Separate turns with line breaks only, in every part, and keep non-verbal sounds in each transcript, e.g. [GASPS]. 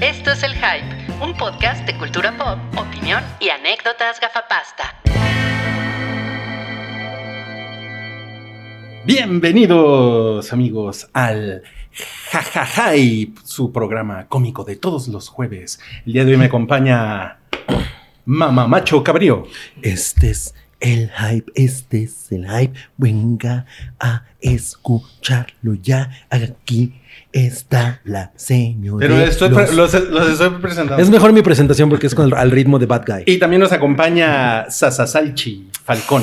Esto es El Hype, un podcast de cultura pop, opinión y anécdotas gafapasta.
Bienvenidos amigos al Jajajai, su programa cómico de todos los jueves. El día de hoy me acompaña Mamamacho Cabrío.
Este es el hype, este es el hype. Venga a escucharlo ya. Aquí está la señora.
Pero estoy pre-
Los-
los, los estoy presentando.
Es mejor mi presentación porque es con el- al ritmo de Bad Guy.
Y también nos acompaña Sasasalchi Falcón.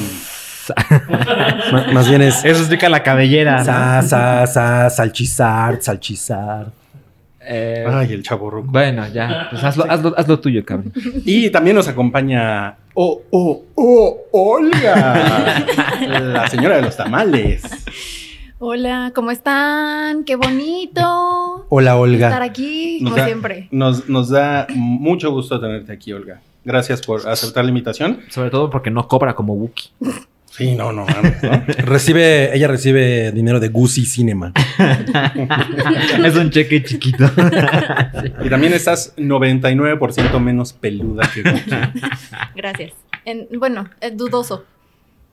Ma- más bien es.
Eso explica la cabellera. ¿no?
Sa, sa, sa, salchizar, salchizar.
Eh,
Ay, el chaborruco.
bueno, ya. Pues hazlo, hazlo, hazlo tuyo, cabrón.
Y también nos acompaña Oh, oh, oh, [LAUGHS] Olga, la señora de los tamales.
Hola, ¿cómo están? Qué bonito
Hola, [LAUGHS]
estar
Olga.
aquí,
Nos
como
da-
siempre.
Nos, nos da mucho gusto tenerte aquí, Olga. Gracias por aceptar la invitación.
Sobre todo porque no cobra como Wookie.
Sí, no, no, mames, ¿no?
Recibe, ella recibe dinero de Guzzi Cinema.
es un cheque chiquito. [LAUGHS]
Y también estás 99% menos peluda que Guki.
Gracias. En- bueno, es dudoso.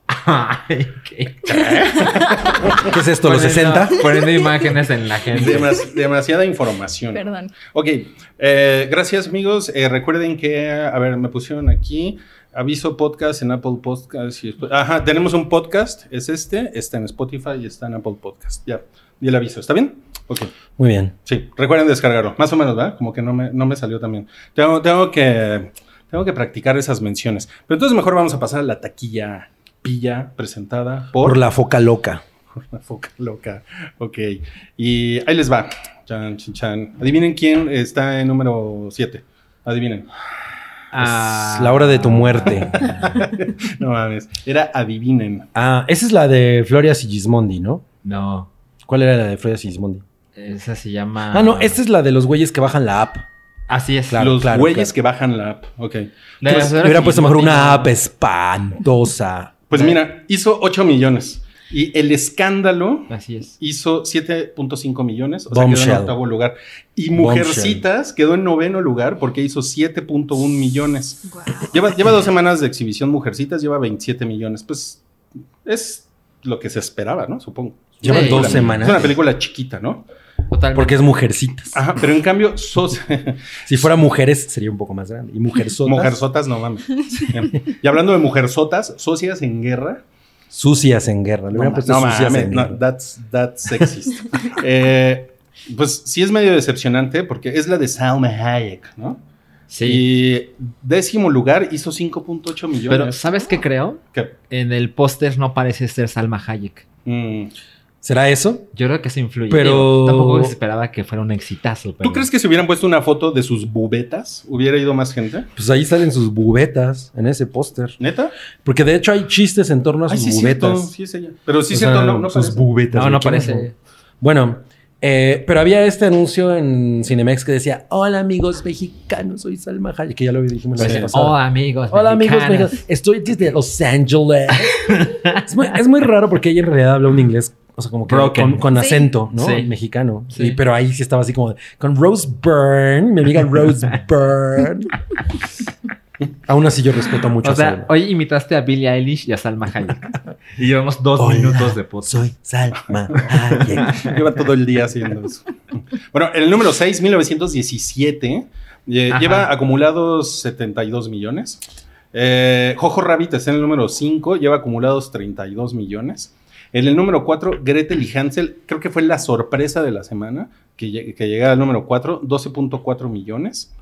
Ay, qué-
¿Qué es esto? ¿Los
Poniendo-
60?
Poniendo imágenes en la gente.
Demas- demasiada información.
Perdón.
Ok, eh, gracias amigos. Eh, recuerden que, a ver, me pusieron aquí. Aviso podcast en Apple Podcast. y Sp- Ajá, tenemos un podcast, es este, está en Spotify y está en Apple Podcast. Ya, di el aviso, ¿está bien? Ok,
Muy bien.
sí, recuerden descargarlo, más o menos, ¿verdad? Como que no me, no me salió también. Tengo, tengo, que, tengo que practicar esas menciones. Pero entonces mejor vamos a pasar a la taquilla pilla presentada por,
Por la foca loca.
la [LAUGHS] foca loca. Ok. Y ahí les va. Chan, chan, chan. Adivinen quién está en número 7. Adivinen.
Ah,
Es la hora de tu muerte.
No mames. Era adivinen.
Ah, esa es la de Floria Sigismondi, ¿no?
No.
¿Cuál era la de Floria Sigismondi?
Esa se llama.
Ah, no, esta es la de los güeyes que bajan la app.
Así es.
Claro,
Los
claro,
güeyes
claro.
que bajan la app. Ok.
La
Pues,
señora
le hubiera puesto mejor
Sigismondi,
una
¿no?
app espantosa.
Pues
Ah.
mira, hizo 8 millones. Y el escándalo
Así es.
hizo 7.5 millones. O sea, quedó en
Bombshell.
octavo lugar. Y
Bombshell.
Mujercitas quedó en noveno lugar porque hizo 7.1 millones.
Guau.
Lleva, lleva
[LAUGHS]
dos semanas de exhibición Mujercitas, lleva 27 millones. Pues es lo que se esperaba, ¿no? Supongo.
Llevan
Es una
dos
película-
semanas.
Es una película chiquita, ¿no?
Totalmente.
Porque es mujercitas.
Ajá, pero en cambio, sos,
Si fuera mujeres, sería un poco más grande. Y mujerzotas.
mujerzotas, no mames. Y hablando de mujerzotas, socias en guerra.
Sucias en guerra. Le
No,
hubieran
ma-
puesto
no
sucias
mames,
en
no,
guerra.
that's, that's sexist. Eh, pues sí es medio decepcionante porque es la de Salma Hayek, ¿no?
Sí.
Y décimo lugar hizo 5.8
Pero,
millones.
¿sabes qué creo?
¿Qué?
En el póster no parece ser Salma Hayek.
Mm.
¿Será eso?
Yo creo que eso influye.
Pero-
Digo, tampoco esperaba que fuera un exitazo.
¿Tú crees que si hubieran puesto una foto de sus bubetas, hubiera ido más gente?
Pues ahí salen sus bubetas en ese póster.
¿Neta?
Porque de hecho hay chistes en torno a
Ay,
sus
sí, es cierto,
bubetas.
sí es ella. Pero sí
O
es cierto,
sea,
no, no
sus
parece.
bubetas.
No, no
¿Quién es?
parece.
Bueno, eh, pero había este anuncio en Cinemex que decía: Hola amigos mexicanos, soy Salma Hayek. Que ya lo dijimos la
Sí.
vez pasada.
Hola Oh, amigos.
Hola amigos,
mexicanos.
mexicanos. estoy desde Los Ángeles. es, muy, es muy raro porque ella en realidad habla un inglés, o sea, como que
Broken.
con, con
Sí.
acento, ¿no?
Sí.
Mexicano.
Sí.
Y- pero ahí sí estaba así como con Rose Byrne, mi amiga Rose Byrne. [LAUGHS] Aún así yo respeto mucho
O
a
sea,
Salma.
hoy imitaste a Billie Eilish y a Salma [LAUGHS] Hayek. y llevamos dos
Hola,
minutos de podcast.
Soy Salma Hayek.
[LAUGHS] Lleva todo el día haciendo eso. Bueno, el número 6, 1917, eh,
Ajá.
lleva acumulados 72 millones. Eh, Jojo Rabbit está en el número 5, lleva acumulados 32 millones. En el número 4, Gretel y Hansel, creo que fue la sorpresa de la semana que, lle- que llegaba al número 4, 12.4 millones.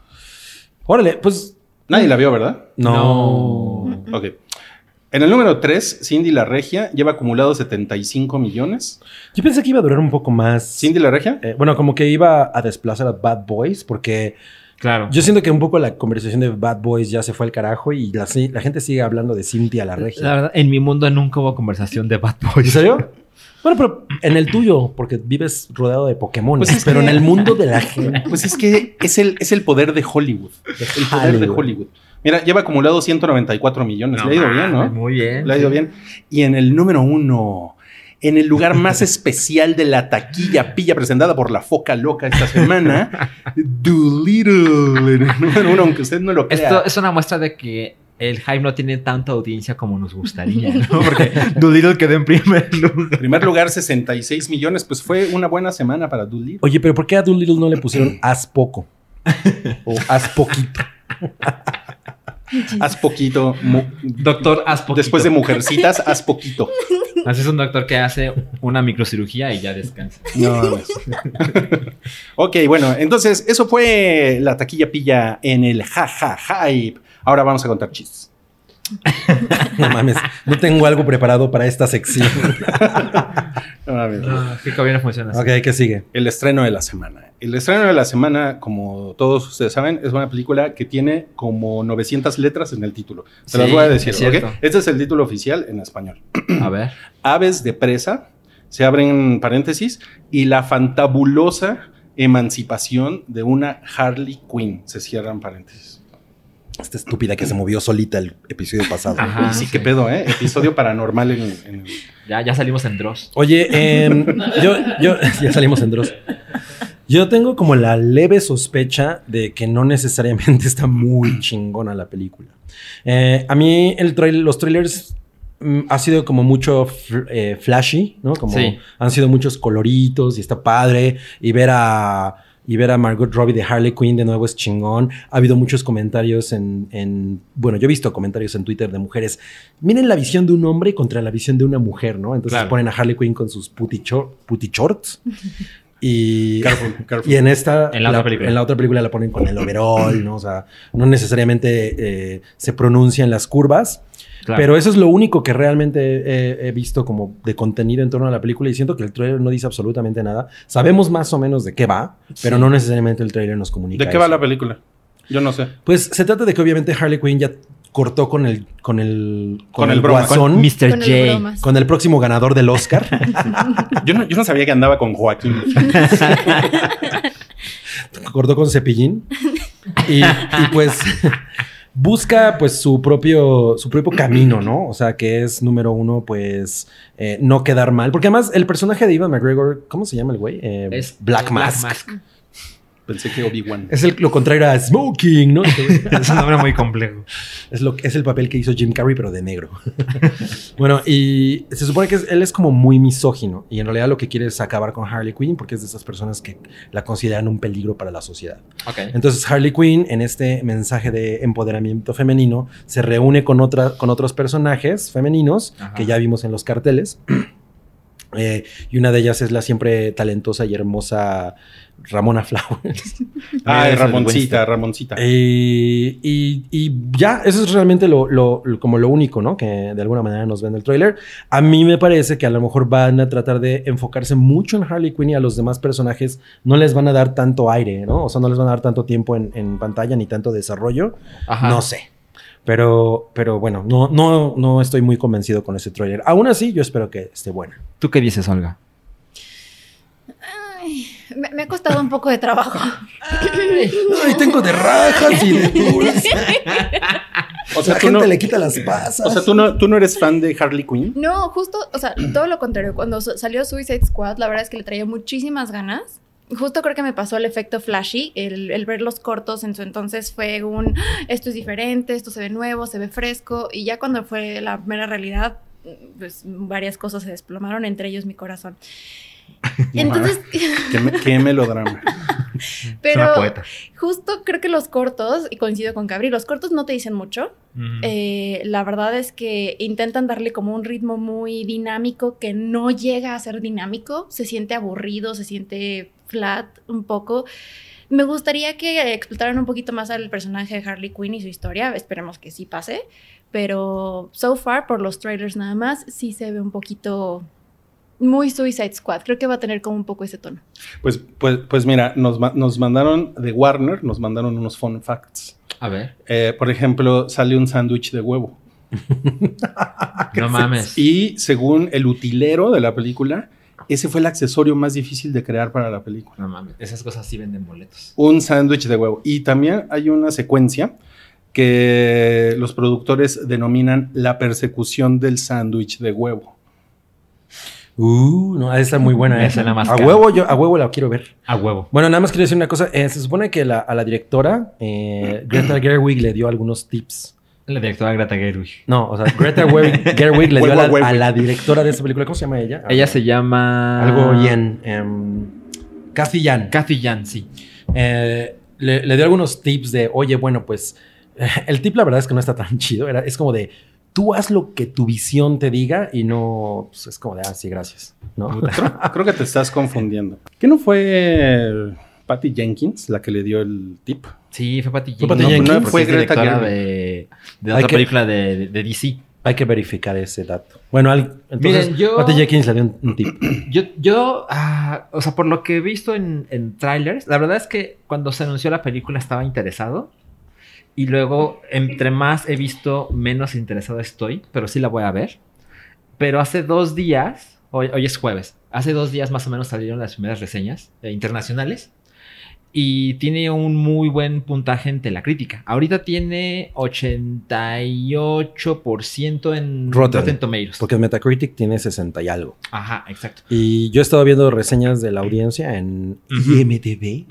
Órale, pues
Nadie la vio, ¿verdad?
no.
No.
Mm.
Ok. En el número 3, Cindy la Regia lleva acumulados 75 millones.
Yo pensé que iba a durar un poco más.
Cindy la Regia,
Eh, bueno, como que iba a desplazar a Bad Boys porque
Claro.
Yo siento que un poco la conversación de Bad Boys ya se fue al carajo y la, la gente sigue hablando de Cintia la regia.
la verdad, en mi mundo nunca hubo conversación de Bad
¿En
Boys.
serio? Bueno, pero en el tuyo, porque vives rodeado de Pokémon.
Pues es
pero
que- [LAUGHS]
en el mundo de la gente.
Pues es que es el, es el poder de Hollywood. El poder de
Hollywood.
Hollywood. Mira, lleva acumulado 194 millones. Le ha ido bien, ¿no?
Muy bien.
Le ha ido bien. Y en el número uno, en el lugar más especial de la taquilla pilla presentada por la foca loca esta semana, Doolittle, en el número uno, aunque usted no lo crea.
Esto es una muestra de que el hype no tiene tanta audiencia como nos gustaría, [LAUGHS] ¿no?
Porque
Doolittle quedó en primer lugar.
primer lugar, 66 millones, pues fue una buena semana para Doolittle.
Oye, pero ¿por qué a Doolittle no le pusieron haz poco? O haz poquito.
Haz poquito, mu-
Doctor Aspo.
después de Mujercitas, haz poquito.
Así es un doctor que hace una microcirugía y ya descansa.
No, mames. ok, bueno, entonces eso fue la taquilla pilla en el jaja hype. Ahora vamos a contar chistes.
No mames, no tengo algo preparado para esta sección.
No mames.
Ah, Qué bien funciona así.
Ok, ¿qué sigue?
El estreno de la semana. El estreno de la semana, como todos ustedes saben, es una película que tiene como 900 letras en el título. Se las
Sí,
voy a decir,
es cierto.
¿ok? Este es el título oficial en español.
A ver.
Aves de presa, se abren paréntesis, y la fantabulosa emancipación de una Harley Quinn, se cierran paréntesis.
Esta estúpida que se movió solita el episodio pasado.
Ajá.
sí,
sí.
qué pedo, ¿eh? Episodio paranormal en, en-
Ya, ya salimos en Dross.
Oye, em, yo, yo, [LAUGHS] ya salimos en Dross. Yo tengo como la leve sospecha de que no necesariamente [LAUGHS] está muy chingona la película. Eh, a mí el trail- los trailers mm, ha sido como mucho fl- eh, flashy, ¿no? Como
Sí.
han sido muchos coloritos y está padre. Y ver a y ver a Margot Robbie de Harley Quinn de nuevo es chingón. Ha habido muchos comentarios en, en- bueno, yo he visto comentarios en Twitter de mujeres. Miren la visión de un hombre contra la visión de una mujer, ¿no? Entonces
Claro.
ponen a Harley Quinn con sus puti, chor- puti shorts y
Careful, careful.
y en esta,
En la otra película.
en la otra película la ponen con el overall, ¿no? O sea, no necesariamente eh, se pronuncian las curvas,
Claro.
pero eso es lo único que realmente he, he visto como de contenido en torno a la película y siento que el trailer no dice absolutamente nada. Sabemos más o menos de qué va, pero no necesariamente el trailer nos comunica.
¿De qué va
eso.
la película? Yo no sé.
Pues se trata de que obviamente Harley Quinn ya cortó con el con el
Con el broma.
guasón, con,
Mr.
Con el bromas.
el próximo ganador del
[LAUGHS]
Oscar.
Yo no, yo no sabía que andaba con Joaquín.
cortó con cepillín y, y, pues busca pues su propio su propio camino no o sea que es número uno pues eh, no quedar mal porque además el personaje de Ivan McGregor cómo se llama el güey Eh,
Es
Black Mask,
Pensé que Obi-Wan.
es el, lo contrario a smoking no Este güey.
[LAUGHS] Es un nombre muy complejo.
es lo es el papel que hizo Jim Carrey pero de negro [LAUGHS] bueno y se supone que es- él es como muy misógino y en realidad lo que quiere es acabar con Harley Quinn porque es de esas personas que la consideran un peligro para la sociedad
Ok.
Entonces Harley Quinn, en este mensaje de empoderamiento femenino, se reúne con, otra, con otros personajes femeninos
Ajá.
que ya vimos en los carteles. [CLEARS THROAT] Eh, y una de ellas es la siempre talentosa y hermosa Ramona Flowers.
Ay,
Eso,
Ah, Ramoncita, Ramoncita.
Eh, y, y ya, eso es realmente lo, lo- lo- como lo único, ¿no? Que de alguna manera nos ven el tráiler. A mí me parece que a lo mejor van a tratar de enfocarse mucho en Harley Quinn y a los demás personajes no les van a dar tanto aire, ¿no? O sea, no les van a dar tanto tiempo en, en pantalla ni tanto desarrollo.
Ajá.
No sé. Pero, pero bueno, no, no, no estoy muy convencido con ese tráiler. Aún así, yo espero que esté buena.
¿Tú qué dices, Olga?
Ay, me, me ha costado un poco de trabajo.
Ay, tengo de rajas y de [LAUGHS]
O sea, tú no,
quita las pasas.
o sea, tú no, tú no eres fan de Harley Quinn.
No, justo, o sea, todo lo contrario. Cuando su- salió Suicide Squad, la verdad es que le traía muchísimas ganas. Justo creo que me pasó el efecto flashy, el, el ver los cortos en su entonces fue un, "Ah, esto es diferente, esto se ve nuevo, se ve fresco, y ya cuando fue la mera realidad, pues varias cosas se desplomaron, entre ellos mi corazón. Entonces,
Qué, me- qué melodrama.
[LAUGHS] pero justo creo que los cortos, y coincido con Cabri, los cortos no te dicen mucho, Eh, la verdad es que intentan darle como un ritmo muy dinámico que no llega a ser dinámico, se siente aburrido, se siente flat un poco. Me gustaría que explotaran un poquito más al personaje de Harley Quinn y su historia, esperemos que sí pase, pero so far por los trailers nada más sí se ve un poquito muy Suicide Squad, creo que va a tener como un poco ese
[LAUGHS]
tono.
Pues, pues, pues mira, nos, ma- nos mandaron de Warner, nos mandaron unos fun facts.
A ver.
Eh, por ejemplo, sale un sándwich de huevo. Ah,
No mames.
Y según el utilero de la película, ese fue el accesorio más difícil de crear para la película.
No mames. Esas cosas sí venden boletos.
un sándwich de huevo. Y también hay una secuencia que los productores denominan la persecución del sándwich de huevo.
Uh, no, esa es muy buena.
Me
¿eh?
suena más
a
cara.
huevo, yo, a huevo la quiero ver.
A huevo.
Bueno, nada más quiero decir una cosa. Eh, se supone que la- a la directora, eh,
[CLEARS THROAT]
Greta Gerwig le dio algunos tips.
La directora Greta Gerwig.
No, o sea, Greta Wer- Gerwig le dio a
Huevo,
la,
huevo.
a la directora de esa película. ¿Cómo se llama ella?
Ella se llama...
Algo Yen. em, Kathy Yan.
Kathy Yan, sí.
Eh, le, le dio algunos tips de, oye, bueno, pues [LAUGHS] eh, el tip la verdad es que no está tan [LAUGHS] chido. Era, es como de, tú haz lo que tu visión te diga y no, pues es como de, ah, sí, gracias. ¿no?
Creo, creo que te estás confundiendo. ¿Qué no fue Patty Jenkins la que le dio el tip?
Sí, fue Patty
Fue
Jenkins.
Patty
No,
Jenkins.
no, porque
Fue
es
Greta
directora
Gerwig.
de, de
Hay
otra
que-
película de, de- de DC.
Hay que verificar ese dato. Bueno, al- entonces,
Miren, yo-
Patty Jenkins le dio un, un tip.
Yo, yo ah, o sea, por lo que he visto en, en trailers, la verdad es que cuando se anunció la película estaba interesado. Y luego, entre más he visto, menos interesado estoy, pero sí la voy a ver. Pero hace dos días, hoy, hoy es jueves, hace dos días más o menos salieron las primeras reseñas eh, internacionales. Y tiene un muy buen puntaje entre la crítica. Ahorita tiene 88% en
Rotten.
Rotten Tomatoes.
Pues, Porque Metacritic tiene 60 y algo.
Ajá, exacto.
Y yo he estado viendo reseñas de la audiencia en
Ujú.
IMDB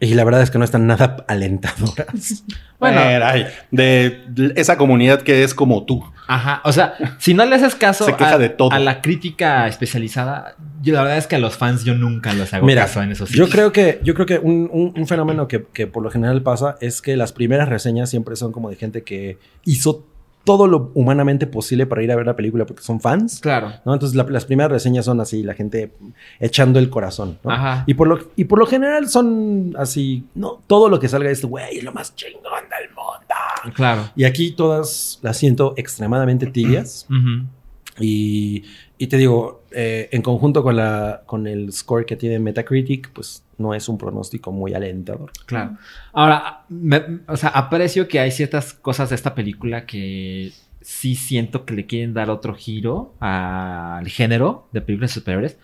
y la verdad es que no están nada alentadoras.
Bueno.
Era, ay, de esa comunidad que es como tú.
Ajá, o sea, si no le haces caso
Se queja
a,
de todo.
a la crítica especializada, yo la verdad es que a los fans yo nunca los [LAUGHS] hago
Mira,
caso en esos
Yo
sitios.
creo que, yo creo que un, un- un fenómeno que, que por lo general pasa es que las primeras reseñas siempre son como de gente que hizo todo lo humanamente posible para ir a ver la película porque son fans.
Claro.
¿no? Entonces la- las primeras reseñas son así, la gente echando el corazón. ¿no?
Ajá.
Y por, lo, y por lo general son así, no, todo lo que salga es, güey, es lo más chingón del mundo.
Claro.
Y aquí todas las siento extremadamente tibias.
Ujú.
Y, y te digo, eh, en conjunto con, la, con el score que tiene Metacritic, pues no es un pronóstico muy alentador.
Claro. Ahora, me- o sea, aprecio que hay ciertas cosas de esta película que sí siento que le quieren dar otro giro al género de películas superiores.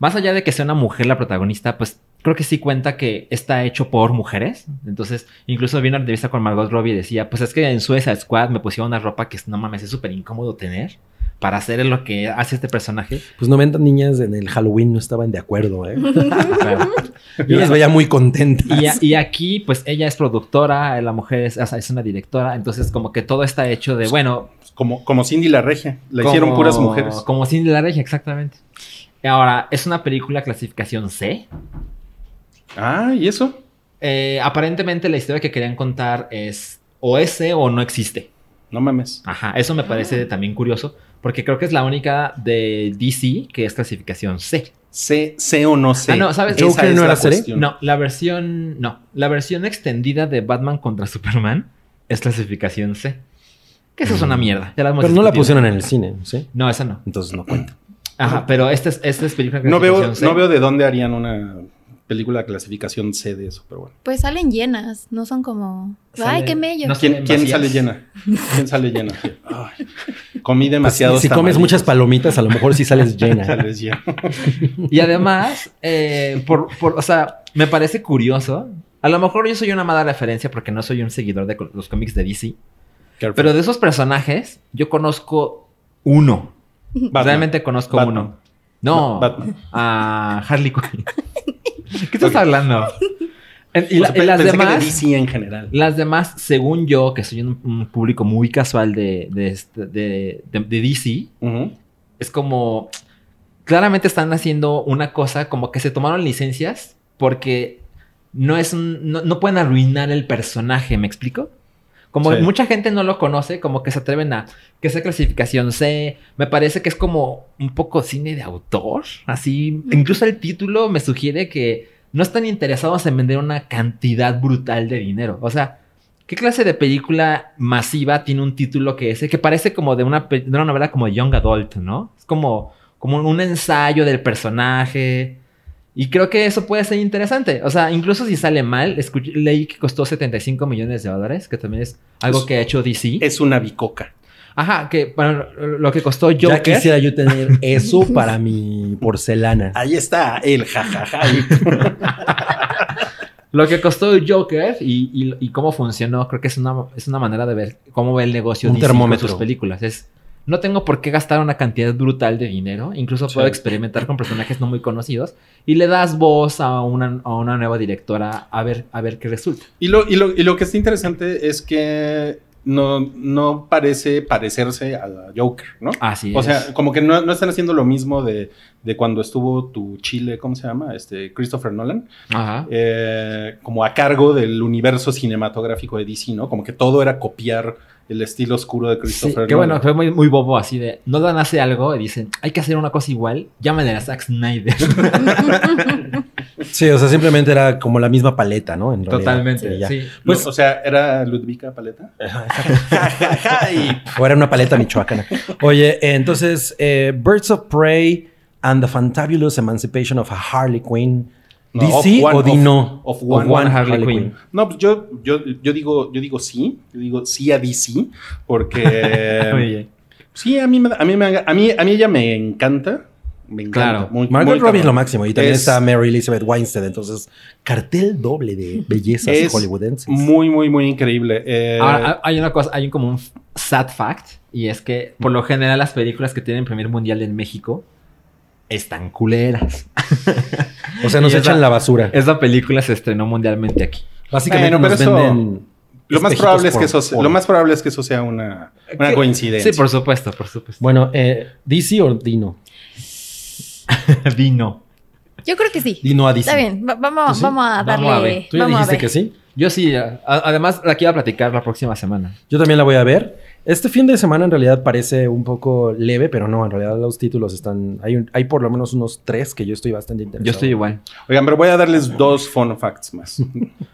Más allá de que sea una mujer la protagonista, pues creo que sí cuenta que está hecho por mujeres. Entonces, incluso vi una entrevista con Margot Robbie y decía, pues es que en Suicide Squad me pusieron una ropa que no mames, es súper incómodo tener para hacer lo que hace este personaje.
Pues 90 niñas en el Halloween no estaban de acuerdo, ¿eh?
Claro.
Yo las veía muy contentas.
Y, a- y aquí, pues ella es productora, la mujer es, o sea, es una directora, entonces como que todo está hecho de, bueno...
Como, como Cindy la Regia. La
como-
hicieron puras mujeres.
Como Cindy la Regia, exactamente. Ahora, es una película clasificación C.
Ah, ¿y eso?
Eh, aparentemente la historia que querían contar es o es C o no existe.
No mames.
Ajá, eso me parece
Ah.
también curioso, porque creo que es la única de DC que es clasificación C.
Sé, sé o no sé.
Ah, no, ¿sabes?
Esa
¿Joker
es
no
la
era serie?
cuestión.
No, la versión, no, la versión extendida de Batman contra Superman es clasificación C. Que eso es
Mm.
una mierda. ya hemos
Pero no la
discutido.
pusieron en el cine, ¿sí?
No, esa no.
Entonces no cuenta. Pues,
Ajá, pero esta es, esta es película
No veo,
clasificación C.
no veo de dónde harían una película de clasificación C de eso, pero bueno.
Pues salen llenas, no son como.
Sale-
Ay, qué mello.
no
¿Quién,
Salen
quién
vacías.
sale llena? ¿Quién sale llena? Ay,
[LAUGHS] Pues,
comí demasiado.
si comes muchas palomitas, a lo mejor sí sales [LAUGHS]
[LAUGHS]
llena.
Sales llena.
Y además, eh, por, por- o sea, me parece curioso. A lo mejor yo soy una mala referencia porque no soy un seguidor de co- los cómics de DC. Pero de esos personajes, yo conozco uno.
Batman.
Realmente conozco
Batman.
uno. No,
Batman.
a Harley Quinn.
[LAUGHS]
¿Qué estás
Ok.
hablando? En- Y, la-
O sea,
y las
Pues, pensé que
demás...
de DC en general.
Las demás, según yo, que soy un, un público muy casual de, de, este- de- de- de DC,
Ujú.
es como. Claramente están haciendo una cosa como que se tomaron licencias porque no es un- no, no pueden arruinar el personaje, ¿me explico? Como
Sí.
mucha gente no lo conoce, como que se atreven a que sea clasificación C. Me parece que es como un poco cine de autor. Así, incluso el título me sugiere que no están interesados en vender una cantidad brutal de dinero. O sea, ¿qué clase de película masiva tiene un título que ese? Que parece como de una, pe- de una novela como Young Adult, ¿no? Es como, como un ensayo del personaje. Y creo que eso puede ser interesante. O sea, incluso si sale mal, escuché- leí que costó 75 millones de dólares, que también es algo
Es-
que ha hecho DC.
Es una bicoca.
Ajá, que bueno, lo que costó
Ya
Joker.
quisiera yo tener eso para mi porcelana.
Ahí está el jajaja.
Lo que costó Joker y, y- y cómo funcionó, creo que es una, es una manera de ver cómo ve el negocio
Un
DC con
termómetro.
sus películas. Es No tengo por qué gastar una cantidad brutal de dinero. Incluso puedo experimentar con personajes no muy conocidos. Y le das voz a una, a una nueva directora a ver, a ver qué resulta.
Y lo, y, lo, y lo que está interesante es que no, no parece parecerse a la Joker, ¿no?
Así
O
es.
sea, como que no, no están haciendo lo mismo de, de cuando estuvo tu Chile, ¿cómo se llama? Este, Christopher Nolan,
Ajá.
eh, como a cargo del universo cinematográfico de DC, ¿no? Como que todo era copiar el estilo oscuro de
Sí,
Christopher
que
Nolan.
bueno, fue muy, muy bobo así de Nolan hace algo y dicen, hay que hacer una cosa igual, llámenle a Zack Snyder.
[LAUGHS]
Sí, o sea, simplemente era como la misma paleta, ¿no? En realidad.
Totalmente.
Sí, ya.
sí.
Pues, o sea, era Ludvika
[LAUGHS]
Paleta. [LAUGHS]
O era una paleta michoacana. Oye, entonces, eh, Birds of Prey and the Fantabulous Emancipation of a Harley Quinn.
No,
¿DC
of one-
o
of-
Dino?
of one-
one Harley Quinn.
No, pues yo, yo, yo digo, yo digo sí, yo digo sí a DC,
[LAUGHS]
porque
Oye,
sí, a mí, me da- a mí, me, a mí, a mí ella me encanta. Me encanta.
Claro.
muy-
Margot
muy
Robbie es lo
cabrón.
máximo. Y también
Es-
está Mary Elizabeth Weinstein. Entonces, cartel doble de bellezas
Es
hollywoodenses.
Muy, muy, muy increíble. Eh,
Ahora, ha- hay una cosa, hay un como un f- sad fact, y es que por lo general las películas que tienen primer mundial en México están culeras.
o sea, nos
y esa-
echan la basura.
Esa película se estrenó mundialmente aquí.
Básicamente
Bueno,
nos
pero eso-
venden
lo más
espejitos
probable es
por-
que eso, sea-
por-
lo más probable es que eso sea una, una
¿Qué?
coincidencia.
Sí, por supuesto, por supuesto.
Bueno, eh, ¿DC o Dino?
Dino.
[LAUGHS] Yo creo
[LAUGHS]
que sí.
Dino a DC.
Está bien, va- vamos,
¿Tú sí?
vamos a
Vamos
darle.
a ver.
¿Tú ya
vamos a
dijiste
ver.
que sí?
Yo sí, a- a- además la quiero platicar la próxima semana.
Yo también la voy a ver. Este fin de semana en realidad parece un poco leve, pero no, en realidad los títulos están. Hay, un- hay por lo menos unos tres que yo estoy bastante interesado.
Yo estoy igual.
Oigan, pero voy a darles dos fun facts más.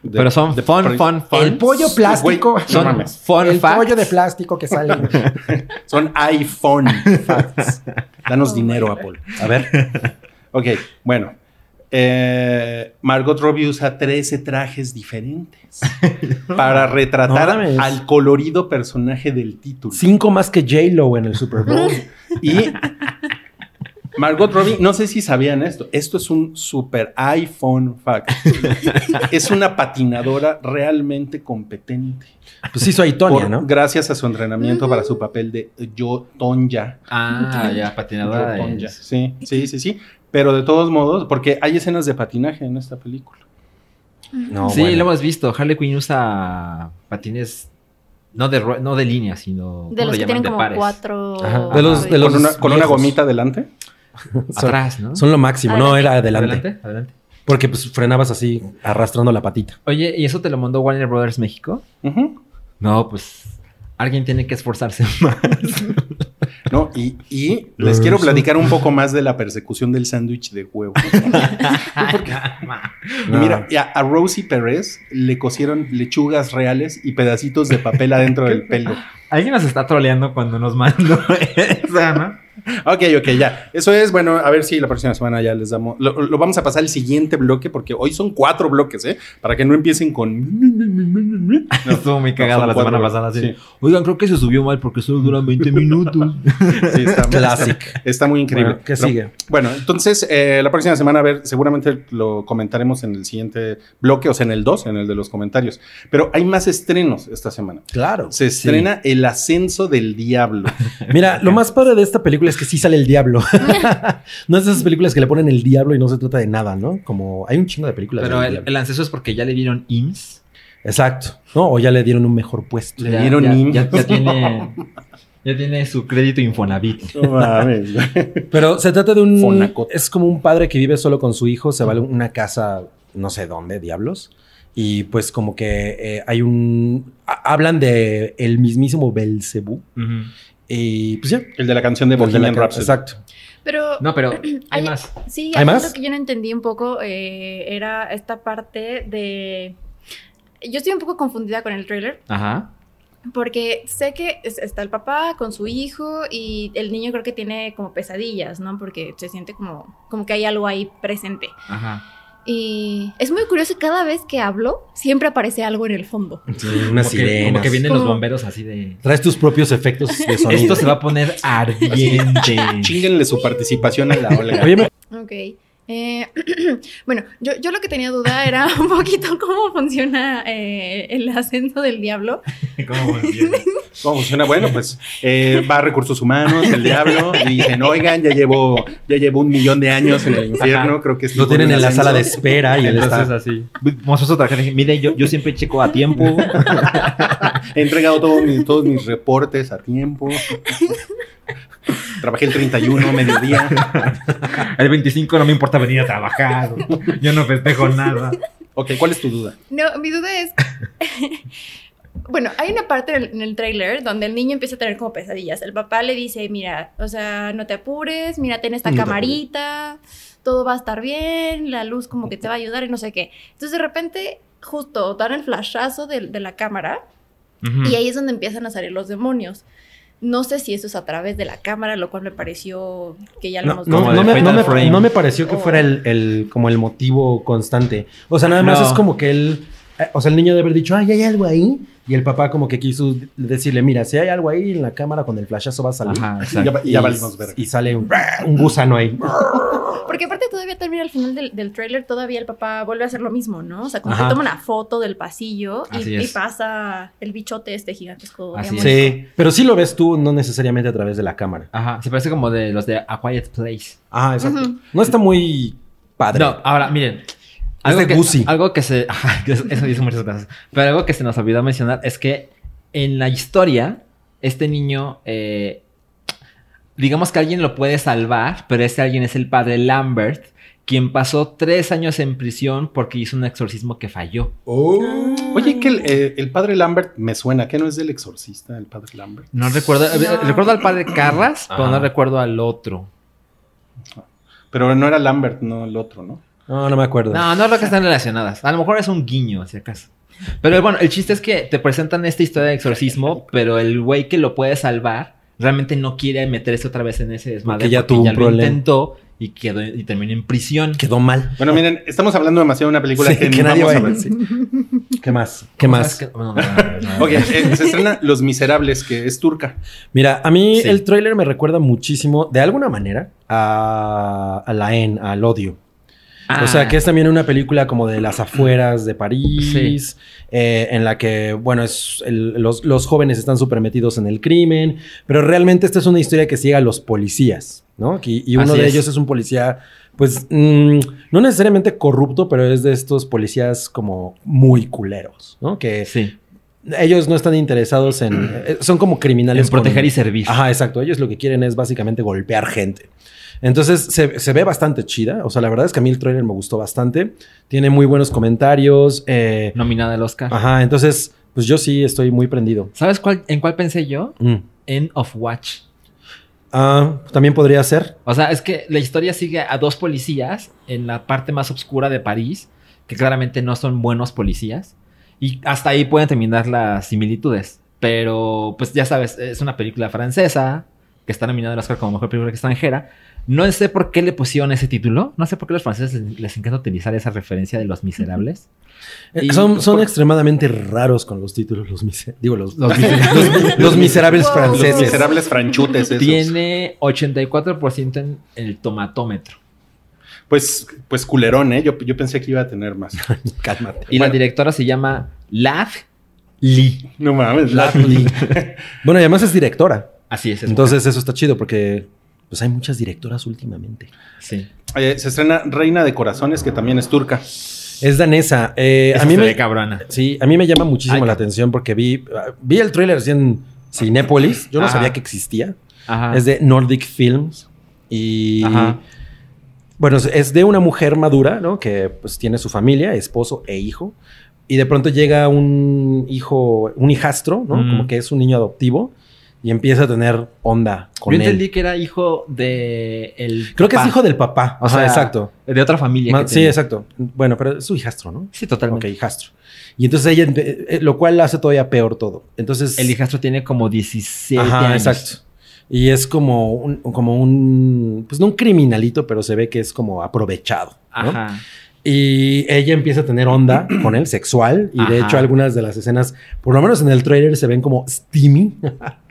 De-
Pero son
de-
fun, fun, fun.
El pollo plástico.
Güey, no
Son
mames.
fun
el
facts.
pollo de plástico que sale.
[LAUGHS]
Son iPhone facts.
Oh,
Danos dinero, Apple.
A ver,
Ok, bueno. Eh, Margot Robbie usa 13 trajes diferentes para
No
retratar
mames.
al colorido personaje del título.
cinco más que J-Lo en el Super Bowl.
Y Margot Robbie, no sé si sabían esto, esto es un super iPhone fact. es una patinadora realmente competente.
Pues hizo ahí Tonya,
Por-
¿no?
Gracias a su entrenamiento para su papel de Yo Tonya.
Ah, ya,
Yo
patinadora.
Tonya.
es-
Sí, sí, sí, sí. Pero de todos modos, porque hay escenas de patinaje en esta película.
No,
sí,
bueno.
lo hemos visto. Harley Quinn usa patines no de, rue- no de línea, sino
De
¿cómo le
los que
llaman?
tienen como
pares.
cuatro.
Ajá. De los- de
Con,
los-
una, con una
viejos.
gomita delante.
son,
Atrás, ¿no?
son lo máximo. No, era adelante.
adelante, adelante.
Porque pues frenabas así, arrastrando la patita.
Oye, ¿y eso te lo mandó Warner Brothers México?
Ujú.
No, pues alguien tiene que esforzarse [LAUGHS] más.
No, y, y les quiero platicar un poco más de la persecución del sándwich de huevo. Y
No.
Mira, y a, a Rosie Pérez le cosieron lechugas reales y pedacitos de papel adentro [LAUGHS] del pelo.
alguien nos está troleando cuando nos mandó [LAUGHS] esa, ¿no?
Ok, ok, ya. Eso es, bueno, a ver si la próxima semana ya les damos. Lo, lo vamos a pasar al siguiente bloque porque hoy son cuatro bloques, ¿eh? Para que no empiecen con. No,
Estuvo muy
son
cagada la
cuatro
semana
bloques,
pasada. así.
sí.
Oigan, creo que se subió mal porque solo duran 20 [LAUGHS] minutos.
Sí, está,
Classic.
está- está muy increíble.
Bueno, ¿Qué
Pero-
sigue?
Bueno, entonces eh, la próxima semana, a ver, seguramente lo comentaremos en el siguiente bloque, o sea, en el 2, en el de los comentarios. Pero hay más estrenos esta semana.
Claro.
Se estrena El Ascenso del Diablo.
[LAUGHS]
Mira, lo más padre de esta película es que sí sale el diablo. [LAUGHS] no es de esas películas que le ponen el diablo y no se trata de nada, ¿no? Como hay un chingo de películas.
Pero
del
el,
diablo.
el anceso es porque ya le dieron IMSS.
Exacto. No, o ya le dieron un mejor puesto.
Le dieron
ya,
IMSS.
ya- ya tiene, ya tiene su crédito Infonavit.
No mames, güey.
Pero se trata de un.
Fonacot.
Es como un padre que vive solo con su hijo, se va a una casa, no sé dónde, diablos. Y pues, como que eh, hay un. ha- hablan de el mismísimo Belcebú. Y pues ya.
El de la canción de Bohemian Rhapsody.
Exacto.
Pero
No, pero hay
Hay-
más.
sí,
¿Hay
hay
más?
lo que yo no entendí un poco eh, era esta parte de. Yo estoy un poco confundida con el trailer
Ajá.
porque sé que es- está el papá con su hijo y el niño creo que tiene como pesadillas, ¿no? Porque se siente como, como que hay algo ahí presente.
Ajá.
Y es muy curioso, cada vez que hablo, siempre aparece algo en el fondo.
unas
Como que, como
sirenas.
que vienen los
Como-
bomberos así de.
Traes tus propios efectos
[LAUGHS]
de sonido.
Esto se va a poner ardiente.
[LAUGHS]
Chínguenle su participación a la Olga.
Oye, me
Ok. Eh, [CLEARS THROAT] bueno, yo, yo lo que tenía duda era [LAUGHS] un poquito cómo funciona eh, el ascenso del diablo.
¿Cómo funciona?
¿Cómo funciona? Bueno, pues eh, va a recursos humanos, el diablo, y dicen, oigan, ya llevo, ya llevo un millón de años en el infierno, creo que es
Lo tienen en la sala de espera y él
Entonces
está.
así. Mozoso traje, dije, mire, yo, yo siempre checo
[LAUGHS]
a tiempo.
He entregado todos mis, todos mis reportes a tiempo. Trabajé el 31, mediodía.
El 25 no me importa venir a trabajar. Yo no festejo nada.
Ok, ¿cuál es tu duda?
No, mi duda es. [LAUGHS] bueno, hay una parte en el, en el tráiler donde el niño empieza a tener como pesadillas. El papá le dice, mira, o sea, no te apures, mira, ten esta
No te
camarita, todo va a estar bien, la luz como que te va a ayudar y no sé qué. Entonces de repente, justo dan el flashazo de, de la cámara y ahí es donde empiezan a salir los demonios. No sé si eso es a través de la cámara, lo cual me pareció que ya lo
No,
hemos
no,
Como
no
de
me, no
Fatal
me-
Frame.
no me pareció que fuera el, el- como el motivo constante. O sea, nada más
No.
es como que él. eh, O sea, el niño debe haber dicho, ay, hay algo ahí. Y el papá como que quiso decirle, mira, si hay algo ahí en la cámara con el flashazo va a salir.
Ajá,
Ya,
exacto.
va- ya valimos verga.
y sale un, un gusano ahí.
Porque aparte todavía termina al final del, del tráiler, todavía el papá vuelve a hacer lo mismo, ¿no? O sea, como
Ajá.
que toma una foto del pasillo y,
Así es.
y pasa el bichote este gigantesco.
Así
demonio.
Sí, pero sí lo ves tú, no necesariamente a través de la cámara.
Ajá, se parece como de los de A Quiet Place.
Ah, exacto.
Ujú.
No está muy padre.
No, ahora miren. Algo
de
que,
Guzzi.
Algo que se. [LAUGHS] ajá, eso eso dice muchas cosas. Pero algo que se nos olvidó mencionar es que en la historia, este niño. eh, digamos que alguien lo puede salvar, pero ese alguien es el padre Lambert, quien pasó tres años en prisión porque hizo un exorcismo que falló.
Oye, que el, eh, el padre Lambert me suena, que no es del exorcista, el padre Lambert.
No recuerdo. eh,
No.
Recuerdo al padre Carras, pero
Ajá.
no recuerdo al otro.
Pero no era Lambert, no el otro, ¿no?
No, no me acuerdo.
No, no creo que están relacionadas. A lo mejor es un guiño, si acaso. Pero bueno, el chiste es que te presentan esta historia de exorcismo, pero el güey que lo puede salvar realmente no quiere meterse otra vez en ese desmadre.
Porque ya tuvo un
lo
problema.
intentó y quedó y terminó en prisión.
Quedó mal.
Bueno, miren, estamos hablando demasiado de una película
Sí,
que,
que nadie
vamos
va a
a ver.
ir. ¿Qué más? ¿Qué
¿Sabes
más?
qué? Bueno, no, no,
[LAUGHS]
no, no.
Ok, eh, se estrena Los Miserables, que es turca.
Mira, a mí
Sí.
el tráiler me recuerda muchísimo, de alguna manera, a, a la en, al odio.
Ah,
O sea, que es también una película como de las afueras de París, eh, en la que, bueno, es el- los, los jóvenes están súper metidos en el crimen, pero realmente esta es una historia que sigue a los policías, ¿no? Y, y uno
Así
de
es.
ellos es un policía, pues, mm, no necesariamente corrupto, pero es de estos policías como muy culeros, ¿no? Que
Ah, Sí.
ellos no están interesados en... eh, son como criminales.
En proteger
con-
y servir.
Ajá, exacto. Ellos lo que quieren es básicamente golpear gente. Entonces se, se ve bastante chida. O sea, la verdad es que a mí el trailer me gustó bastante. Tiene muy buenos comentarios. eh,
Nominada al Oscar.
Ajá, entonces, pues yo sí estoy muy prendido.
¿Sabes cuál, en cuál pensé yo?
Mm.
En Of Watch.
Ah, también podría ser.
O sea, es que la historia sigue a dos policías en la parte más oscura de París, que claramente no son buenos policías. Y hasta ahí pueden terminar las similitudes. Pero, pues ya sabes, es una película francesa que está nominada al Oscar como mejor película extranjera. No sé por qué le pusieron ese título. No sé por qué a los franceses les, les encanta utilizar esa referencia de los miserables.
Eh,
Y-
son son
por-
extremadamente raros con los títulos, los miser- digo, los,
Los miserables.
los miserables
Wow.
franceses.
Los Miserables franchutes esos.
[LAUGHS] Tiene 84% en el tomatómetro.
Pues, pues culerón, ¿eh? Yo, yo pensé que iba a tener más.
Cálmate.
Y la
Bueno.
directora se llama Laf.
Lee.
No mames, la-
bueno, y además es directora.
Así es. es
Entonces eso está chido porque pues hay muchas directoras últimamente.
mujer. Sí.
[LAUGHS] Eh, se estrena Reina de Corazones, que también es turca.
Es danesa. Eh,
Esa
a mí
se
me,
ve cabrona.
Sí, a mí me llama muchísimo
Ay,
la atención porque vi, ah, vi el tráiler así en Cinépolis. Yo no
Ajá.
sabía que existía.
Ajá.
Es de Nordic Films. Y
Ajá.
bueno, es- es de una mujer madura, ¿no? Que pues tiene su familia, esposo e hijo. Y de pronto llega un hijo, un hijastro, ¿no?
Mm.
Como que es un niño adoptivo y empieza a tener onda con
Yo
él.
entendí que era hijo de el
Creo que es
papá,
hijo del papá. O sea,
Ajá.
exacto.
de otra familia.
Ma-
que
Sí,
tenía.
exacto. Bueno, pero es su hijastro, ¿no?
Sí,
Ok,
totalmente.
hijastro. Y entonces ella, empe- eh, lo cual la hace todavía peor todo. Entonces.
El hijastro tiene como 17
Ajá,
años.
exacto. Y es como un, como un, pues no un criminalito, pero se ve que es como aprovechado. ¿no?
Ajá.
Y ella empieza a tener
[CLEARS THROAT]
onda con él, sexual. Y de
Ajá.
hecho, algunas de las escenas, por lo menos en el trailer, se ven como steamy.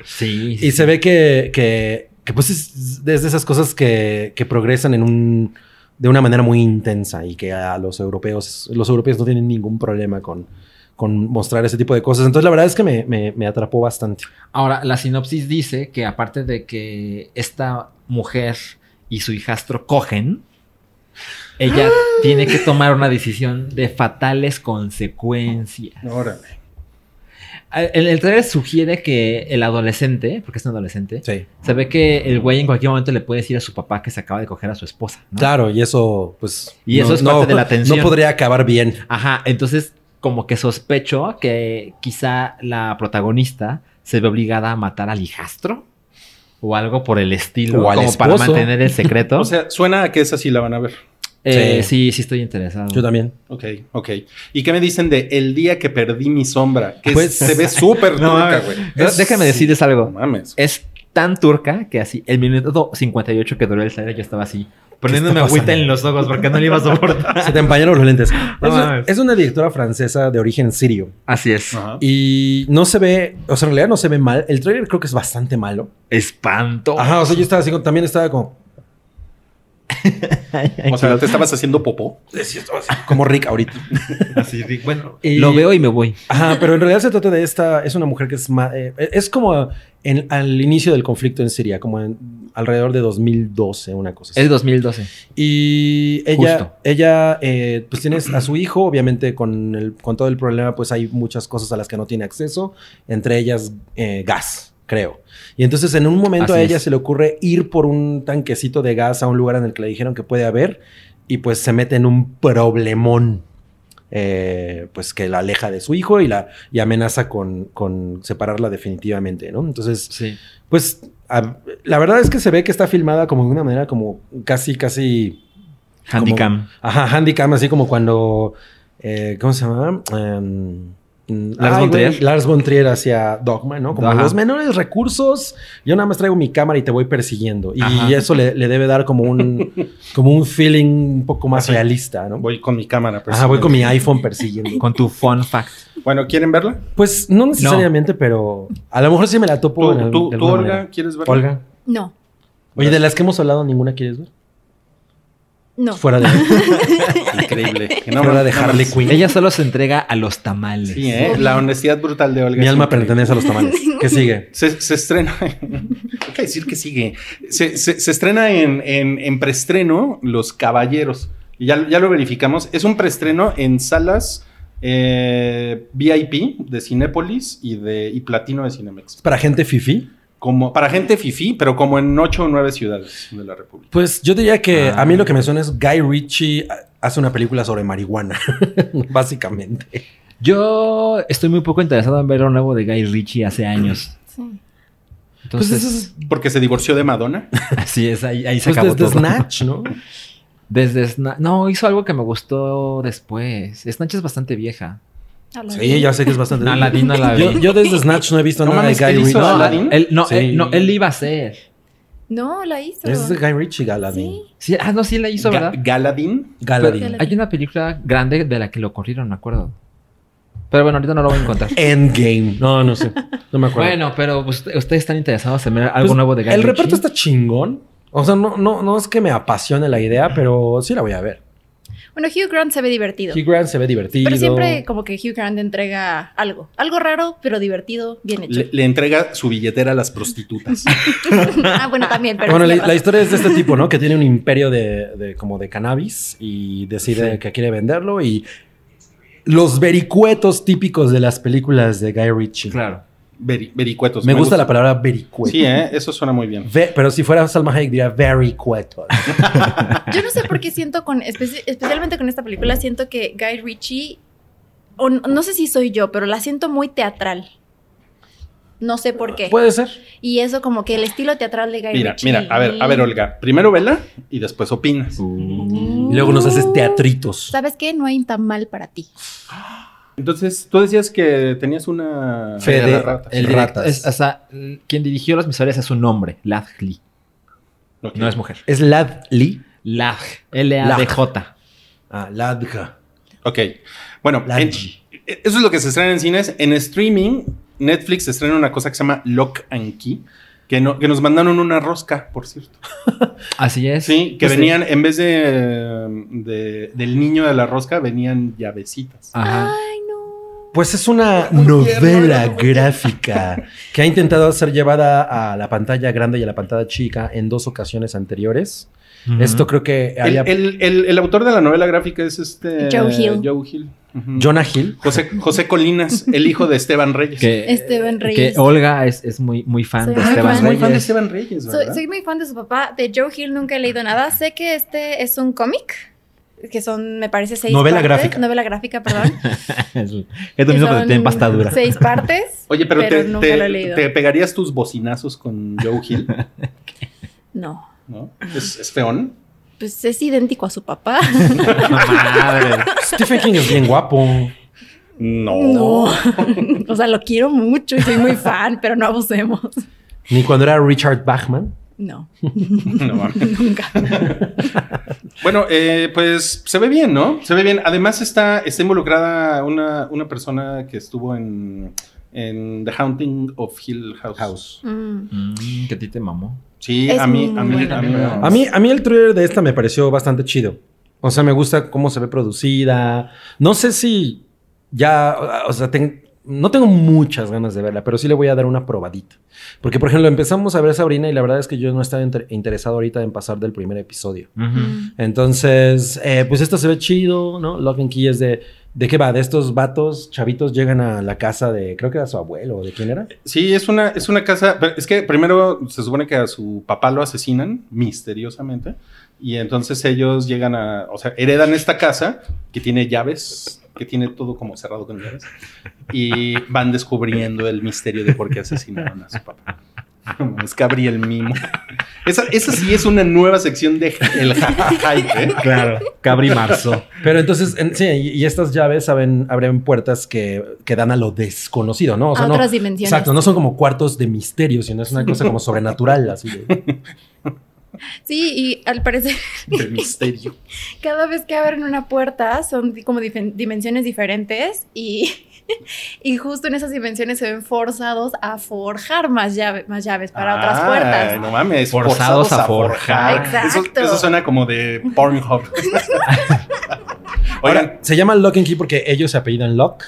Sí.
y se ve que, que, que, pues es, es de esas cosas que, que progresan en un de una manera muy intensa y que a los europeos, los europeos no tienen ningún problema con, con mostrar ese tipo de cosas. Entonces, la verdad es que me, me- me atrapó bastante.
Ahora, la sinopsis dice que aparte de que esta mujer y su hijastro cogen,
[GASPS]
ella tiene que tomar una decisión de fatales consecuencias.
Órale.
Ah, El, el trailer sugiere que el adolescente, porque es un adolescente,
Sí.
se ve que el güey en cualquier momento le puede decir a su papá que se acaba de coger a su esposa. ¿no?
Claro, y eso, pues.
Y eso es parte de la tensión.
No podría acabar bien.
Ajá, entonces como que sospecho que quizá la protagonista se ve obligada a matar al hijastro o algo por el estilo,
O al
como para
esposo.
mantener el
[LAUGHS]
secreto.
O sea, suena a que esa sí la van a ver.
Eh,
sí.
sí. sí, estoy interesado.
Yo también.
Ok, ok. ¿Y qué me dicen de El día que perdí mi sombra? Que
Pues-
se ve súper
[LAUGHS]
No
turca,
mames.
güey.
No, déjame decirles
No
algo.
mames.
Eh,
Es tan turca que así, el minuto 58 que duró el trailer, yo estaba así, poniéndome
está pasando?
agüita en los ojos porque no le iba
[LAUGHS]
a soportar.
Se te empañaron los
[LAUGHS]
lentes.
No
es, una,
mames.
es una directora francesa de origen sirio.
Así es.
Ajá.
Y no se ve, o sea, en realidad no se ve mal. El trailer creo que es bastante malo.
Espanto.
Ajá, o sea, yo estaba así, como- también estaba como,
O sea, te estabas haciendo popó.
como Rick ahorita.
Así, sí, bueno.
Y-
Lo veo y me voy.
Ajá, pero en realidad se trata de esta, es una mujer que es ma- eh, es como en- al inicio del conflicto en Siria, como en- alrededor de 2012, una cosa así.
Es 2012.
Y ella,
Justo.
ella eh, pues tiene a su hijo, obviamente con, el- con todo el problema, pues hay muchas cosas a las que no tiene acceso, entre ellas eh, gas, creo. Y entonces en un momento
Así
a ella
es.
se le ocurre ir por un tanquecito de gas a un lugar en el que le dijeron que puede haber y pues se mete en un problemón. eh, pues que la aleja de su hijo y la y amenaza con, con separarla definitivamente, ¿no? Entonces,
Sí.
pues a- la verdad es que se ve que está filmada como de una manera como casi, casi
Handicam.
Ajá, Handicam, así como cuando. eh, ¿Cómo se llama? Em, mm,
Lars
ay, güey,
von Trier.
Lars von Trier hacia Dogma, ¿no? Como
Ajá.
los menores recursos, yo nada más traigo mi cámara y te voy persiguiendo. Y
Ajá.
eso le, le debe dar como [LAUGHS] un, como un feeling un poco más
Así.
realista, ¿no?
Voy con mi cámara. pues.
Ajá, Ah, voy con mi iPhone persiguiendo.
Con tu fun fact.
Bueno, ¿quieren verla?
Pues no necesariamente, pero a lo mejor sí me la topo.
¿Tú,
en al-
tú-
de
tú,
alguna
Olga,
manera.
quieres verla?
Olga.
No,
Oye, de las que hemos hablado, ¿ninguna quieres ver?
no.
Fuera [LAUGHS] de, [LAUGHS]
Increíble. Que
fuera de
mames.
Harley Quinn.
Ella solo se entrega a los tamales.
Sí, ¿eh? La honestidad brutal de Olga.
Mi
es
alma
increíble.
pertenece a los [LAUGHS] tamales. ¿Qué sigue?
Se, se estrena. Hay que decir que sigue. Se, se- se estrena en, en- en preestreno Los Caballeros. Y ya, ya lo verificamos. Es un preestreno en salas eh, VIP de Cinépolis y, de, y Platino de Cinemex.
¿Para gente fifi?
Como, para gente fifí, pero como en ocho o nueve ciudades de la República.
Pues yo diría que
Ah.
a mí lo que me suena es Guy Ritchie hace una película sobre marihuana, [LAUGHS] básicamente.
Yo estoy muy poco interesado en ver lo nuevo de Guy Ritchie hace años.
Sí.
Entonces,
pues eso es
Porque se divorció de Madonna.
[LAUGHS] así es, ahí, ahí se
pues
acabó
desde
todo.
Snatch, ¿no?
[LAUGHS] Desde Sna- No, hizo algo que me gustó después. Snatch es bastante vieja.
Habla
Sí,
bien.
ya sé que es bastante.
No, Aladdin no la
[LAUGHS] yo,
vi.
yo desde Snatch no he visto
No
nada de
mames, ¿qué
Guy
hizo
Ritchie.
[LAUGHS] No,
Aladdin?
él, no,
Sí.
él, no, él iba a ser.
No, la hizo.
Es de Guy Ritchie Galadín.
Sí.
Sí, ah, no, sí la hizo,
Ga-
¿verdad?
Galadín.
Galadín.
Pero-
Hay una película grande de la que lo corrieron, me acuerdo. Pero bueno, ahorita no lo voy a encontrar.
Endgame. No, no sé. No me acuerdo.
bueno, pero pues, ustedes están interesados en ver algo
Pues,
nuevo de Guy
El
Ritchie?
reparto está chingón. O sea, no, no, no es que me apasione la idea, pero sí la voy a ver.
Bueno, Hugh Grant se ve divertido.
Hugh Grant se ve divertido.
Pero siempre como que Hugh Grant entrega algo. Algo raro, pero divertido, bien hecho.
Le, le entrega su billetera a las
[LAUGHS]
prostitutas.
[LAUGHS] ah, bueno, también, pero...
bueno, la,
sí,
la historia
[LAUGHS]
es de este tipo, ¿no? Que tiene un imperio de, de- como de cannabis y decide
Sí.
que quiere venderlo y los vericuetos típicos de las películas de Guy Ritchie.
Claro.
Beri- vericuetos.
Me, gusta, la palabra vericueto.
pues Sí, ¿eh? eso suena muy bien.
Ve- pero si fuera Salma Hayek diría vericueto.
Yo no sé por qué siento con, espe- especialmente con esta película, siento que Guy Ritchie, o n- no sé si soy yo, pero la siento muy teatral. No sé por qué.
Puede ser.
Y eso como que el estilo teatral de Guy
Mira,
Ritchie.
mira, a ver, a ver, Olga. Primero vela y después opinas.
Y luego nos haces teatritos.
Mm. ¿Sabes qué? No hay un tan mal para ti.
Entonces, tú decías que tenías una...
Fede,
de ratas.
El director,
Ratas.
es, o sea, quien dirigió Los Miserables es un hombre, Ladgli.
Ok.
No es mujer.
¿Es Lad Lee?
Lag. L-A-D-J.
Ah, Ladja.
Ok. Bueno, en-
Lanchi.
eso es lo que se estrena en cines. En streaming, Netflix estrena una cosa que se llama Lock and Key, Que, no- que nos mandaron una rosca, por cierto.
Así es.
Sí, que
Pues,
venían, en vez de, de- del niño de la rosca, venían llavecitas.
Ajá.
Ay, no.
Pues es una
Muy tierno,
novela
era muy
gráfica que ha intentado ser llevada a la pantalla grande y a la pantalla chica en dos ocasiones anteriores. Esto creo que
El,
había
el- el- el autor de la novela gráfica es este...
Joe Hill.
Joe Hill. Ujú.
Jonah Hill.
José, José Colinas, el hijo de Esteban Reyes.
Que,
Este
Esteban Reyes.
Que Olga es, es muy, muy fan
Soy
de
muy
Esteban
fan.
Ah, muy fan de
Reyes.
Esteban Reyes,
Soy,
¿verdad?
soy muy fan de su papá. De Joe Hill nunca he leído nada. Sé que este es un cómic, que son, me parece, seis
Novela
partes.
gráfica.
Novela
[LAUGHS]
gráfica, perdón.
[LAUGHS]
Es lo mismo
que
que te empastadura.
Seis partes.
Oye, pero,
Pero
te-
nunca
te,
lo he leído.
te pegarías tus bocinazos con Joe Hill,
No.
¿no? ¿Es, es feón?
Pues es idéntico a
[LAUGHS]
su papá.
Madre.
Stephen King es bien guapo.
No.
No. [LAUGHS] o sea, lo quiero mucho y soy muy fan, pero no abusemos.
Ni cuando era Richard Bachman.
No,
No mames.
[LAUGHS] nunca.
Bueno, eh, pues se ve bien, ¿no? Se ve bien. Además está, está involucrada una, una persona que estuvo en, en The Haunting of Hill House.
Mm.
Mm, que a ti te mamó.
Sí,
Es
a mí,
muy
a mí,
buena.
a mí, me-
A mí, a mí el trailer de esta me pareció bastante chido. O sea, me gusta cómo se ve producida. No sé si ya, o sea, ten- no tengo muchas ganas de verla, pero sí le voy a dar una probadita. Porque, por ejemplo, empezamos a ver Sabrina y la verdad es que yo no estaba inter- interesado ahorita en pasar del primer episodio.
Mm.
mm.
Entonces, eh, pues esto se ve chido, ¿no? Lock and Key es de... ¿De qué va? De estos vatos chavitos llegan a la casa de... Creo que era su abuelo, ¿de quién era?
Sí, es una, es una casa. pero Es que primero se supone que a su papá lo asesinan misteriosamente. Y entonces ellos llegan a. O sea, heredan esta casa que tiene llaves, que tiene todo como cerrado con llaves. Y van descubriendo el misterio de por qué asesinaron a su papá. [LAUGHS] Es Gabriel Mimo. Esa, esa sí es una nueva sección de el ja- ja- hype, ¿eh?
Claro. Cabri Marzo.
[LAUGHS] Pero entonces, en- sí, y, y estas llaves saben, abren puertas que, que dan a lo desconocido, ¿no? O sea,
a
no.
otras dimensiones.
Exacto, no son como cuartos de misterio, sino es una cosa
[LAUGHS]
como sobrenatural, así de-
Sí, y al parecer [LAUGHS]
De misterio.
cada vez que abren una puerta son di- como difen- dimensiones diferentes y, [LAUGHS] y justo en esas dimensiones se ven forzados a forjar más, llave- más llaves para otras
Ah,
puertas.
No mames.
Forzados a
forjar.
Eso-
Exacto.
Eso, suena como de
[LAUGHS]
Pornhub. Oigan,
Ahora, se llama Lock and Key porque ellos se apellidan Lock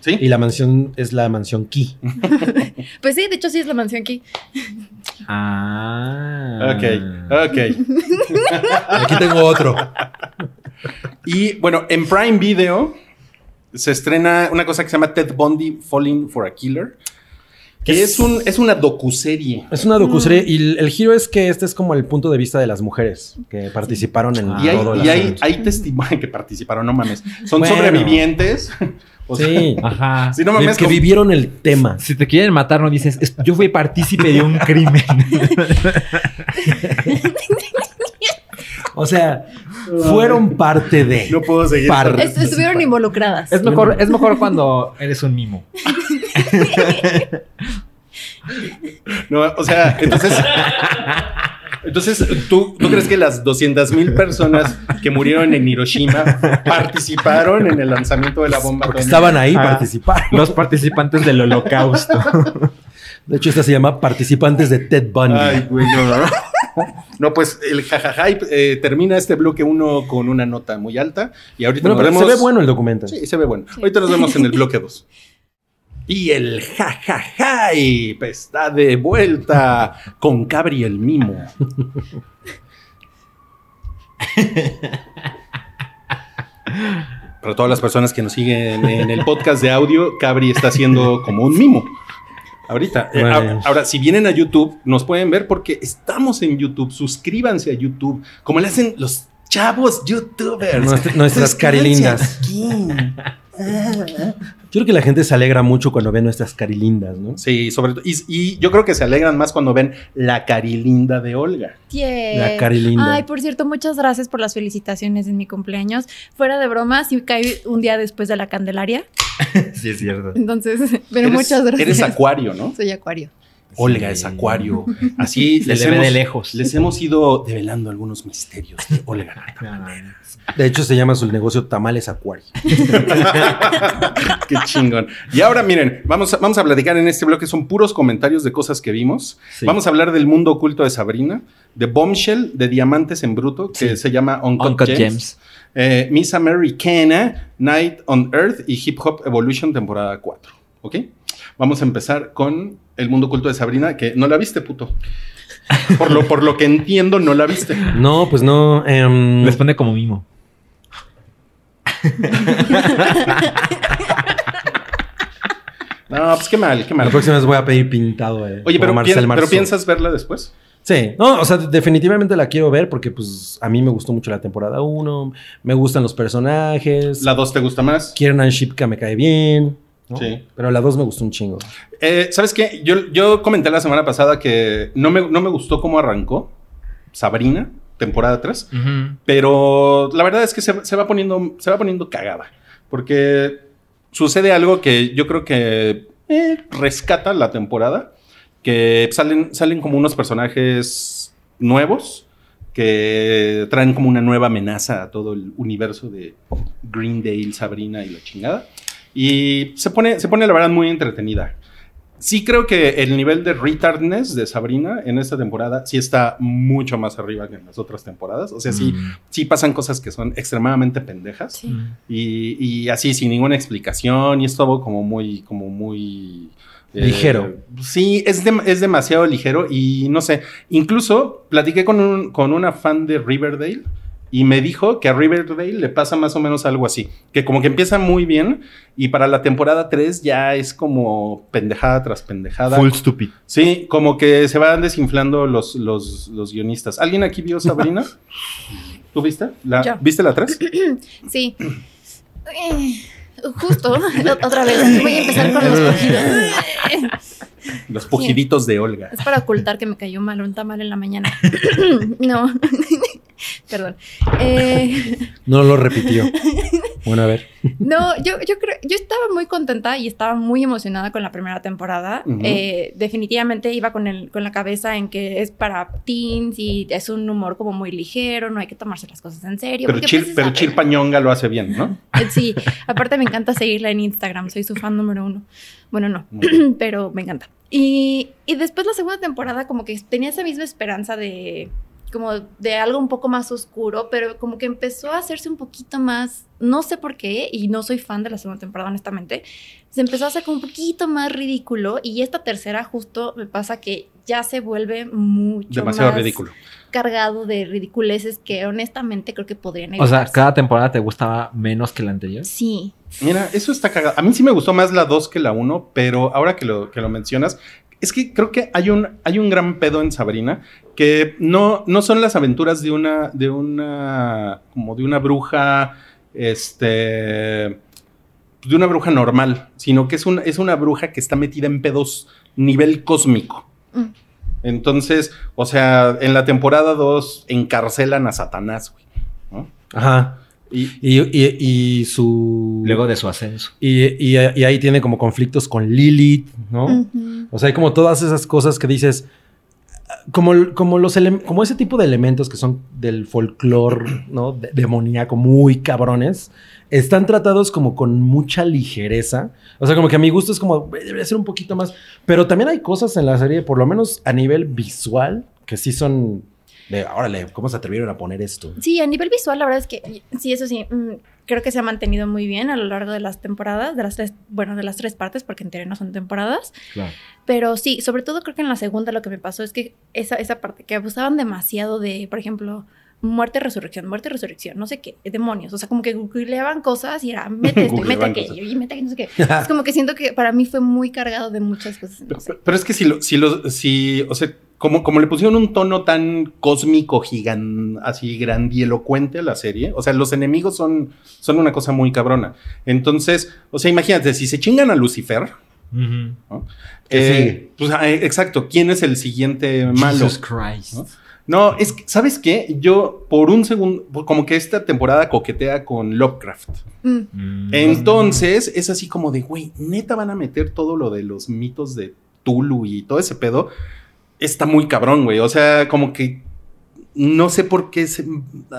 ¿sí?
y la mansión es la mansión Key.
Pues sí, de hecho sí es la mansión aquí.
Ah.
Ok,
mm.
ok.
Aquí tengo otro.
Y bueno, en Prime Video se estrena una cosa que se llama Ted Bundy Falling for a Killer, que es, un, es una docuserie.
Es una docuserie y el, el giro es que este es como el punto de vista de las mujeres que participaron en
Ah.
Y hay,
todo el
y hay,
asunto.
hay testimonios [LAUGHS] que participaron, no mames. Son
Bueno.
sobrevivientes. [LAUGHS] O sea,
Sí,
Ajá.
Sí, [LAUGHS] no mames,
que
como-
vivieron el tema.
Si te quieren matar, no dices, "Es- yo fui partícipe de un crimen.
O sea,
[LAUGHS]
fueron parte de...
No puedo seguir.
Par-
con-
Est- estuvieron involucradas.
es, mejor, es mejor cuando eres un mimo.
No, o sea, entonces. Entonces, ¿tú, ¿tú crees que las 200.000 mil personas que murieron en Hiroshima participaron en el lanzamiento de la bomba
Porque
atómica?
estaban ahí,
Ah.
participaron.
Los participantes del holocausto.
De hecho, esta se llama Participantes de Ted Bundy.
Ay, güey, no, no. No, pues el jajaja eh, termina este bloque uno con una nota muy alta y ahorita
bueno,
nos
pero se
vemos-
ve bueno el documental.
Sí, se ve bueno. Ahorita nos vemos en el bloque 2. Y el jajaja está de vuelta con Cabri el mimo. Para todas las personas que nos siguen en el podcast de audio, Cabri está haciendo como un mimo. Ahorita. Eh,
Vale.
ahora- ahora, si vienen a YouTube, nos pueden ver porque estamos en YouTube. Suscríbanse a YouTube, como le hacen los chavos youtubers.
Nuestra- nuestras carilindas. Yo creo que la gente se alegra mucho cuando ve nuestras carilindas, ¿no?
Sí, sobre todo. Y, y yo creo que se alegran más cuando ven la carilinda de Olga.
Yes.
La carilinda.
Eh, Ay, por cierto, muchas gracias por las felicitaciones en mi cumpleaños. Fuera de broma, sí cae un día después de la Candelaria. [LAUGHS]
sí, es cierto.
Entonces, pero
Eres-
muchas gracias.
Eres acuario, ¿no?
[LAUGHS] Soy acuario.
Olga es Acuario. Así
Se le ve de lejos.
les hemos ido develando algunos misterios de Olga. [LAUGHS]
Ah,
De hecho, se llama su negocio Tamales Acuario.
Qué chingón. Y ahora miren, vamos a, vamos a platicar en este bloque, son puros comentarios de cosas que vimos.
Sí.
Vamos a hablar del mundo oculto de Sabrina, de Bombshell, de Diamantes en Bruto, que
Sí.
se llama Uncut,
Uncut
Gems.
Gems.
Eh, Miss Americana, Night on Earth y Hip Hop Evolution, temporada 4. ¿Ok? Vamos a empezar con El Mundo Oculto de Sabrina, que no la viste, puto. Por lo, por lo que entiendo, no la viste.
No, pues no.
Mm.
em,
Les pone como mimo.
No, pues qué mal, qué
la
mal.
próxima vez voy a pedir pintado. eh,
Oye,
por
pero,
Marcel
pien- pero
Marceau.
piensas verla después.
Sí, no, o sea, definitivamente la quiero ver porque pues a mí me gustó mucho la temporada 1, me gustan los personajes,
La 2 te gusta más.
Kiernan Shipka me cae bien, ¿no?
Sí.
pero la 2 me gustó un chingo.
Eh, ¿Sabes qué? Yo, yo comenté la semana pasada que no me, no me gustó cómo arrancó Sabrina, temporada 3. Pero la verdad es que se, se va poniendo, se va poniendo cagada. Porque sucede algo que yo creo que eh, rescata la temporada. Que salen, salen como unos personajes nuevos que traen como una nueva amenaza a todo el universo de Greendale, Sabrina y la chingada. Y se pone, se pone la verdad muy entretenida. Sí creo que el nivel de retardness de Sabrina en esta temporada sí está mucho más arriba que en las otras temporadas. O sea, sí,
Mm.
sí pasan cosas que son extremadamente pendejas
Sí.
y, y así sin ninguna explicación y es todo como muy, como muy... eh,
Ligero.
Sí, es, dem- es demasiado ligero y no sé, incluso platiqué con un, con una fan de Riverdale y me dijo que a Riverdale le pasa más o menos algo así, que como que empieza muy bien y para la temporada 3 ya es como pendejada tras pendejada.
Full stupid.
Sí, como que se van desinflando los, los, los guionistas. ¿Alguien aquí vio Sabrina? ¿Tú viste? La,
Yo.
¿Viste la
[CLEARS THROAT]
3?
Sí. Eh, Justo, [LAUGHS] otra vez. Voy a empezar con los cogidos.
Los pujiditos de Olga.
Es para ocultar que me cayó mal un tamal en la mañana. [LAUGHS] no. [LAUGHS] Perdón. Eh,
No lo repitió. bueno, a ver.
no, yo, yo creo, yo estaba muy contenta y estaba muy emocionada con la primera temporada.
Ujú.
Eh, definitivamente iba con, el, con la cabeza en que es para teens y es un humor como muy ligero, no hay que tomarse las cosas en serio.
Pero,
porque,
Chir,
pues, es
pero
la-
Chir Pañonga lo hace bien,
[CLEARS THROAT]
¿no?
Eh, [LAUGHS] Sí, aparte me encanta seguirla en Instagram, soy su fan número uno. Bueno, no,
Muy bien.
pero me encanta. Y, y después la segunda temporada como que tenía esa misma esperanza de como de algo un poco más oscuro, pero como que empezó a hacerse un poquito más, no sé por qué, y no soy fan de la segunda temporada honestamente, se empezó a hacer como un poquito más ridículo y esta tercera justo me pasa que ya se vuelve mucho
Demasiado
más
ridículo.
cargado de ridiculeces que honestamente creo que podrían
O sea,
evitarse.
cada temporada te gustaba menos que la anterior.
Sí,
Mira, eso está cagado. A mí sí me gustó más la 2 que la 1, pero ahora que lo, que lo mencionas, es que creo que hay un, hay un gran pedo en Sabrina que no, no son las aventuras de una, de una, como de una bruja, este, de una bruja normal, sino que es, un, es una bruja que está metida en pedos nivel cósmico.
Mm.
Entonces, o sea, en la temporada 2 encarcelan a Satanás, güey.
Ajá.
Y,
Y, y- y su...
Luego de su ascenso.
y, y- y ahí tiene como conflictos con Lilith, ¿no?
Ujú.
O sea, hay como todas esas cosas que dices, como, como, los ele- como ese tipo de elementos que son del folclore, ¿no? De- demoníaco, muy cabrones, están tratados como con mucha ligereza. O sea, como que a mi gusto es como, "Güey, debería ser un poquito más. Pero también hay cosas en la serie, por lo menos a nivel visual, que sí son de, órale, ¿cómo se atrevieron a poner
[LAUGHS]
esto?
Sí, a nivel visual, la verdad es que sí, eso sí, mm, creo que se ha mantenido muy bien a lo largo de las temporadas, de las tres, bueno, de las tres partes, porque en teoría no son temporadas.
Claro.
Pero sí, sobre todo creo que en la segunda lo que me pasó es que esa, esa parte, que abusaban demasiado de, por ejemplo, muerte, resurrección, muerte, resurrección, no sé qué, demonios. O sea, como que googleaban cosas y era, mete esto y mete
Googleaban
aquello y mete aquello, no sé qué. Es como que siento que para mí fue muy cargado de muchas cosas,
[LAUGHS]
no sé.
Pero, pero es que si lo, si lo, si, o sea, como, como le pusieron un tono tan cósmico, gigan, así grandielocuente a la serie, o sea, los enemigos son, son una cosa muy cabrona. Entonces, o sea, imagínate, si se chingan a Lucifer,
¿Qué
eh,
sigue?
pues, ah, eh, exacto, ¿quién es el siguiente malo?
Jesus Christ.
¿No? No, es que, ¿sabes qué? Yo, por un segundo, como que esta temporada coquetea con Lovecraft.
Mm,
Entonces, es así como de, güey, neta van a meter todo lo de los mitos de Tulu y todo ese pedo, está muy cabrón, güey. O sea, como que no sé por qué. se-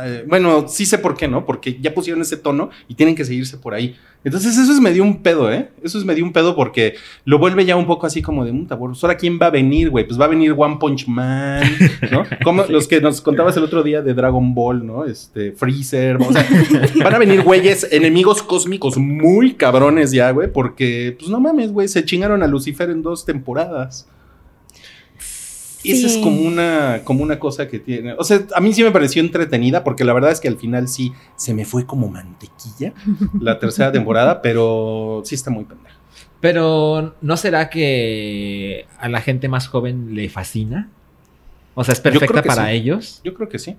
eh, bueno, sí sé por qué, ¿no? Porque ya pusieron ese tono y tienen que seguirse por ahí. Entonces, eso es medio un pedo, ¿eh? Eso es medio un pedo porque lo vuelve ya un poco así como de muta, pues, ahora quién va a venir, güey. Pues va a venir One Punch Man, ¿no? Como los que nos contabas el otro día de Dragon Ball, ¿no? Este, Freezer. O sea, van a venir güeyes, enemigos cósmicos muy cabrones ya, güey, porque, pues no mames, güey, se chingaron a Lucifer en dos temporadas. Esa es
Sí.
como una, como una cosa que tiene. O sea, a mí sí me pareció entretenida porque la verdad es que al final sí se me fue como mantequilla la tercera temporada, pero sí está muy pendeja.
Pero ¿no será que a la gente más joven le fascina? O sea, es
creo
perfecta
que
para
sí.
ellos.
Yo creo que sí.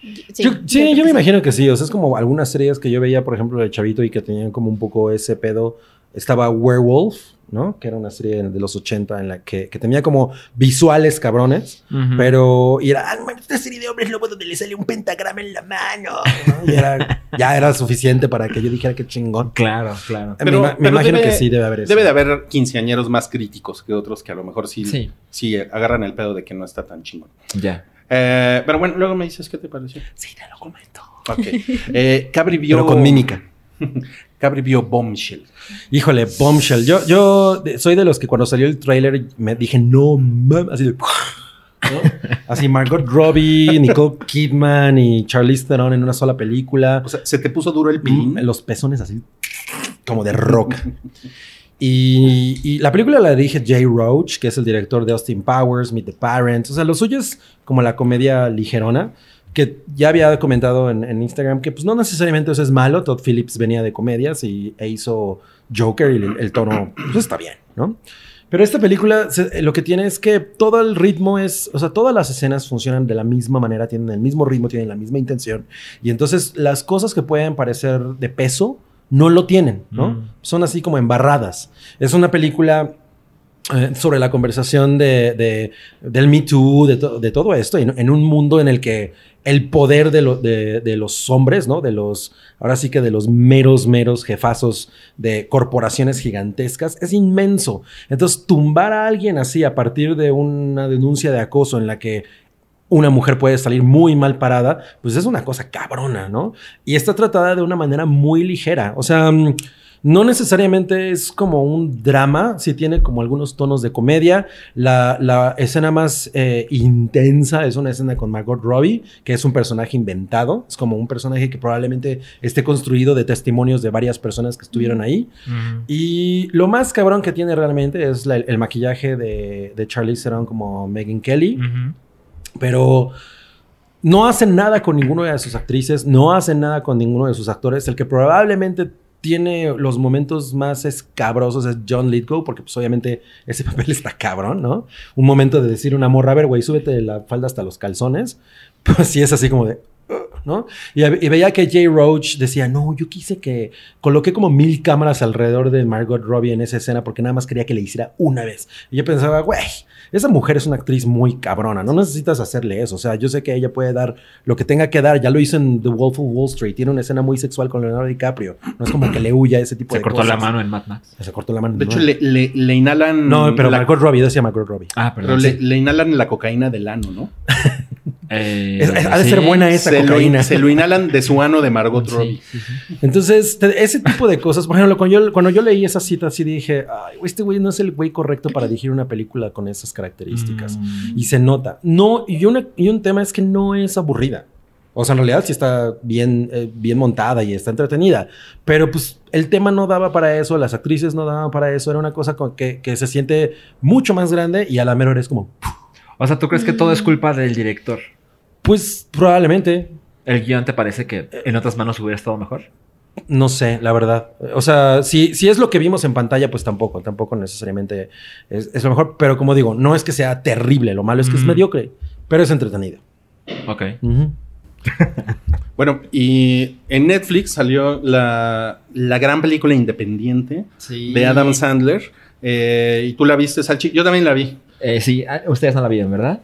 Sí,
yo, sí,
creo
yo
que
me
sí.
imagino que sí. O sea, es como algunas series que yo veía, por ejemplo, de Chavito y que tenían como un poco ese pedo. Estaba Werewolf, ¿no? Que era una serie de los 80 en la que, que tenía como visuales cabrones.
Ujú.
Pero, y era, "Ah, man, esta serie de hombres lobo donde le sale un pentagrama en la mano. ¿no? Y
[LAUGHS]
era- ya era suficiente para que yo dijera que chingón.
Claro, claro.
Me
Pero-
ima- me,
pero
imagino
debe-
que sí debe haber eso.
Debe de haber quinceañeros más críticos que otros que a lo mejor sí, sí.
Sí,
agarran el pedo de que no está tan chingón.
ya.
Eh, pero bueno, luego me dices qué te pareció.
Sí, te lo comento.
Ok. Eh, Cabri vio.
Pero con mímica.
Cabri vio Bombshell.
Híjole, Bombshell. Yo, yo de- soy de los que cuando salió el tráiler me dije, no mames, así de... ¿no? Así Margot Robbie, Nicole Kidman y Charlize Theron en una sola película.
O sea, se te puso duro el pilín.
Mm, Los pezones así como de roca. Y, y la película la dirige Jay Roach, que es el director de Austin Powers, Meet the Parents. O sea, lo suyo es como la comedia ligerona, que ya había comentado en, en Instagram que pues no necesariamente eso es malo. Todd Phillips venía de comedias y, e hizo Joker y el, el tono pues está bien, ¿no? Pero esta película se- lo que tiene es que todo el ritmo es, o sea, todas las escenas funcionan de la misma manera, tienen el mismo ritmo, tienen la misma intención. Y entonces las cosas que pueden parecer de peso no lo tienen, ¿no?
Mm.
Son así como embarradas. Es una película eh, sobre la conversación de, de- del Me Too, de, to- de todo esto, en, en un mundo en el que el poder de, lo- de- de los hombres, ¿no? De los, ahora sí que de los meros, meros jefazos de corporaciones gigantescas es inmenso. Entonces, tumbar a alguien así a partir de una denuncia de acoso en la que una mujer puede salir muy mal parada, pues es una cosa cabrona, ¿no? Y está tratada de una manera muy ligera. O sea, mm, no necesariamente es como un drama, sí tiene como algunos tonos de comedia. La, la escena más eh, intensa es una escena con Margot Robbie, que es un personaje inventado. Es como un personaje que probablemente esté construido de testimonios de varias personas que estuvieron ahí. Y lo más cabrón que tiene realmente es la- el maquillaje de, de Charlize Theron como Megan Kelly pero no hacen nada con ninguno de sus actrices, no hacen nada con ninguno de sus actores. El que probablemente tiene los momentos más escabrosos es John Lithgow, porque pues obviamente ese papel está cabrón, ¿no? Un momento de decir una morra, a ver, güey, súbete la falda hasta los calzones, [LAUGHS] pues sí es así como de... "Ugh", ¿No? Y, a- y veía que Jay Roach decía, no, yo quise que coloqué como mil cámaras alrededor de Margot Robbie en esa escena porque nada más quería que le hiciera una vez. Y yo pensaba, güey, esa mujer es una actriz muy cabrona, no necesitas hacerle eso. O sea, yo sé que ella puede dar lo que tenga que dar. Ya lo hizo en The Wolf of Wall Street. Tiene una escena muy sexual con Leonardo DiCaprio. No es como que le huya a ese tipo
Se
de
cortó
cosas.
la mano en Mad Max.
Se cortó la mano.
De
¿no?
hecho, le, le- le inhalan.
No, pero
la,
Margot Robbie, yo decía Margot Robbie.
Ah,
pero
perdón.
le,
sí.
le inhalan la cocaína del ano, ¿no?
Eh,
Es- es- ha de
sí.
ser buena esa
se, Lo,
cocaína.
se lo inhalan de su ano de Margot
Sí,
Robbie.
sí, sí.
Entonces, te- ese tipo de cosas. Por ejemplo, cuando yo, cuando yo leí esa cita, sí dije, Ay, este güey no es el güey correcto para dirigir una película con esas características.
Mm.
Y se nota. No, y, una- y un tema es que no es aburrida. O sea, en realidad sí está bien, eh, bien montada y está entretenida. Pero pues el tema no daba para eso, las actrices no daban para eso. Era una cosa con- que, que se siente mucho más grande y a la mera hora es como,
O sea, ¿tú crees que todo es culpa del director?
pues probablemente,
¿El guión te parece que en otras manos hubiera estado mejor?
No sé, la verdad. O sea, si, si es lo que vimos en pantalla, pues tampoco, tampoco necesariamente es, es lo mejor. Pero como digo, no es que sea terrible, lo malo es que es
Mm.
mediocre, pero es entretenido.
Ok.
Ujú.
Bueno, y en Netflix salió la, la gran película independiente
Sí.
de Adam Sandler. eh, y tú la viste, Salchi. Yo también la vi.
sí, ah, ustedes no la vieron, ¿verdad?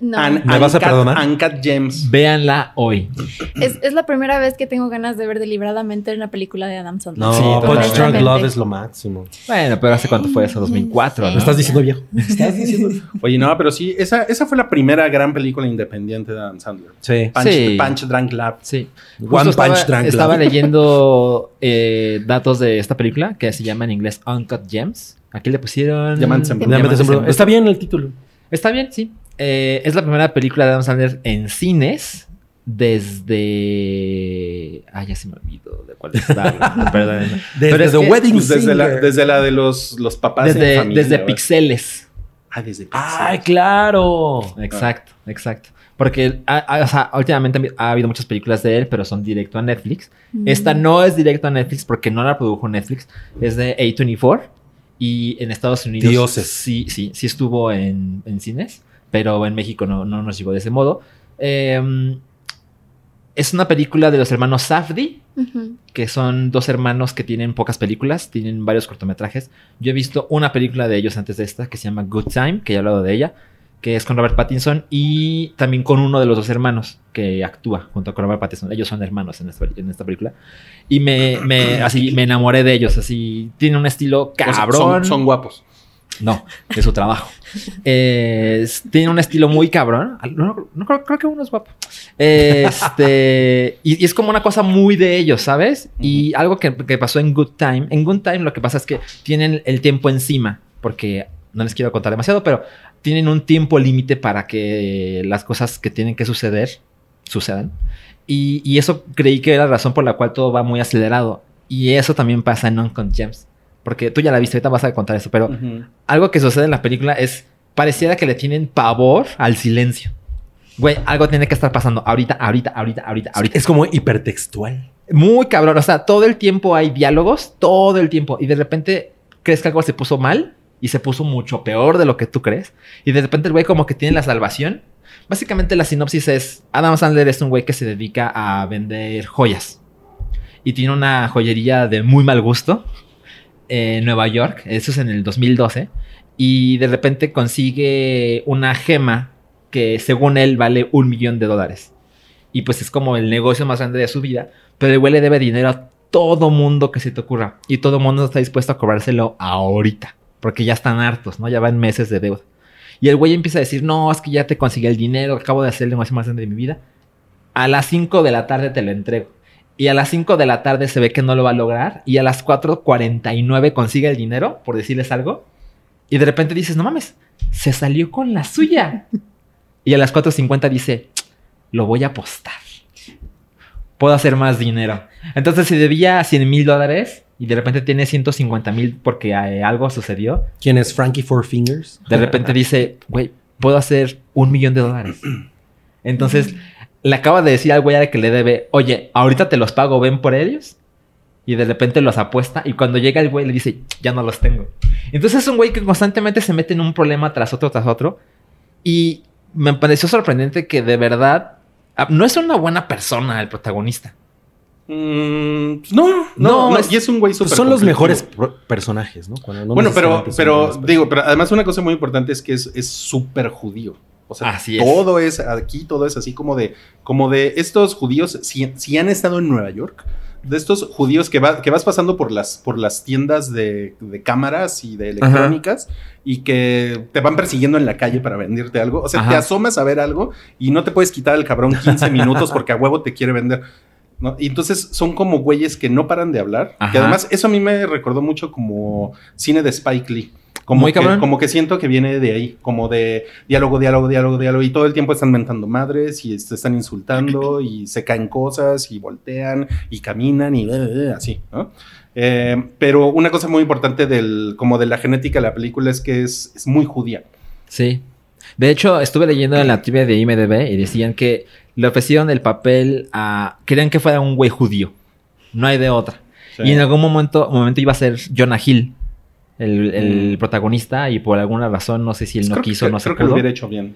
No.
An-
¿Me vas a
Uncut-
perdonar?
Uncut
[LAUGHS]
Gems.
Véanla hoy.
Es, es la primera vez que tengo ganas de ver deliberadamente una película de Adam Sandler.
No,
Sí,
Punch
totalmente.
Drunk Love es lo máximo.
Bueno, pero ¿hace cuánto fue eso? 2004,
Sí.
¿no?
Me estás diciendo viejo.
Oye, no, pero sí, esa, esa fue la primera gran película independiente de Adam Sandler.
Sí.
Punch,
Sí.
Punch Drunk Lab.
[LAUGHS]
Sí.
One
Justo
Punch
estaba,
Drunk [LAUGHS]
estaba
Love.
leyendo eh, datos de esta película que se llama en inglés Uncut Gems. Aquí le pusieron...
Diamantes en bruto.
Ya me
Diamantes en
desembró.
bruto.
Está bien el título.
Está bien, sí. Eh, es la primera película de Adam Sandler en cines desde... Ah, ya se me olvidó de cuál estaba. Perdón.
Desde
Pero es
The
que-
Wedding
Pues desde, la,
Singer.
desde la de los, los papás en
Desde,
familia,
desde
¿verdad?
Pixeles.
Ah, desde Pixel.
¡Ay, claro!
Exacto, exacto. Porque ah, ah, o sea, últimamente ha habido muchas películas de él, pero son directo a Netflix. Esta no es directo a Netflix porque no la produjo Netflix. Es de A24 y en Estados Unidos.
Dioses.
Sí, sí, sí estuvo en, en cines, pero en México no, no nos llegó de ese modo. Eh, es una película de los hermanos Safdie
Ujú.
que son dos hermanos que tienen pocas películas, tienen varios cortometrajes. Yo he visto una película de ellos antes de esta que se llama Good Time, que ya he hablado de ella, que es con Robert Pattinson y también con uno de los dos hermanos que actúa junto con Robert Pattinson. Ellos son hermanos en esta, en esta película. Y me, me- así, me enamoré de ellos, así, tienen un estilo
O sea, son-
cabrón.
Son, guapos.
No, de su trabajo. Eh, es- tiene un estilo muy cabrón. Al- No, no creo, creo que uno es guapo. Este, y, y es como una cosa muy de ellos, ¿sabes? Y algo que, que pasó en Good Time. En Good Time lo que pasa es que tienen el tiempo encima, porque no les quiero contar demasiado, pero tienen un tiempo límite para que las cosas que tienen que suceder sucedan. Y, y eso creí que era la razón por la cual todo va muy acelerado. Y eso también pasa en Uncut Gems. Porque tú ya la viste, ahorita vas a contar eso, pero
Ujú.
algo que sucede en la película es pareciera que le tienen pavor al silencio. Güey, algo tiene que estar pasando ahorita, ahorita, ahorita, ahorita, ahorita.
Es como hipertextual.
Muy cabrón, o sea, todo el tiempo hay diálogos, todo el tiempo y de repente crees que algo se puso mal y se puso mucho peor de lo que tú crees y de repente el güey como que tiene la salvación. Básicamente la sinopsis es Adam Sandler es un güey que se dedica a vender joyas y tiene una joyería de muy mal gusto en Nueva York, eso es en el 2012 y de repente consigue una gema que según él vale un millón de dólares. Y pues es como el negocio más grande de su vida, pero el güey le debe dinero a todo mundo que se te ocurra y todo mundo está dispuesto a cobrárselo ahorita, porque ya están hartos, ¿no? Ya van meses de deuda. Y el güey empieza a decir, no, es que ya te conseguí el dinero, acabo de hacer el negocio más grande de mi vida. A las 5 de la tarde te lo entrego. Y a las 5 de la tarde se ve que no lo va a lograr. Y a las 4.49 consigue el dinero, por decirles algo. Y de repente dices, no mames, se salió con la suya. Y a las 4.50 dice, lo voy a apostar. Puedo hacer más dinero. Entonces se debía 100 mil dólares y de repente tiene 150 mil porque eh, algo sucedió.
¿Quién es Frankie Four Fingers?
[LAUGHS]
De repente dice, güey, puedo hacer un millón
[CLEARS THROAT]
de dólares. Entonces le acaba de decir al güey al que le debe, oye, ahorita te los pago, ven por ellos. Y de repente los apuesta y cuando llega el güey le dice, ya no los tengo. Entonces es un güey que constantemente se mete en un problema tras otro, tras otro. Y me pareció sorprendente que de verdad ah, no es una buena persona el protagonista.
Mm, pues no, no,
No,
no,
es-
y es un güey súper
Pues son los
conflictivo.
mejores pro- personajes, ¿no? Cuando no
bueno, pero,
necesariamente son
pero
buenas personas.
digo, pero además una cosa muy importante es que es es súper judío. O sea,
Así es.
todo es. aquí, todo es así como de, como de estos judíos, si, si han estado en Nueva York, de estos judíos que, va- que vas pasando por las, por las tiendas de, de cámaras y de electrónicas y que te van persiguiendo en la calle para venderte algo. O sea,
Ajá.
te asomas a ver algo y no te puedes quitar el cabrón 15 minutos porque a huevo te quiere vender. ¿no? Y entonces son como güeyes que no paran de hablar.
Ajá.
Que además eso a mí me recordó mucho como cine de Spike Lee. Como,
Muy
que,
cabrón.
como que siento que viene de ahí, como de diálogo, diálogo, diálogo, diálogo, y todo el tiempo están mentando madres y se están
[CLEARS THROAT]
insultando y se caen cosas y voltean y caminan y eh, eh, así, ¿no? Eh, pero una cosa muy importante del, como de la genética de la película es que es, es muy judía.
Sí. De hecho, estuve leyendo en la trivia de IMDB y decían que le ofrecieron el papel a... Querían que fuera un güey judío. No hay de otra.
Sí.
Y en algún momento, momento iba a ser Jonah Hill, el, el protagonista, y por alguna razón, no sé si él
Mm. pues
no
Creo que-
quiso, no se
Creo que lo
pudo.
hubiera hecho bien.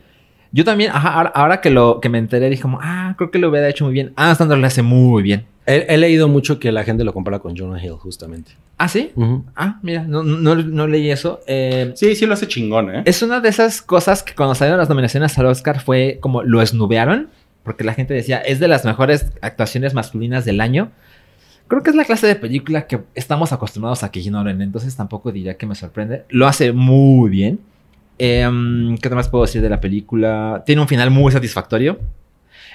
Yo también, ajá, ahora, ahora que, lo, que me enteré, dije como, ah, creo que lo hubiera hecho muy bien. Adam Sandler lo Ah, hace muy bien.
He, he leído mucho que la gente lo compara con Jonah Hill, justamente.
¿Ah, sí? Ah, mira, no, no, no leí eso. Eh,
Sí, sí lo hace chingón, ¿eh?
Es una de esas cosas que cuando salieron las nominaciones al Oscar fue como lo esnubearon, porque la gente decía, es de las mejores actuaciones masculinas del año. Creo que es la clase de película que estamos acostumbrados a que ignoren, entonces tampoco diría que me sorprende. Lo hace muy bien. Em, ¿Qué más puedo decir de la película? Tiene un final muy satisfactorio.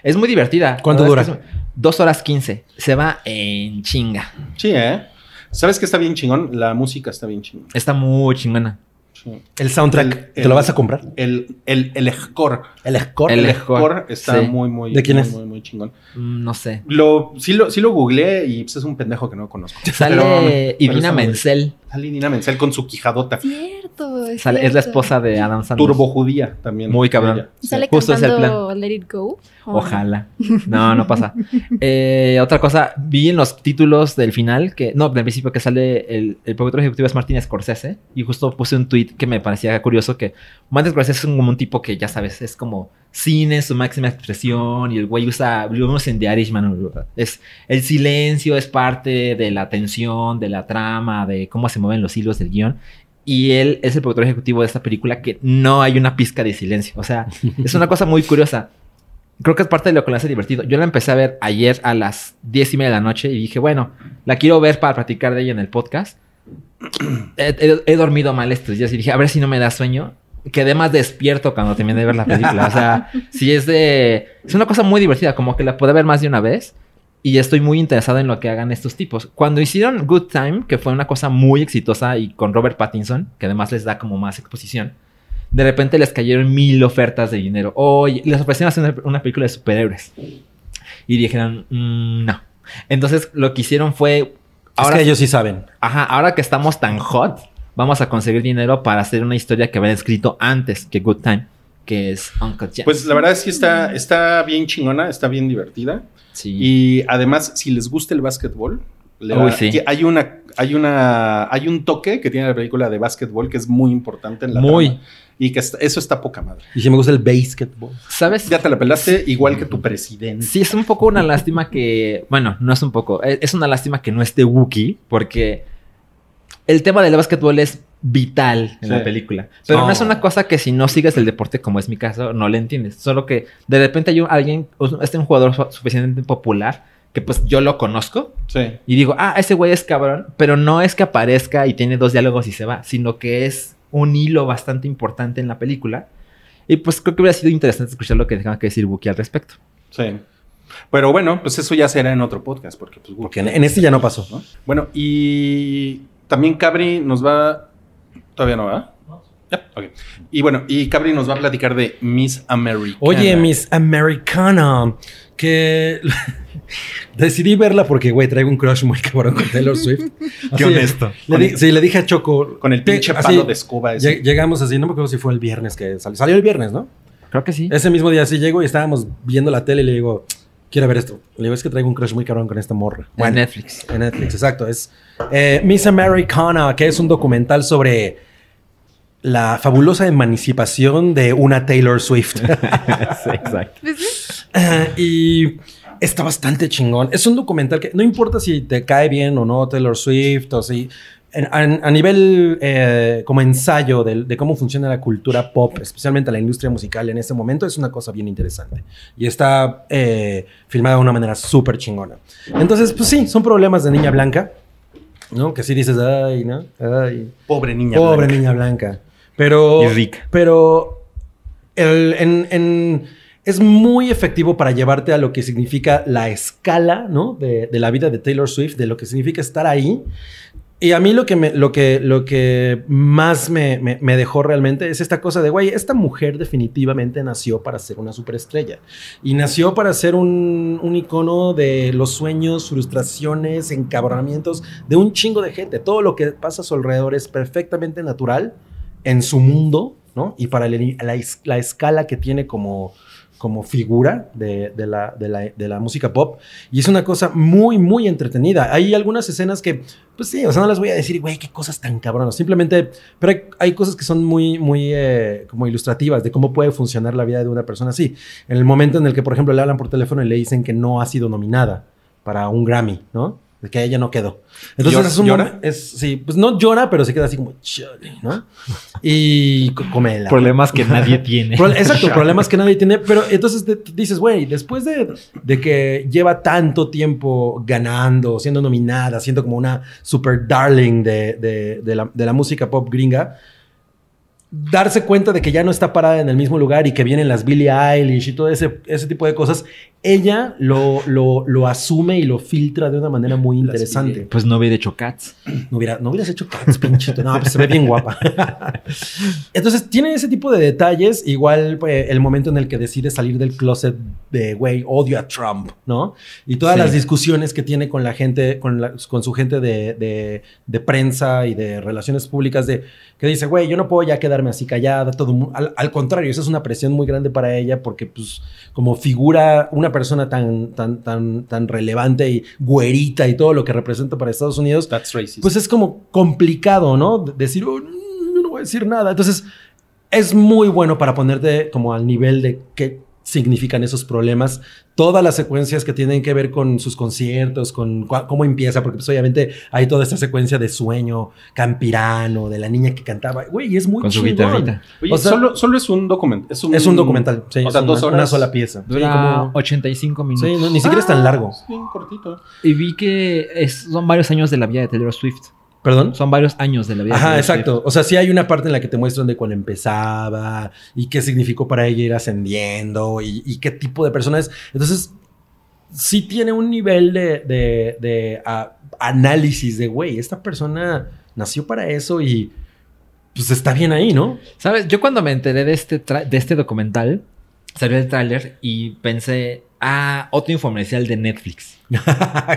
Es muy divertida.
¿Cuánto
La
dura?
verdad es que es- Dos horas quince. Se va en chinga.
Sí, ¿eh? ¿Sabes qué está bien chingón? La música está bien chingón.
Está muy chingona.
Sí.
El soundtrack.
El-
¿Te lo
el-
vas a comprar?
El, el, el score.
El score.
El-
El,
score,
score está
sí.
muy, muy,
¿De quién
muy,
es?
muy, muy chingón.
Mm,
[LAUGHS]
No sé.
Lo, sí, lo, sí lo googleé y pues, es un pendejo que no conozco.
Sale
pero
Ivina
está muy-
Menzel.
Sale Idina Menzel con su quijadota.
Cierto.
O sea, es la
cierto.
esposa de Adam Sandler.
Turbo judía también.
Muy cabrón.
Ella.
¿Y sale
Justo ese
cantando Let It Go? ¿O no?
Ojalá. No, no
[LAUGHS]
pasa. Eh, otra cosa, vi en los títulos del final que, no, del principio que sale el, el productor ejecutivo es Martin Scorsese y justo puse un tweet que me parecía curioso que Martin Scorsese es como un tipo que ya sabes, es como cine en su máxima expresión y el güey usa, lo vemos en The Irishman, es el silencio es parte de la tensión, de la trama, de cómo se mueven los hilos del guión. Y él es el productor ejecutivo de esta película que no hay una pizca de silencio. O sea, es una cosa muy curiosa. Creo que es parte de lo que lo hace divertido. Yo la empecé a ver ayer a las diez y media de la noche y dije, bueno, la quiero ver para platicar de ella en el podcast. he, he- he dormido mal estos días y dije, a ver si no me da sueño. Quedé más despierto cuando terminé de ver la película. O sea, sí es de... Es una cosa muy divertida, como que la pude ver más de una vez. Y estoy muy interesado en lo que hagan estos tipos. Cuando hicieron Good Time, que fue una cosa muy exitosa y con Robert Pattinson, que además les da como más exposición, de repente les cayeron mil ofertas de dinero. Oye, les ofrecieron hacer una, una película de superhéroes. Y dijeron, "Mm, no. Entonces lo que hicieron fue...
es que ellos sí saben.
Ajá, ahora que estamos tan hot, vamos a conseguir dinero para hacer una historia que habían escrito antes que Good Time, que es Uncle Jack.
Pues la verdad es que está, está bien chingona, está bien divertida.
sí.
Y además, si les gusta el básquetbol, le
Uy,
va-
sí.
que hay una, hay una, hay un toque que tiene la película de básquetbol que es muy importante en la
Muy.
trama. y que está- eso está poca madre.
Y si me gusta el basketball.
¿Sabes?
Ya te la pelaste igual que tu presidente.
Sí, es un poco una lástima que. Bueno, no es un poco. e- Es una lástima que no esté Wookiee, porque el tema del básquetbol es vital en
Sí. Oh.
la película. Pero no.
No.
es una cosa que si no sigues el deporte, como es mi caso, no le entiendes. Solo que de repente hay un, alguien, o- este un jugador su- suficientemente popular que pues yo lo conozco
Sí.
y digo, ah, ese güey es cabrón, pero no es que aparezca y tiene dos diálogos y se va, sino que es un hilo bastante importante en la película. Y pues creo que hubiera sido interesante escuchar lo que tenga que decir Wookiee al respecto.
Sí. Pero bueno, pues eso ya será en otro podcast, porque pues,
Porque en, en este ya no pasó. ¿no?
Bueno, y también Cabri nos va. Todavía no, ¿verdad? Ya, ok. Y bueno, y Cabri nos va a platicar de Miss America.
Oye, Miss Americana, que [LAUGHS] decidí verla porque, güey, traigo un crush muy cabrón con Taylor Swift. Así,
Qué honesto.
le di- sí, le dije a Choco.
Con el
te-
pinche
así,
palo de escoba. ese.
lleg- Llegamos así, no me acuerdo si fue el viernes que salió. Salió el viernes, ¿no?
Creo que sí.
Ese mismo día sí llego y estábamos viendo la tele y le digo, quiero ver esto. Le digo, es que traigo un crush muy cabrón con esta morra.
en
Bueno, [LAUGHS]
Netflix.
En Netflix, exacto. Es eh, Miss Americana, que es un documental sobre la fabulosa emancipación de una Taylor Swift.
exacto.
Eh, y está bastante chingón. Es un documental que no importa si te cae bien o no Taylor Swift o si... en- en- a nivel eh, como ensayo del- de, cómo funciona la cultura pop, especialmente la industria musical en este momento, es una cosa bien interesante. Y está eh, filmada de una manera súper chingona. Entonces, pues sí, son problemas de niña blanca, ¿no? Que sí dices, ay, ¿no? Ay,
Pobre niña.
pobre
blanca.
niña blanca. Pero...
Y rica.
Pero el- en- en- es muy efectivo para llevarte a lo que significa la escala, ¿no? De, de la vida de Taylor Swift, de lo que significa estar ahí. Y a mí lo que, me- lo que, lo que más me, me- me dejó realmente es esta cosa de, güey, esta mujer definitivamente nació para ser una superestrella. Y nació para ser un, un icono de los sueños, frustraciones, encabronamientos de un chingo de gente. Todo lo que pasa a su alrededor es perfectamente natural en su mundo, ¿no? Y para el- la, es- la escala que tiene como, como figura de, de la, de la- de la música pop. Y es una cosa muy, muy entretenida. Hay algunas escenas que, pues sí, o sea, no las voy a decir, güey, qué cosas tan cabronas. Simplemente, pero hay, hay cosas que son muy, muy eh, como ilustrativas de cómo puede funcionar la vida de una persona así. En el momento en el que, por ejemplo, le hablan por teléfono y le dicen que no ha sido nominada. para un Grammy, ¿no? De que ella no quedó. Entonces
¿Llora-
es un
llora?
momen- es- sí, pues no llora, pero se queda así como chale, ¿no? Y co- come la
Problemas que nadie tiene.
Pro- [LAUGHS]
[LAUGHS]
Exacto, problemas que nadie tiene. Pero entonces te- te dices, güey, después de, de que lleva tanto tiempo ganando, siendo nominada, siendo como una super darling de, de- de la, de la música pop gringa, darse cuenta de que ya no está parada en el mismo lugar y que vienen las Billie Eilish y todo ese, ese tipo de cosas, ella lo, lo, lo asume y lo filtra de una manera muy interesante.
Pues no hubiera hecho cats.
No, hubiera, no hubieras hecho cats, pinche. No, pues se ve bien guapa. [LAUGHS] Entonces, tiene ese tipo de detalles. Igual pues, el momento en el que decide salir del closet de, güey, odio a Trump, ¿no? Y todas
Sí.
las discusiones que tiene con la gente, con, la- con su gente de, de- de prensa y de relaciones públicas, de que dice, güey, yo no puedo ya quedarme así callada. Todo, mu- al, al contrario, esa es una presión muy grande para ella porque, pues, como figura, una persona tan, tan, tan, tan relevante y güerita y todo lo que representa para Estados Unidos,
That's racist.
pues es como complicado, ¿no? De- Decir, "Oh, no, yo no voy a decir nada. Entonces, es muy bueno para ponerte como al nivel de qué significan esos problemas, todas las secuencias que tienen que ver con sus conciertos, con cua- cómo empieza, porque pues obviamente hay toda esta secuencia de sueño campirano, de la niña que cantaba, güey, y es muy
Con su
chingón.
guitarrita.
Oye,
o sea-
solo, solo es un documental. Es un,
Es un documental, sí,
o
es
sea,
una,
dos horas.
una sola pieza. Sí,
Dura
como-
85 minutos.
sí, no, ni siquiera es
Ah.
tan largo.
Sí, cortito.
Y vi que es- son varios años de la vida de Taylor Swift.
Perdón.
Son varios años de la vida
Ajá,
de Taylor Swift.
exacto. O sea, sí hay una parte en la que te muestran de cuando empezaba y qué significó para ella ir ascendiendo y, y qué tipo de persona es. Entonces, sí tiene un nivel de, de- de, ah, análisis de, güey, esta persona nació para eso y pues está bien ahí, ¿no?
¿Sabes? Yo cuando me enteré de este, tra- de este documental, salió el tráiler y pensé, ah, otro infomercial de Netflix.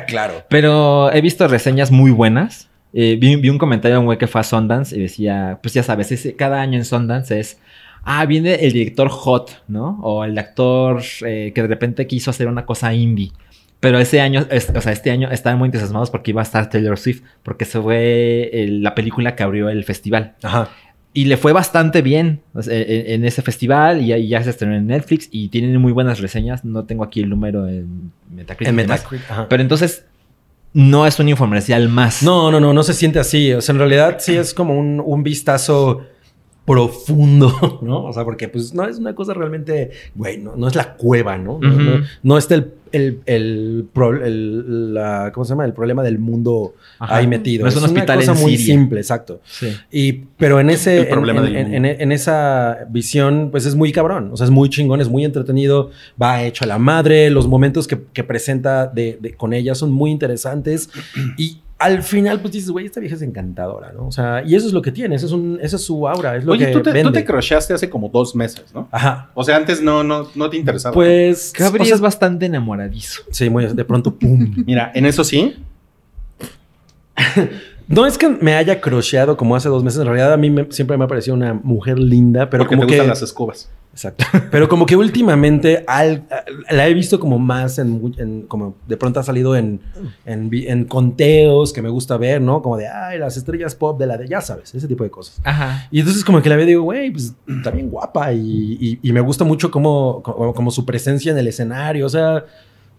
claro.
Pero he visto reseñas muy buenas. Eh, vi, vi un comentario de un güey que fue a Sundance y decía, pues ya sabes, ese- cada año en Sundance es, ah, viene el director hot, ¿no? O el actor eh, que de repente quiso hacer una cosa indie. Pero ese año, es- o sea, este año estaban muy entusiasmados porque iba a estar Taylor Swift, porque se fue eh, la película que abrió el festival.
Ajá.
Y le fue bastante bien o sea, en, en ese festival y ya, y ya se estrenó en Netflix y tienen muy buenas reseñas. No tengo aquí el número en Metacritic.
En
y demás.
Metacritic. Ajá.
Pero entonces no es un infomercial más.
No, no, no, no se siente así. O sea, en realidad sí es como un, un vistazo profundo, [LAUGHS] ¿no? O sea, porque pues no es una cosa realmente, güey, no, no es la cueva, ¿no? No,
Ujú.
no- no está el, el, el, pro- el- la- ¿cómo se llama? El problema del mundo
Ajá.
ahí metido.
No es un hospital
una cosa
en
muy
Siria.
simple, exacto.
Sí.
Y, pero en ese,
El problema
en,
del
en-
mundo.
en- en esa visión, pues es muy cabrón. O sea, es muy chingón, es muy entretenido, va hecho a la madre. Los momentos que, que presenta de, de- con ella son muy interesantes. Y al final, pues dices, güey, esta vieja es encantadora, ¿no? O sea, y eso es lo que tiene, ese es, un, esa es su aura, es lo
Oye,
que
tú te, tú
vende.
te crushaste hace como dos meses, ¿no?
Ajá.
O sea, antes no, no, no te interesaba.
Pues.
Cabri
o sea,
es bastante enamoradizo.
sí, muy, de pronto, pum.
Mira, en eso sí.
No es que me haya crocheado como hace dos meses. En realidad, a mí me- siempre me ha parecido una mujer linda, pero
porque
como
te
que.
gustan las escobas.
Exacto. Pero como que últimamente al- la he visto como más en, mu- en- como de pronto ha salido en, en, vi- en conteos que me gusta ver, ¿no? Como de, ay, las estrellas pop de la de, ya sabes, ese tipo de cosas.
Ajá.
Y entonces como que la veo y digo, güey, pues está bien guapa y, y- y me gusta mucho como, como, como su presencia en el escenario, o sea,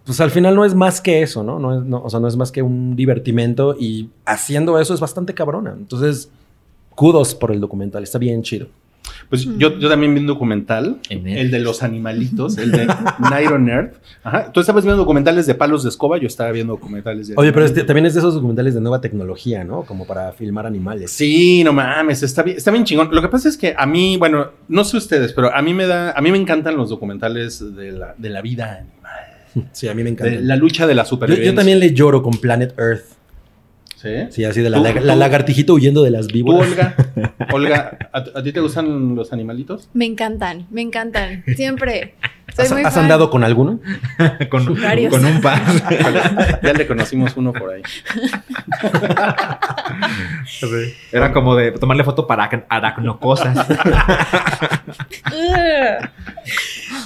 pues al final no es más que eso, ¿no? no, es, no o sea, no es más que un divertimento y haciendo eso es bastante cabrona. Entonces, kudos por el documental, está bien chido.
Pues
Mm.
yo, yo también vi un documental,
En Netflix.
el de los animalitos, el
[LAUGHS]
de Night on Earth. Ajá. Tú estabas viendo documentales de palos de escoba, yo estaba viendo documentales de.
Oye, pero este-
animalitos.
también es de esos documentales de nueva tecnología, ¿no? Como para filmar animales.
Sí, no mames, está bien, está bien chingón. Lo que pasa es que a mí, bueno, no sé ustedes, pero a mí me da, a mí me encantan los documentales de la, de la vida animal,
Sí, a mí me
de
encanta.
la lucha de la
yo,
supervivencia.
yo también le lloro con Planet Earth.
¿Sí?
Sí, así de la,
Tú-
la-
tú-
la lagartijita huyendo de las
¿Tú,
víboras. [LAUGHS]
Olga? Olga, ¿a, a ti te gustan los animalitos?
Me encantan, me encantan. Siempre. Soy
¿Has,
muy
has
fan.
andado con alguno?
con,
Varios.
con un par.
Ya le conocimos uno por ahí.
Era como de tomarle foto para aracn- aracnocosas.
Ugh. [LAUGHS]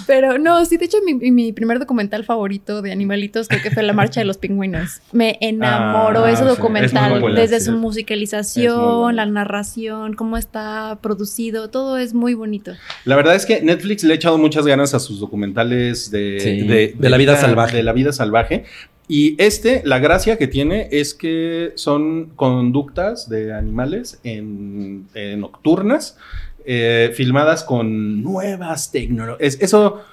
Pero no, sí, de hecho, mi, mi primer documental favorito de animalitos creo que fue La Marcha de los Pingüinos. Me enamoró
Ah,
ese
sí,
documental,
es muy bueno,
desde
sí. Es
su
muy bueno.
musicalización, la narración, cómo está producido, todo es muy bonito.
La verdad es que Netflix le ha echado muchas ganas a sus documentales de,
Sí.
De la vida salvaje.
De la vida salvaje. Y este, la gracia que tiene es que son conductas de animales en, eh, nocturnas, eh, filmadas con nuevas tecnologías. Eso,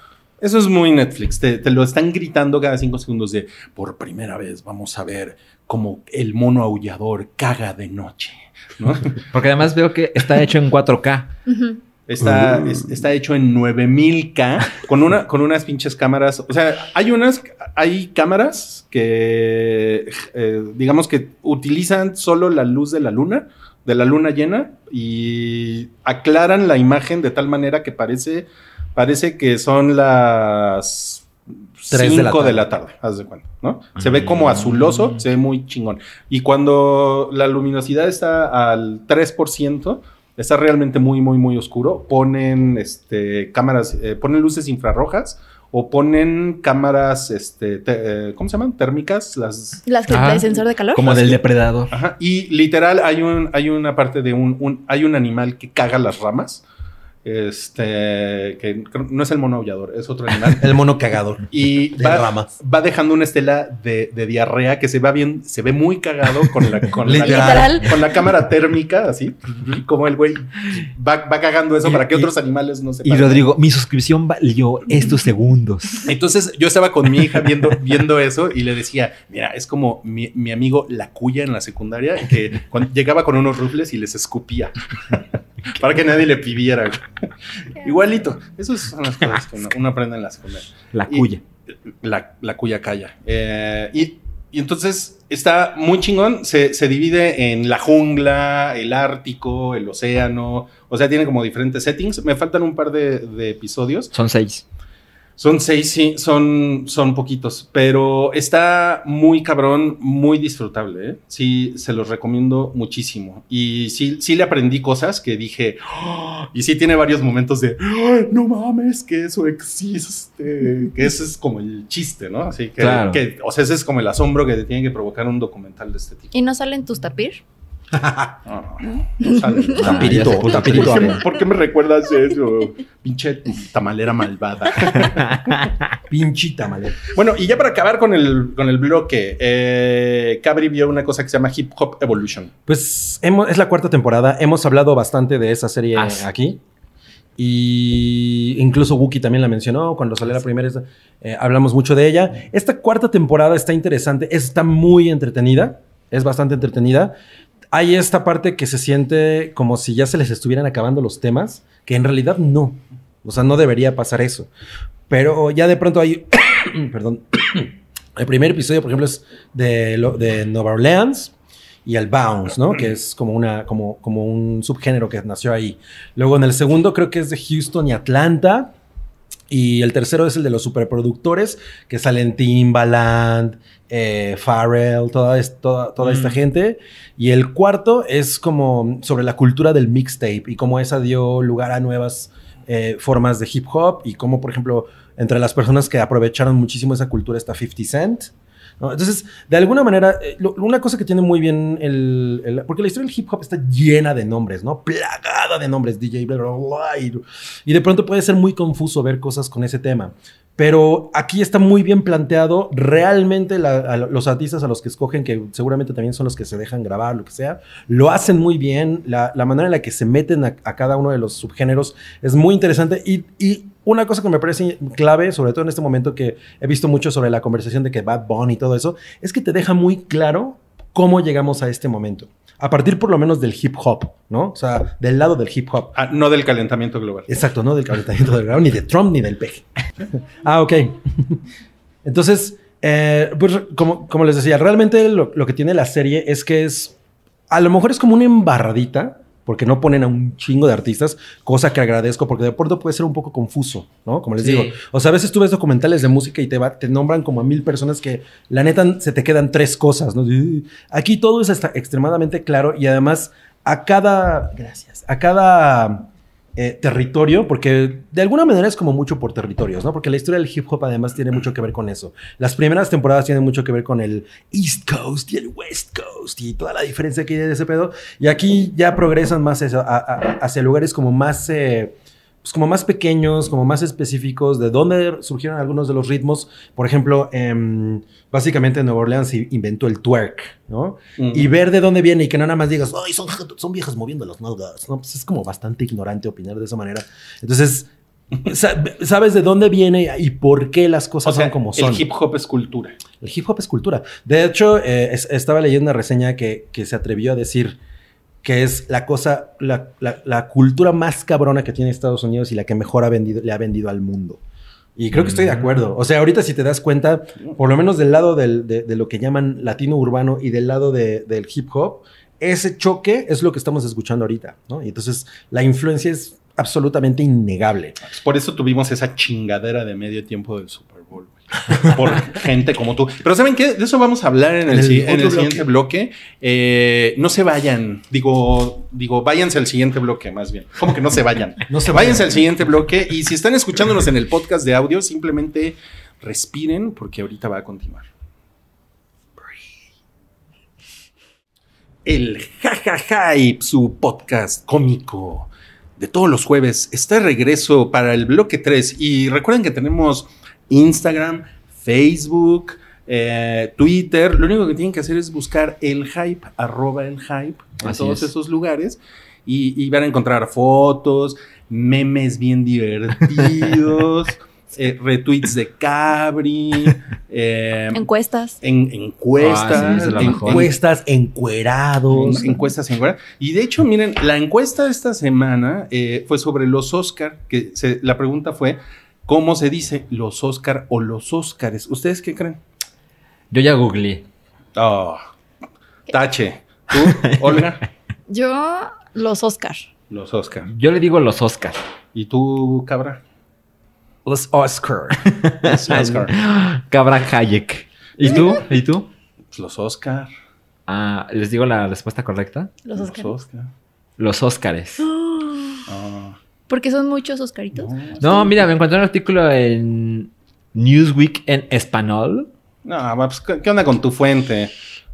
eso es muy Netflix. Te, te lo están gritando cada cinco segundos de por primera vez vamos a ver cómo el mono aullador caga de noche. ¿no?
Porque además veo que está hecho en 4K.
Ujú.
Está,
Mm.
es- está hecho en 9000K con, una, con unas pinches cámaras. O sea, hay unas, hay cámaras que, eh, digamos que utilizan solo la luz de la luna, de la luna llena, y aclaran la imagen de tal manera que parece, parece que son las
Tres
3
de la
de la tarde, haz de cuenta, ¿no? Se ve como
Mm.
azuloso, se ve muy chingón. Y cuando la luminosidad está al 3%, está realmente muy, muy, muy oscuro. Ponen este, cámaras, eh, ponen luces infrarrojas o ponen cámaras, este, te- eh, ¿cómo se llaman? Térmicas, las...
Las que
Ah.
trae sensor de calor.
Como del depredador.
Ajá. Y literal hay un, hay una parte de un, un- hay un animal que caga las ramas, este, que creo- no es el mono aullador, es otro animal.
El mono cagador.
Y
De
va,
ramas.
va dejando una estela de, de diarrea que se va bien, se ve muy cagado con la, con la-
Literal.
con la cámara térmica, así, como el güey va, va cagando eso
Y-
para que
y-
otros animales no se
Y Rodrigo, mi suscripción valió estos segundos.
Entonces yo estaba con mi hija viendo, viendo eso y le decía, mira, es como mi, mi amigo La Cuya en la secundaria, que cuando llegaba con unos rufles y les escupía [LAUGHS] para que nadie le pidiera. Igualito, eso es son las cosas que uno, uno aprende en la secundaria.
La
Y-
cuya.
la, la cuya calla. Eh, y, y entonces está muy chingón, se, se divide en la jungla, el Ártico, el océano, o sea, tiene como diferentes settings. Me faltan un par de, de episodios.
Son seis.
Son seis, sí, son, son poquitos, pero está muy cabrón, muy disfrutable. ¿eh? Sí, se los recomiendo muchísimo. Y sí, sí le aprendí cosas que dije, "Oh", y sí tiene varios momentos de, "Oh, no mames, que eso existe. Que ese es como el chiste, ¿no? Así que,
Claro.
que, o sea, ese es como el asombro que te tiene que provocar un documental de este tipo.
¿Y no salen tus tapir?
No, no, no sale.
[LAUGHS] Tapirito,
¿Por qué-
tapirito,
¿por qué-
amor.
¿Por qué me recuerdas eso? Pinche tamalera malvada.
Pinchita, madre.
Bueno, y ya para acabar con el, con el bloque, eh, Cabri vio una cosa que se llama Hip Hop Evolution.
Pues hemos- es la cuarta temporada. Hemos hablado bastante de esa serie
Ah, sí.
aquí. Y incluso Wookie también la mencionó cuando salió la primera. esta- eh, hablamos mucho de ella. Esta cuarta temporada está interesante. Está muy entretenida. Es bastante entretenida. Hay esta parte que se siente como si ya se les estuvieran acabando los temas, que en realidad no. O sea, no debería pasar eso. Pero ya de pronto hay. [COUGHS] perdón. El primer episodio, por ejemplo, es de, lo- de Nueva Orleans y el bounce, ¿no? Que es como una como como un subgénero que nació ahí. Luego en el segundo creo que es de Houston y Atlanta. Y el tercero es el de los superproductores que salen Timbaland, eh, Pharrell, toda, es- toda, toda esta gente. Y el cuarto es como sobre la cultura del mixtape y cómo esa dio lugar a nuevas eh, formas de hip hop y cómo, por ejemplo, entre las personas que aprovecharon muchísimo esa cultura está 50 Cent. ¿no? Entonces, de alguna manera, eh, lo- una cosa que tiene muy bien el, el- Porque la historia del hip hop está llena de nombres, ¿no? Plagada de nombres, DJ, bla, bla, bla, y, y de pronto puede ser muy confuso ver cosas con ese tema. Pero aquí está muy bien planteado realmente la- a los artistas a los que escogen, que seguramente también son los que se dejan grabar, lo que sea, lo hacen muy bien, la, la manera en la que se meten a, a cada uno de los subgéneros es muy interesante y, y una cosa que me parece clave, sobre todo en este momento que he visto mucho sobre la conversación de que Bad Bunny y todo eso, es que te deja muy claro cómo llegamos a este momento. A partir por lo menos del hip hop, ¿no? O sea, del lado del hip hop.
Ah, no del calentamiento global.
Exacto, no del calentamiento del grano, ni de Trump, ni del PEG. ah, ok. Entonces, eh, pues, como, como les decía, realmente lo, lo que tiene la serie es que es, a lo mejor es como una embarradita, porque no ponen a un chingo de artistas, cosa que agradezco, porque de pronto puede ser un poco confuso, ¿no? Como les
Sí.
digo, o sea, a veces tú ves documentales de música y te, va- te nombran como a mil personas que la neta se te quedan tres cosas, ¿no? Aquí todo es hasta extremadamente claro y además a cada, gracias, a cada eh, territorio, porque de alguna manera es como mucho por territorios, ¿no? Porque la historia del hip hop además tiene mucho que ver con eso. Las primeras temporadas tienen mucho que ver con el East Coast y el West Coast y toda la diferencia que hay de ese pedo. Y aquí ya progresan más eso, a- a- hacia lugares como más... eh, pues, pues, como más pequeños, como más específicos, de dónde surgieron algunos de los ritmos. Por ejemplo, em, básicamente en Nueva Orleans se inventó el twerk, ¿no?
Mm.
Y ver de dónde viene y que no nada más digas, ay, son, son viejas moviendo las nalgas. No, pues es como bastante ignorante opinar de esa manera. Entonces, sa- sabes de dónde viene y por qué las
o
cosas
sea,
son como son.
el hip hop es cultura.
El hip hop es cultura. De hecho, eh, es- estaba leyendo una reseña que, que se atrevió a decir que es la cosa, la, la- la cultura más cabrona que tiene Estados Unidos y la que mejor ha vendido, le ha vendido al mundo. Y creo que estoy de acuerdo. O sea, ahorita si te das cuenta, por lo menos del lado del- de, de lo que llaman latino urbano y del lado de- del hip hop, ese choque es lo que estamos escuchando ahorita, ¿no? Y entonces la influencia es absolutamente innegable.
Por eso tuvimos esa chingadera de medio tiempo del Super Bowl.
[LAUGHS]
güey. Por gente como tú. Pero ¿saben qué? De eso vamos a hablar en el,
En el
si- en el
otro
siguiente bloque. Eh, no se vayan. Digo, digo, váyanse al siguiente bloque, más bien. ¿Cómo que no se vayan?
No se
váyanse al siguiente bloque. Y si están escuchándonos en el podcast de audio, simplemente respiren porque ahorita va a continuar. El Jajaja su podcast cómico de todos los jueves, está de regreso para el bloque 3. Y recuerden que tenemos Instagram, Facebook, eh, Twitter. Lo único que tienen que hacer es buscar el hype, arroba el hype, en
Así
todos
es.
esos lugares. Y, y van a encontrar fotos, memes bien [LAUGHS] divertidos, eh, retweets de Cabri, eh,
Encuestas.
en- encuestas,
Ah, sí, esa es la
en- en-
mejor.
Encuestas, encuerados.
en- encuestas, encuestas. Y de hecho, miren, la encuesta esta semana eh, fue sobre los Oscar, que se- la pregunta fue, ¿cómo se dice los Oscar o los Óscares? ¿Ustedes qué creen?
Yo ya googleé.
Oh, tache. [LAUGHS] ¿Tú, Olga?
Yo, los Oscar.
los Oscar.
Yo le digo los Oscars.
¿Y tú, cabra?
Los Oscar.
Los Oscar.
Cabra Hayek.
¿Y tú? ¿Y tú?
Pues Los Oscar.
Ah, ¿les digo la respuesta correcta?
Los Oscar.
Oscar.
Los Óscares.
Ah,
[GASPS] Porque son muchos Oscaritos.
no.
No, mira, me encontré un artículo en Newsweek en español.
No, va, pues, ¿qué qué onda con tu fuente?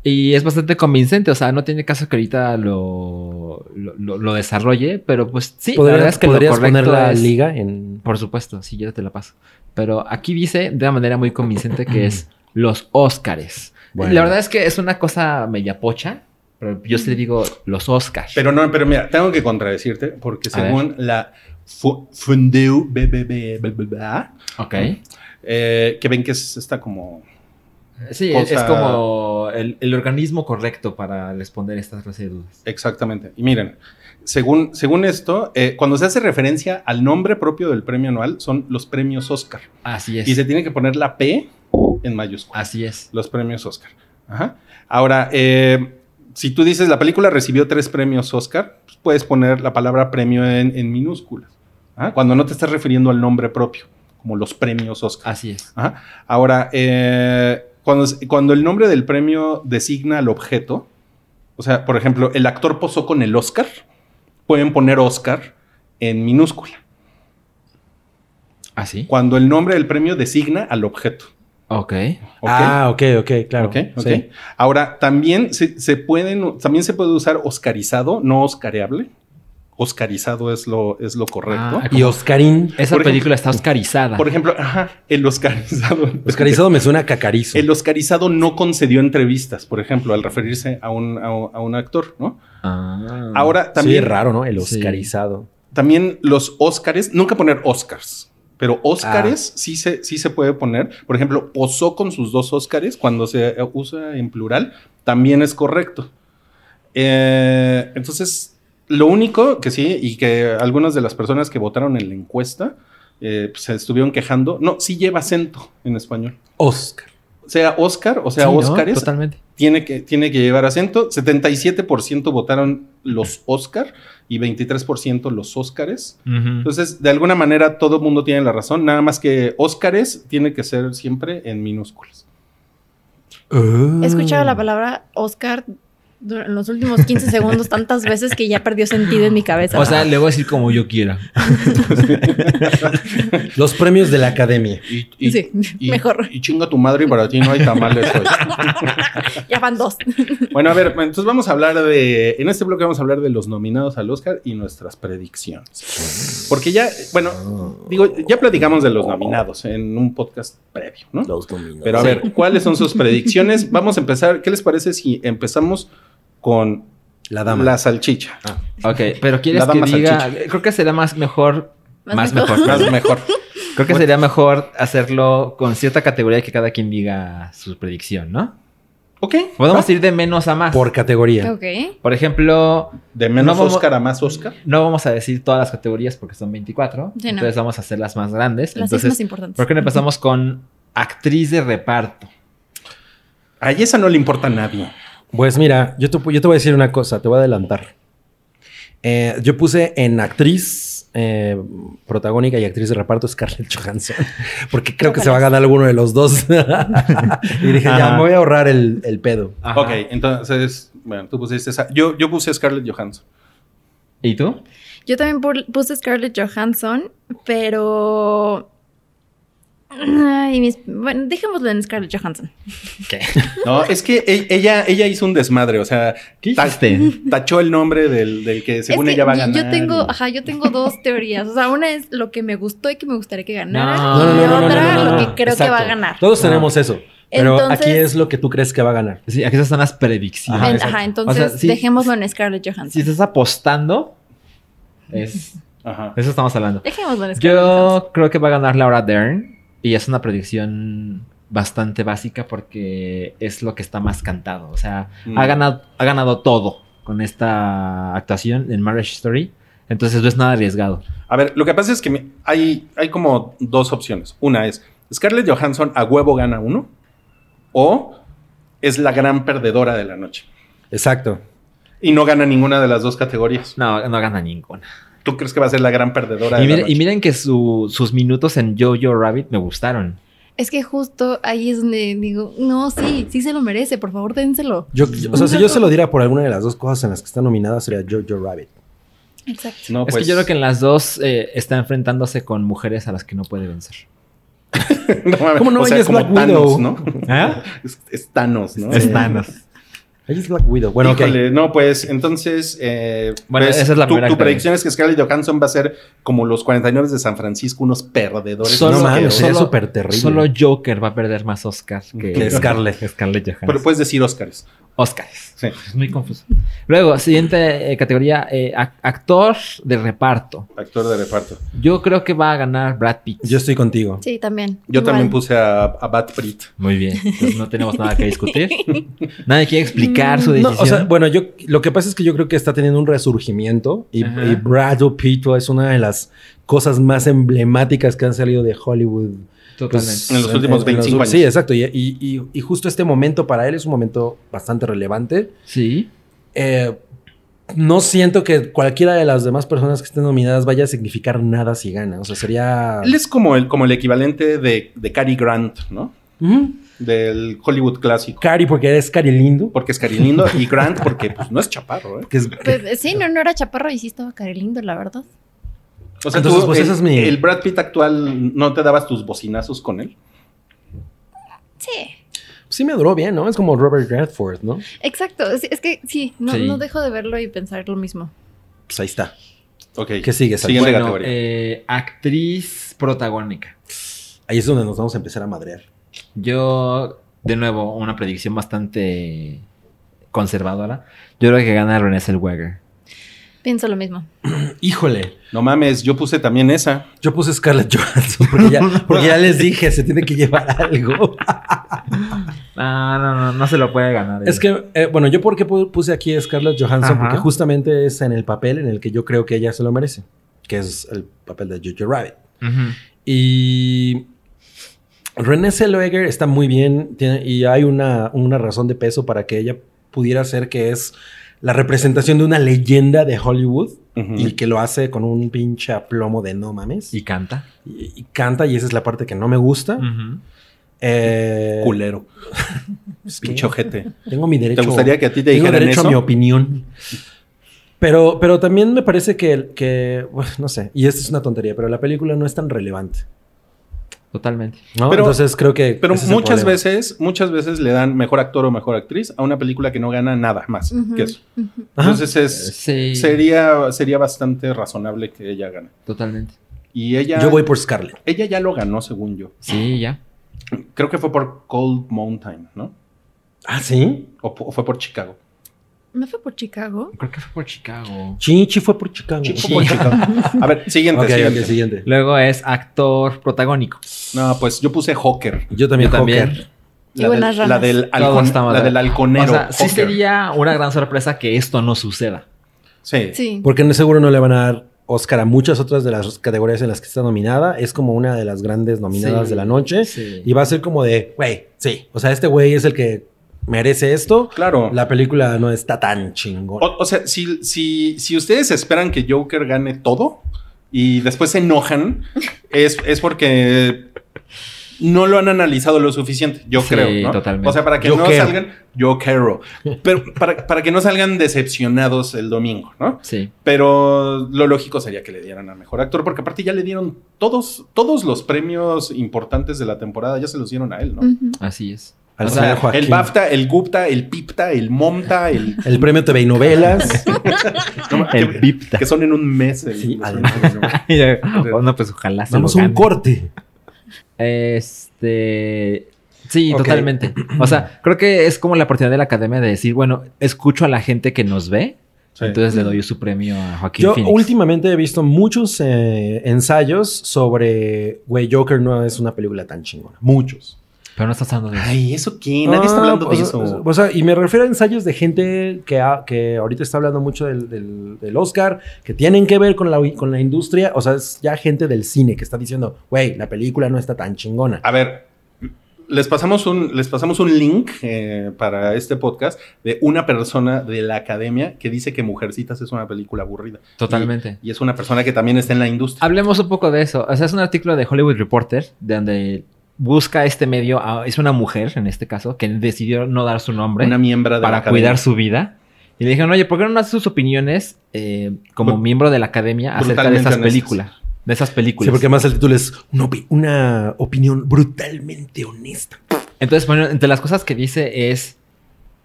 Y es bastante convincente, o sea, no tiene caso que ahorita lo, lo, lo- lo desarrolle, pero pues sí, la verdad
¿Podrías,
es que lo
podrías
correcto
poner la
es-
liga en
Por supuesto, sí, yo te la paso. Pero aquí dice de una manera muy convincente
[CLEARS THROAT]
que es los Óscares.
Bueno.
La verdad es que es una cosa media pocha, pero yo sí le digo los Óscares.
Pero no, pero mira, tengo que contradecirte porque
A ver.
según la fu- Fundeu BBB, bla, bla, bla,
Ok.
ah, eh, que ven que es esta como
Sí,
O
es- es
sea-
como el, el organismo correcto para responder esta clase de dudas.
exactamente. Y miren, según, según esto, eh, cuando se hace referencia al nombre propio del premio anual, son los premios Oscar.
Así es.
Y se tiene que poner la P en mayúscula.
Así es.
Los premios Oscar. Ajá. Ahora, eh, si tú dices la película recibió tres premios Oscar, pues puedes poner la palabra premio en, en minúsculas. Ajá, Cuando no te estás refiriendo al nombre propio, como los premios Oscar.
Así es.
Ahora, eh, cuando, cuando el nombre del premio designa al objeto, o sea, por ejemplo, el actor posó con el Oscar, pueden poner Oscar en minúscula. ¿Ah,
Así.
Cuando el nombre del premio designa al objeto.
Ok.
¿ok?
Ah, ok, ok, claro.
Ok, ok.
sí.
Ahora, también se, se pueden, también se puede usar oscarizado, no oscareable. Oscarizado es lo, es lo correcto.
Ah,
Y Oscarín.
Esa
Por ejemplo-
película está oscarizada.
Por ejemplo, ajá, el oscarizado.
Oscarizado me suena a cacarizo.
El oscarizado no concedió entrevistas, por ejemplo, al referirse a un, a, un- a un actor, ¿no?
Ah.
Ahora
También
también,
es raro, ¿no? El
Sí.
oscarizado.
también los Óscares, nunca poner Óscars, pero Óscares
Ah.
sí, se, sí se puede poner. Por ejemplo, posó con sus dos Óscares cuando se eh, usa en plural, también es correcto. Eh, entonces, lo único que sí, y que algunas de las personas que votaron en la encuesta eh, pues, se estuvieron quejando, no, sí lleva acento en español.
Oscar.
Sea Óscar o sea
Sí, ¿no?
Óscares,
Totalmente.
tiene que, tiene que llevar acento. 77% votaron los Oscar y 23% los Óscares. Entonces, de alguna manera, todo el mundo tiene la razón. Nada más que Óscares tiene que ser siempre en minúsculas.
Ah.
Mm.
He escuchado la palabra Oscar dur- en los últimos 15 segundos tantas veces que ya perdió sentido en mi cabeza.
O sea, le voy a decir como yo quiera.
Los premios de la academia.
Y, y-
Sí,
y-
mejor.
Y chinga tu madre y para ti no hay tamales hoy.
[LAUGHS] ya van dos.
Bueno, a ver, entonces vamos a hablar de. En este bloque vamos a hablar de los nominados al Oscar y nuestras predicciones. Porque ya, bueno, digo, ya platicamos de los nominados en un podcast previo, ¿no?
Los dominos.
Pero a
Sí.
ver, ¿cuáles son sus predicciones? Vamos a empezar. ¿Qué les parece si empezamos con
La dama.
la salchicha?
Ok, pero quieres
La
que
dama
diga.
salchicha.
Creo que será más mejor.
Más
Más,
mejor.
mejor.
Más mejor.
Creo que sería mejor hacerlo con cierta categoría que cada quien diga su predicción, ¿no?
Ok.
Podemos ir de menos a más.
Por categoría.
ok.
Por ejemplo,
De menos
No vamos-
Oscar a más Oscar.
no vamos a decir todas las categorías porque son 24.
Sí, no.
Entonces vamos a hacer las más grandes.
Las seis
Entonces,
más importantes.
¿por qué no empezamos con actriz de reparto?
Ay, esa no le importa a nadie.
Pues mira, yo te, pu- yo te voy a decir una cosa, te voy a adelantar. Eh, yo puse en actriz eh, protagónica y actriz de reparto Scarlett Johansson, [LAUGHS] porque creo que se va a ganar alguno de los dos. [LAUGHS] y dije, ya
Ajá.
me voy a ahorrar el, el pedo.
Ajá.
Ok, entonces, bueno, tú pusiste esa. Yo, yo puse a Scarlett Johansson.
¿Y tú?
Yo también pu- puse Scarlett Johansson, pero... Ay, mis- Bueno, dejémoslo en Scarlett Johansson.
No, es que e- ella, ella hizo un desmadre, o sea,
¿Qué
ta-
hiciste?
tachó el nombre del, del que según
Es que
ella va a
yo-
ganar.
Yo tengo, ah.
y-
ajá, yo tengo dos teorías. O sea, una es lo que me gustó y que me gustaría que
No.
ganara. y
No, no,
la
no, no,
otra,
no, no,
lo que
no.
creo que va a
Exacto.
ganar.
Todos
Ah.
tenemos eso, pero
Entonces-
aquí es lo que tú crees que va a ganar.
Sí, aquí esas son las predicciones.
En-
exacto.
ajá, entonces
O sea, sí.
dejémoslo en Scarlett
Si
Johansson.
estás apostando, es,
Ajá.
de eso estamos hablando.
Dejémoslo en Scarlett Johansson.
Yo creo que va a ganar Laura Dern y es una predicción bastante básica porque es lo que está más cantado. O sea,
Mm.
ha, ganado, ha ganado todo con esta actuación en Marriage Story. Entonces no es nada arriesgado.
A ver, lo que pasa es que me- hay, hay como dos opciones. Una es, Scarlett Johansson a huevo gana uno o es la gran perdedora de la noche.
Exacto.
Y no gana ninguna de las dos categorías.
No, no gana ninguna.
¿Tú crees que va a ser la gran perdedora
Y
de la
miren,
noche?
y miren que su- sus minutos en Jojo Rabbit me gustaron.
Es que justo ahí es donde digo, no, sí, sí se lo merece, por favor, dénselo.
Yo, o sea, si yo se lo diera por alguna de las dos cosas en las que está nominada sería Jojo Rabbit.
Exacto.
No,
es
pues,
que yo creo que en las dos eh, está enfrentándose con mujeres a las que no puede vencer.
[LAUGHS] no mames,
¿Cómo no?
o sea,
Ella es
como
Black
Thanos,
Widow.
¿no? [LAUGHS] Es, es Thanos, ¿no?
Es
Sí.
Eh,
Thanos. Ella es Black Widow. Bueno, ok.
Híjole, no, pues entonces. eh,
Bueno,
pues,
esa es la
tu,
primera
tu
que-
predicción es que Scarlett Johansson va a ser como los 49 de San Francisco, unos perdedores.
Solo-
no mames,
asquerosos.
sería
solo-
súper terrible.
Solo Joker va a perder más Oscars que,
Que Scarlett.
Scarlett Johansson.
Pero puedes decir Oscars.
Oscars.
Sí.
Es muy confuso. Luego, siguiente eh, categoría, eh, ac- actor de reparto.
Actor de reparto.
Yo creo que va a ganar Brad Pitt.
Yo estoy contigo.
Sí, también.
Yo
Igual.
también puse a, a Bat Pritt.
Muy bien, entonces no tenemos nada
[LAUGHS]
que discutir. Nadie quiere explicar su
No,
decisión.
o sea, bueno, yo lo que pasa es que yo creo que está teniendo un resurgimiento y,
Ajá.
y Brad Pitt es una de las cosas más emblemáticas que han salido de Hollywood. pues,
Totalmente.
En los últimos 25 años.
Sí, exacto. Y, y- y- y justo este momento para él es un momento bastante relevante.
sí.
Eh, no siento que cualquiera de las demás personas que estén nominadas vaya a significar nada si gana. O sea, sería...
Él es como el, como el equivalente de, de Cary Grant, ¿no?
Ujú.
Del Hollywood clásico.
Cari, porque eres Cari lindo.
Porque es Cary lindo y Grant porque pues, no es chaparro, ¿eh?
Que es-
Pues, sí, no, no era chaparro y sí estaba carelindo, la verdad.
O sea,
Entonces,
tú,
pues,
el,
ese es mi-
el Brad Pitt actual, ¿no te dabas tus bocinazos con él?
Sí.
sí me duró bien, ¿no? Es como Robert Redford, ¿no?
Exacto, es, es que sí no,
Sí.
no dejo de verlo y pensar lo mismo.
Pues ahí está.
Ok.
¿Qué sigue? Sam?
Siguiente
Bueno,
categoría.
eh, actriz protagónica.
Ahí es donde nos vamos a empezar a madrear.
Yo, de nuevo, una predicción bastante conservadora. Yo creo que gana Renée Zellweger.
Pienso lo mismo.
Híjole.
No mames, yo puse también esa.
Yo puse Scarlett Johansson porque
[LAUGHS]
ya, porque ya les dije, se tiene que llevar algo.
No, Ah, no, no, no se lo puede ganar.
Es que, eh, bueno, yo porque pu- puse aquí a Scarlett Johansson,
Ajá.
porque justamente es en el papel en el que yo creo que ella se lo merece, que es el papel de Jojo Rabbit.
Ujú.
Y Renée Zellweger está muy bien tiene- y hay una, una razón de peso para que ella pudiera ser que es la representación de una leyenda de Hollywood
Ujú.
y que lo hace con un pinche aplomo de no mames.
Y
Y,
canta.
y canta y esa es la parte que no me gusta.
Ujú.
Eh,
culero.
Es que
Pinche ojete.
Tengo mi derecho.
¿Te gustaría que a ti te
tengo
dijeran
derecho
eso?
a mi opinión. Pero, pero también me parece que, que bueno, no sé, y esto es una tontería, pero la película no es tan relevante.
Totalmente.
¿no?
Pero-
Entonces creo que.
Pero
ese es el
muchas
problema.
veces, muchas veces le dan mejor actor o mejor actriz a una película que no gana nada más
Ujú,
que eso.
ujú.
Ajá.
Entonces es,
Sí.
sería, sería bastante razonable que ella gane.
Totalmente.
Y ella,
Yo voy por Scarlett.
ella ya lo ganó, según yo.
Sí, ya.
Creo que fue por Cold Mountain, ¿no?
Ah, sí.
O, po- o fue por Chicago.
¿No fue por Chicago?
Creo que fue por Chicago.
Chichi fue por Chicago.
Chi- fue por Chicago. A ver,
Ok,
siguiente,
ok,
siguiente.
siguiente.
Luego es actor protagónico.
No, pues yo puse Hawker.
Yo también.
Yo también.
Joker.
Y
La,
buenas
del, la,
ranas.
del,
Todo
halcon-
está mal.
la del halconero.
o sea, sí
Hawker.
sería una gran sorpresa que esto no suceda.
Sí.
Sí.
Porque no- seguro no le van a dar Oscar a muchas otras de las categorías en las que está nominada. Es como una de las grandes nominadas
Sí.
de la noche.
Sí.
Y va a ser como de, güey, sí. O sea, este güey es el que merece esto.
Claro.
La película no está tan chingona.
O, o sea, si, si, si ustedes esperan que Joker gane todo y después se enojan, es, es porque no lo han analizado lo suficiente, yo
Sí,
creo. ¿no?
totalmente.
O sea, para que
Yo
no
creo.
salgan, yo quiero. Pero para, para que no salgan decepcionados el domingo, ¿no?
Sí.
Pero lo lógico sería que le dieran a mejor actor, porque aparte ya le dieron todos, todos los premios importantes de la temporada, ya se los dieron a él, ¿no?
Ujú.
Así es.
Al
o
señor
sea,
Joaquín.
El BAFTA, el Gupta, el Pipta, el Momta, el.
El premio TV y [LAUGHS] novelas.
no,
El
que-
Bipta.
[LAUGHS] que son en un mes. el-
Sí,
los-
además. [LAUGHS]
no, pues ojalá se
Vamos
lo
a un
gane.
corte.
Este. Sí,
Ok.
totalmente. O
[CLEARS THROAT]
sea, creo que es como la oportunidad de la academia de decir, bueno, escucho a la gente que nos ve,
Sí.
entonces le doy su premio a Joaquín
Yo
Phoenix.
últimamente he visto muchos eh, ensayos sobre, güey, Joker no es una película tan chingona. Muchos.
Pero no estás hablando de eso.
Ay, ¿eso qué? Nadie está hablando
Ah,
de
o
eso.
sea, O sea, y me refiero a ensayos de gente que, ha- que ahorita está hablando mucho del, del- del Oscar, que tienen que ver con la, con la industria. O sea, es ya gente del cine que está diciendo, güey, la película no está tan chingona.
A ver, les pasamos un, les pasamos un link eh, para este podcast de una persona de la academia que dice que Mujercitas es una película aburrida.
Totalmente.
Y es una persona que también está en la industria.
Hablemos un poco de eso. O sea, es un artículo de Hollywood Reporter de donde busca este medio, a- es una mujer en este caso, que decidió no dar su nombre
Una miembro de la
para
academia.
cuidar su vida. Y le dijeron, oye, ¿por qué no das sus opiniones eh, como
Br-
miembro de la academia acerca de
brutalmente
esas
honestas.
películas? De esas
Sí,
películas.
porque además el título es una, opi- una opinión brutalmente honesta.
Entonces, bueno, entre las cosas que dice es,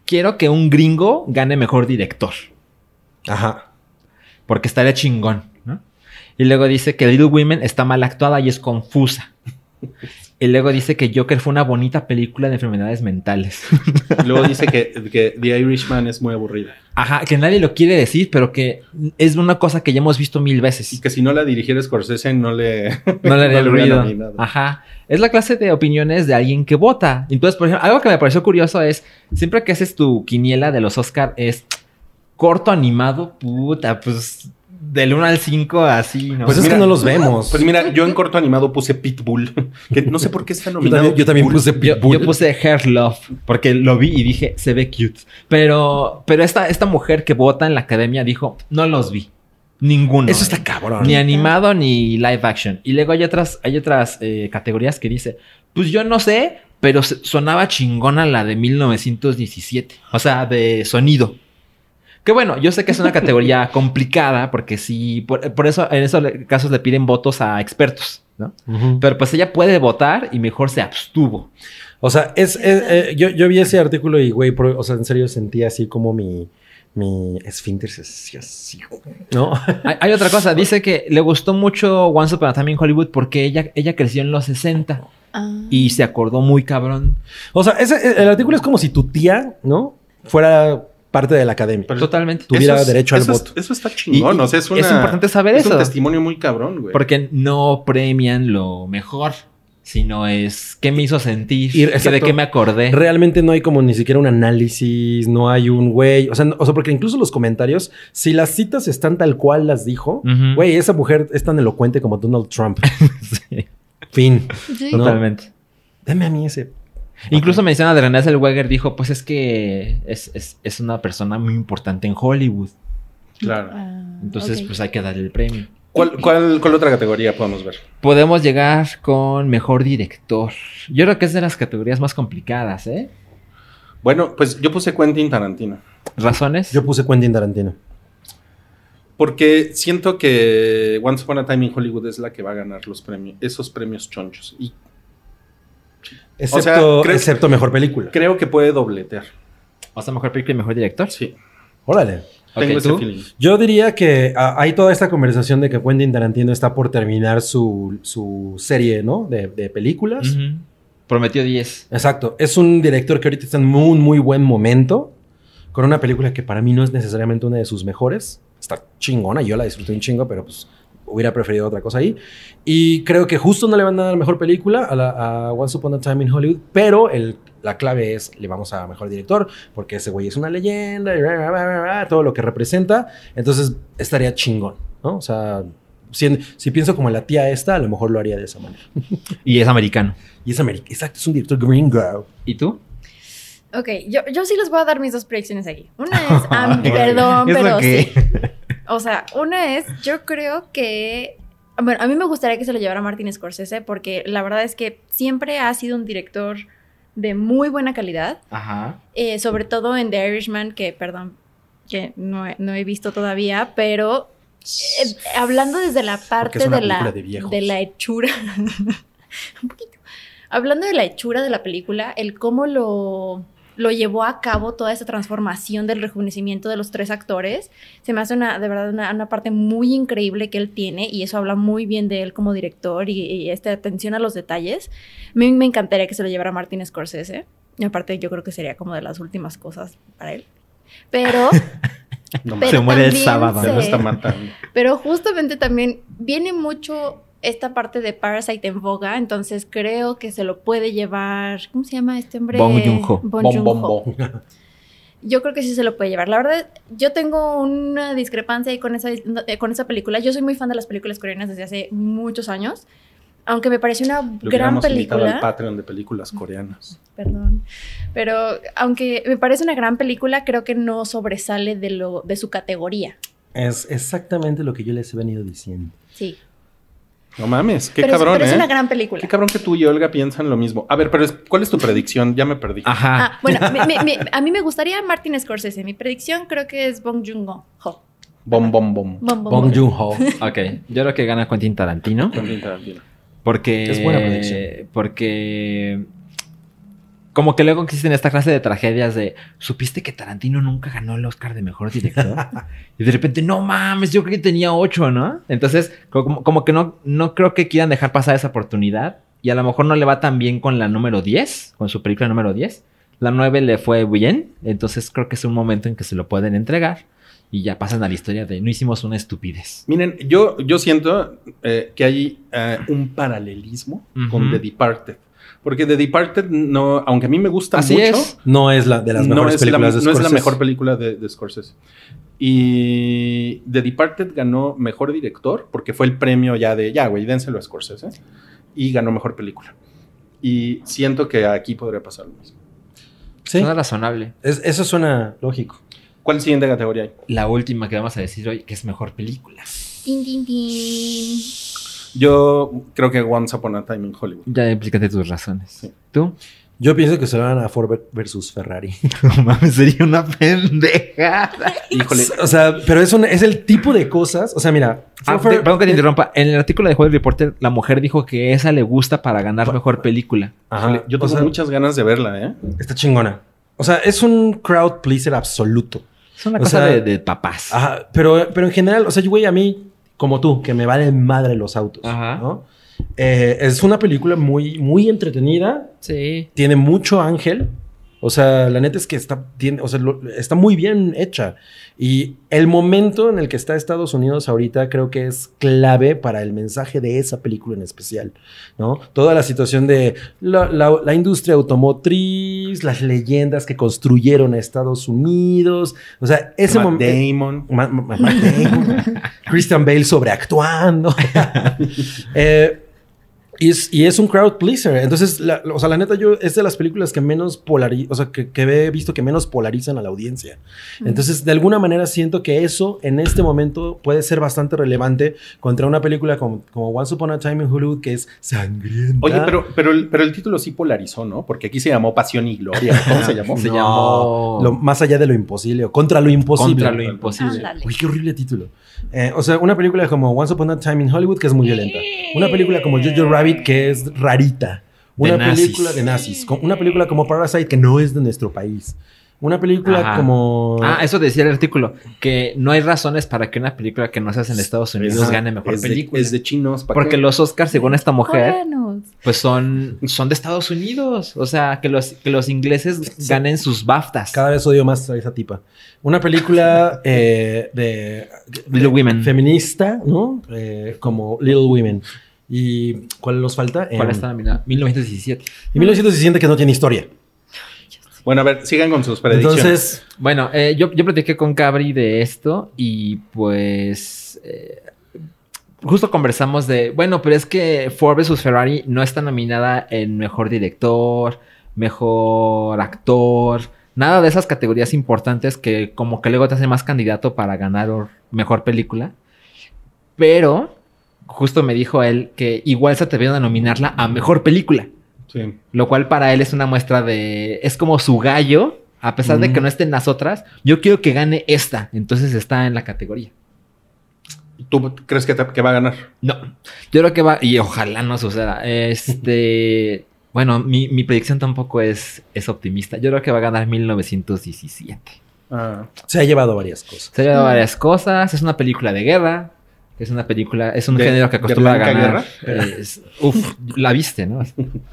quiero que un gringo gane mejor director,
Ajá.
porque estaría chingón, ¿no? Y luego dice que Little Women está mal actuada y es confusa. Y luego dice que Joker fue una bonita película de
[LAUGHS]
enfermedades mentales.
Luego dice que, que The Irishman es muy aburrida.
Ajá, que nadie lo quiere decir, pero que es una cosa que ya hemos visto mil
Y
veces.
que si no la dirigiera Scorsese, no le.
No le haría
[LAUGHS] no le hubieran
ruido.
nominado.
Ajá. Es la clase de opiniones de alguien que vota. Entonces, por ejemplo, algo que me pareció curioso es, siempre que haces tu quiniela de los Oscar es corto animado, puta, pues del 1 al 5 así, ¿no?
Pues es
mira,
que no los
[LAUGHS]
vemos.
Pues mira, yo en corto animado puse Pitbull, [LAUGHS] que no sé por qué está
yo
nominado.
también, yo también
Pitbull.
puse
yo,
Pitbull.
yo puse Hair Love porque lo vi y dije, se ve cute. Pero, pero esta, esta mujer que vota en la academia dijo, no los vi. Ninguno.
Eso está cabrón.
Ni animado ni live action. Y luego hay otras, hay otras eh, categorías que dice, pues yo no sé, pero se- sonaba chingona la de 1917. O sea, de sonido. Que bueno, yo sé que es una categoría complicada porque sí, por, por eso en esos le- casos le piden votos a expertos, ¿no?
Ujú.
Pero pues ella puede votar y mejor se abstuvo.
O sea, es, es- eh, yo, yo vi ese artículo y, güey, pro- o sea, en serio sentí así como mi, mi esfínter se hacía así, güey, ¿no?
Hay, hay otra cosa, dice que le gustó mucho Once Upon a Time in Hollywood porque ella, ella creció en los 60
Ah.
y se acordó muy cabrón.
O sea, ese- e, el artículo es como si tu tía, ¿no? Fuera parte de la academia.
Pero-
Totalmente.
tuviera
Eso es-
derecho al
eso es-
voto.
eso está chingón.
Y-
o sea, es,
es
una-
importante saber
es un
eso.
testimonio muy cabrón, güey.
Porque no premian lo mejor, sino es qué me hizo sentir,
Y-
que de
exacto.
qué me acordé.
Realmente no hay como ni siquiera un análisis, no hay un güey. O sea, no- o sea, porque incluso los comentarios, si las citas están tal cual las dijo,
Ujú.
güey, esa mujer es tan elocuente como Donald Trump.
Sí,
fin.
Sí. Ah,
No.
totalmente.
Dame a mí ese.
Incluso menciona de René Zellweger, dijo, pues es que es, es- es una persona muy importante en Hollywood.
Claro.
Ah,
Entonces,
ok.
pues hay que darle el premio.
¿Cuál, cuál, cuál otra categoría podemos ver?
Podemos llegar con mejor director. Yo creo que es de las categorías más complicadas, ¿eh?
Bueno, pues yo puse Quentin Tarantino.
¿Razones?
Yo puse Quentin Tarantino.
Porque siento que Once Upon a Time in Hollywood es la que va a ganar los premios, esos premios chonchos. Y sea,
Excepto,
¿crees-
excepto mejor película.
creo que puede dobletear.
O sea, mejor película y mejor director.
Sí,
Órale.
Ok,
tengo ese
¿tú?
feeling.
Yo diría que ah, hay toda esta conversación de que Quentin Tarantino está por terminar su, su serie, ¿no? De, de películas.
Ujú. Prometió 10.
Exacto. Es un director que ahorita está en muy, muy buen momento. Con una película que para mí no es necesariamente una de sus mejores. Está chingona, yo la disfruté un chingo, pero pues hubiera preferido otra cosa ahí. Y creo que justo no le van a dar mejor película a, la, a Once Upon a Time in Hollywood, pero el, la clave es le vamos a mejor director, porque ese güey es una leyenda, y bla, bla, bla, bla, bla, todo lo que representa. Entonces estaría chingón, ¿no? O sea, si, si pienso como la tía esta, a lo mejor lo haría de esa manera.
Y es americano.
Y es América, exacto, es un director gringo.
¿Y tú?
Ok, yo, yo sí les voy a dar mis dos predicciones aquí. Una es,
[LAUGHS]
[LAUGHS] ah, perdón,
¿Eso
pero
qué?
sí. O sea, una es, yo creo que. Bueno, a mí me gustaría que se lo llevara Martin Scorsese, porque la verdad es que siempre ha sido un director de muy buena calidad,
Ajá.
eh, sobre todo en The Irishman, que perdón, que no, he- no he visto todavía, pero eh, hablando desde la parte
es una
de la,
película de viejos.
de la hechura, [LAUGHS] un poquito, hablando de la hechura de la película, el cómo lo, lo llevó a cabo toda esta transformación del rejuvenecimiento de los tres actores, se me hace una, de verdad una, una parte muy increíble que él tiene y eso habla muy bien de él como director y, y esta atención a los detalles. A mí me encantaría que se lo llevara Martin Scorsese. Y aparte yo creo que sería como de las últimas cosas para él. Pero,
No
pero
mames,
Se muere el
también
sábado,
se
se-
me está matando.
pero justamente también viene mucho esta parte de Parasite en boga, entonces creo que se lo puede llevar, ¿cómo se llama este hombre?
Bong Joon-ho.
Bong
Bom,
Joon-ho.
bom, bom.
Yo creo que sí se lo puede llevar. La verdad, yo tengo una discrepancia ahí con esa, eh, con esa película. Yo soy muy fan de las películas coreanas desde hace muchos años, aunque me parece una
Lo
gran
hubiéramos invitado al
película.
Patreon de películas coreanas.
Perdón. Pero aunque me parece una gran película, creo que no sobresale de, lo, de su categoría.
Es exactamente lo que yo les he venido diciendo.
Sí.
No mames, qué
pero, es-
cabrón,
pero es
¿eh?
una gran película.
Qué cabrón que tú y Olga piensan lo mismo. A ver, pero es- ¿cuál es tu predicción? Ya me perdí.
Ajá.
Ah, bueno, me- me- me- a mí me gustaría Martin Scorsese. Mi predicción creo que es Bong Joon-ho. Ho.
Bom, bom, bom.
Bong, Bong,
Bong
Bong.
Joon-ho.
Ok. Yo creo que gana Quentin Tarantino.
Quentin Tarantino.
Porque.
Es buena predicción.
Porque. Como que luego existen esta clase de tragedias de. ¿Supiste que Tarantino nunca ganó el Oscar de mejor director?
[LAUGHS]
y de repente, no mames, yo creo que tenía ocho, ¿no? Entonces, como, como que no, no creo que quieran dejar pasar esa oportunidad. Y a lo mejor no le va tan bien con la número 10, con su película número 10. La 9 le fue bien. Entonces, creo que es un momento en que se lo pueden entregar. Y ya pasan a la historia de no hicimos una estupidez.
Miren, yo, yo siento eh, que hay eh, un paralelismo con
Ujú.
The Departed. Porque The Departed, no, aunque a mí me gusta
Así
mucho,
es.
No es la de las
no,
mejores
es la,
películas de
no es la
Scorsese.
mejor película de, de Scorsese. Y The Departed ganó mejor director porque fue el premio ya de, ya, güey, dénselo a Scorsese. Y ganó mejor película. Y siento que aquí podría pasar lo mismo.
Sí,
Suena razonable.
es- eso suena lógico.
¿Cuál siguiente categoría hay?
la última que vamos a decir hoy, que es mejor película.
Tin, tin, tin.
Yo creo que Once Upon a Time in Hollywood.
Ya explícate tus razones. ¿Tú? [LAUGHS]
Yo pienso que se lo van a Ford versus Ferrari.
No mames, sería una pendejada.
Híjole,
[LAUGHS] O sea, pero es, un- es el tipo de cosas. O sea, mira.
Ah,
Ford- eh,
te- perdón que te interrumpa. En el artículo de Hollywood Reporter, la mujer dijo que esa le gusta para ganar mejor película.
Ajá.
híjole, yo
O
tengo
sea,
muchas ganas de verla, ¿eh?
Está chingona. O sea, es un crowd pleaser absoluto.
Es una
O
cosa
sea-
de, de papás.
Ajá. Pero, pero en general, o sea, yo, güey, a mí, como tú, que me valen madre los autos.
Ajá.
¿no? Eh, es una película muy, muy entretenida.
Sí.
tiene mucho ángel. O sea, la neta es que está, tiene, o sea, lo- está muy bien hecha. Y el momento en el que está Estados Unidos ahorita creo que es clave para el mensaje de esa película en especial, ¿no? Toda la situación de la, la- la industria automotriz, las leyendas que construyeron a Estados Unidos. O sea, ese eh,
Matt
momento...
Damon.
Ma- ma- ma-
[LAUGHS]
Matt Damon, Christian Bale sobreactuando. [LAUGHS] Eh, Y es, y es un crowd pleaser. Entonces, la- o sea, la neta, yo es de las películas que menos polariza, o sea, que, que he visto que menos polarizan a la audiencia. Entonces, de alguna manera siento que eso en este momento puede ser bastante relevante contra una película como, como Once Upon a Time in Hollywood, que es sangrienta.
Oye, pero, pero, el, pero el título sí polarizó, ¿no? Porque aquí se llamó Pasión y Gloria. ¿Cómo se llamó?
Se
No,
llamó-
lo- más allá de lo imposible, o contra lo imposible.
Contra lo imposible.
Ándale.
Uy, qué horrible título. Eh, o sea, una película como Once Upon a Time in Hollywood, que es muy violenta. Una película como Jojo Rabbit, que es rarita.
De
Una
nazis.
película de nazis. Co- Una película como Parasite, que no es de nuestro país. Una película
Ajá.
como...
Ah, eso decía el artículo, que no hay razones para que una película que no se hace en Estados Unidos
Ajá.
gane mejor
es de-
película.
es de chinos. ¿pa'
porque
qué?
los Oscars, según esta mujer,
Coreanos.
pues son, son de Estados Unidos. O sea, que los, que los ingleses ganen sus BAFTAs.
Cada vez odio más a esa tipa. Una
[LAUGHS]
película eh, de,
Little Women.
feminista, ¿no? Eh, como Little Women. ¿Y cuál nos falta?
¿Cuál
Em,
está nominada? 1917.
Y 1960 que no tiene historia.
Bueno, a ver, sigan con sus predicciones.
Entonces,
Bueno, eh, yo, yo platiqué con Cabri de esto y pues eh, justo conversamos de, bueno, pero es que Ford vs. Ferrari no está nominada en mejor director, mejor actor, nada de esas categorías importantes que como que luego te hacen más candidato para ganar o- mejor película. Pero justo me dijo él que igual se atrevieron a nominarla a mejor película.
Sí.
Lo cual para él es una muestra de. Es como su gallo. A pesar de que no estén las otras, yo quiero que gane esta. Entonces está en la categoría.
¿Tú crees que, te- que va a ganar?
No. Yo creo que va. Y ojalá no suceda.
[LAUGHS]
Este. bueno, mi, mi predicción tampoco es, es optimista. Yo creo que va a ganar 1917.
Ah,
se ha llevado varias cosas.
Se ha llevado
Mm.
varias cosas. Es una película de guerra. Es una película. Es un
¿De-
género que
de
acostumbra a
blanca
ganar. Es- uf, la
[LAUGHS]
viste, ¿no?